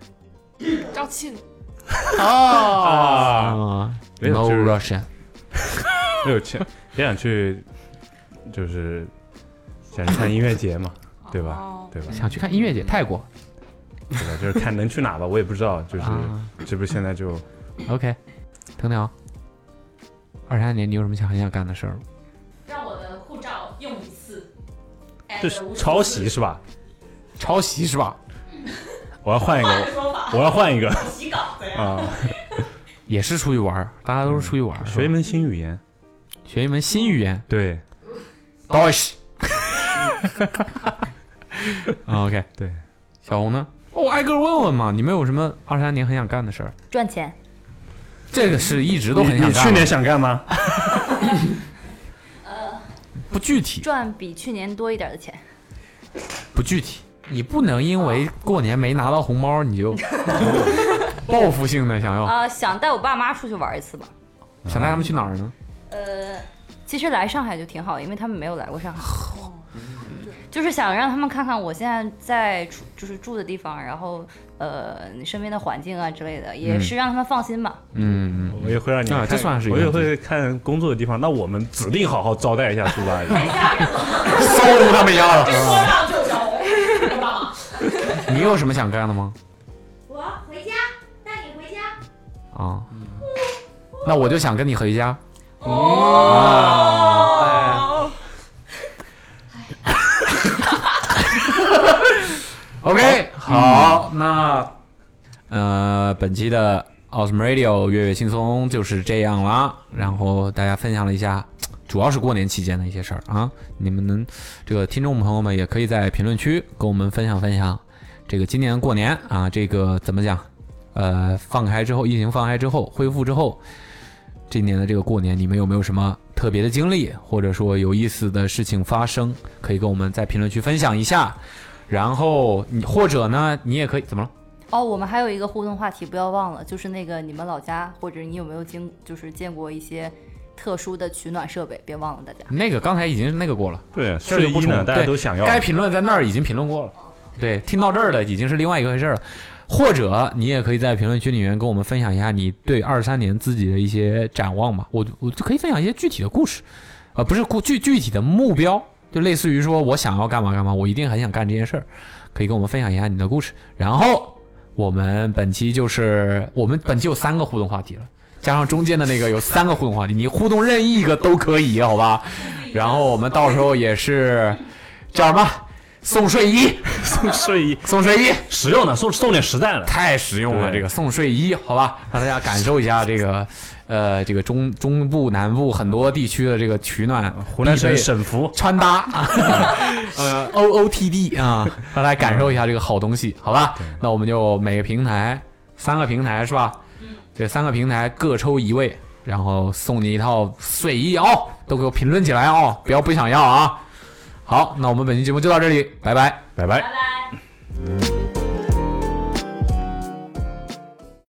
Speaker 2: 肇庆
Speaker 5: 啊没有
Speaker 3: No
Speaker 5: 就是
Speaker 3: Russian
Speaker 5: 没有钱，也想去，就是想去看音乐节嘛，对吧？对吧？
Speaker 3: 想去看音
Speaker 5: 嗯
Speaker 3: 乐节，泰国。
Speaker 5: 对吧？就是看能去哪吧，我也不知道，就是
Speaker 3: 啊
Speaker 5: 这不现 在就
Speaker 3: OK，腾鸟，二三年你有什么想很想干的事儿吗？
Speaker 7: 让我的护照用一次，
Speaker 2: 哎
Speaker 5: 这是抄袭是吧？
Speaker 3: 抄袭是吧？
Speaker 5: 我要换一个
Speaker 7: 换 个说法，
Speaker 5: 我要换一个
Speaker 7: 洗稿子呀
Speaker 5: 啊！
Speaker 3: 也是出去玩儿，大家都是出去玩儿，
Speaker 5: 嗯
Speaker 3: 学一门新语言，学一门新语言，对，Deutsch。OK，对，啊小红呢？哦我挨个问问嘛，你们有什么二三年很想干的事儿？
Speaker 4: 赚钱。
Speaker 3: 这个是一直都很
Speaker 9: 你
Speaker 3: 想
Speaker 9: 你
Speaker 3: 干。
Speaker 9: 去年想 干吗？
Speaker 3: 不具体，
Speaker 4: 赚比去年多一点的钱，
Speaker 3: 不具体，你不能因为过年没拿到红包你就 报复性的想要。
Speaker 4: 啊、想带我爸妈出去玩一次吧。
Speaker 3: 想带他们去哪儿呢？
Speaker 4: 呃，其实来上海就挺好，因为他们没有来过上海，就是想让他们看看我现在在住就是住的地方，然后呃你身边的环境啊之类的，也是让他们放心吧。
Speaker 3: 嗯，
Speaker 9: 我也会让你
Speaker 3: 啊
Speaker 9: 看
Speaker 3: 这算是一个
Speaker 9: 我也会看工作的地方。那我们指定好好招待一下苏阿姨，
Speaker 3: 骚扰他们一样了
Speaker 7: 就着，
Speaker 3: 你有什么想干的吗？
Speaker 7: 我回家，带你回家。
Speaker 3: 啊，那我就想跟你回家。哎
Speaker 7: 哦，
Speaker 3: OK，好，那呃，本期的 Awesome Radio 月月轻松就是这样啦。然后大家分享了一下，主要是过年期间的一些事儿啊。你们能这个听众朋友们也可以在评论区跟我们分享分享，这个今年过年啊，这个怎么讲？呃，放开之后，疫情放开之后，恢复之后，这年的这个过年，你们有没有什么特别的经历，或者说有意思的事情发生，可以跟我们在评论区分享一下。然后你或者呢，你也可以怎么了？
Speaker 4: 哦，我们还有一个互动话题，不要忘了，就是那个你们老家或者你有没有经就是见过一些特殊的取暖设备，别忘了大家。
Speaker 3: 那个刚才已经那个过了，
Speaker 9: 对
Speaker 3: 这儿就不
Speaker 9: 睡衣呢
Speaker 3: 重
Speaker 9: 大家
Speaker 3: 对
Speaker 9: 都想要
Speaker 3: 该评论在那儿已经评论过了，对，听到这儿的已经是另外一回事儿了。或者你也可以在评论区里面跟我们分享一下你对二三年自己的一些展望吧。我我就可以分享一些具体的故事，呃，不是故具具体的目标，就类似于说我想要干嘛干嘛，我一定很想干这件事儿，可以跟我们分享一下你的故事。然后我们本期就是我们本期有三个互动话题了，加上中间的那个有三个互动话题，你互动任意一个都可以，好吧？然后我们到时候也是叫什么？送睡衣，
Speaker 9: 送睡衣，
Speaker 3: 送睡衣，
Speaker 9: 实用的，送送点实在的，
Speaker 3: 太实用了。
Speaker 9: 对
Speaker 3: 这个送睡衣，好吧，让大家感受一下这个，呃，这个中中部、南部很多地区的这个取暖，湖
Speaker 9: 南省省服
Speaker 3: 穿搭啊， 呃，O O T D 啊，让大家感受一下这个好东西，好吧？那我们就每个平台三个平台是吧？这三个平台各抽一位，然后送你一套睡衣哦，都给我评论起来哦，不要不想要啊。好，那我们本期节目就到这里，拜拜，
Speaker 9: 拜拜。
Speaker 7: 拜拜。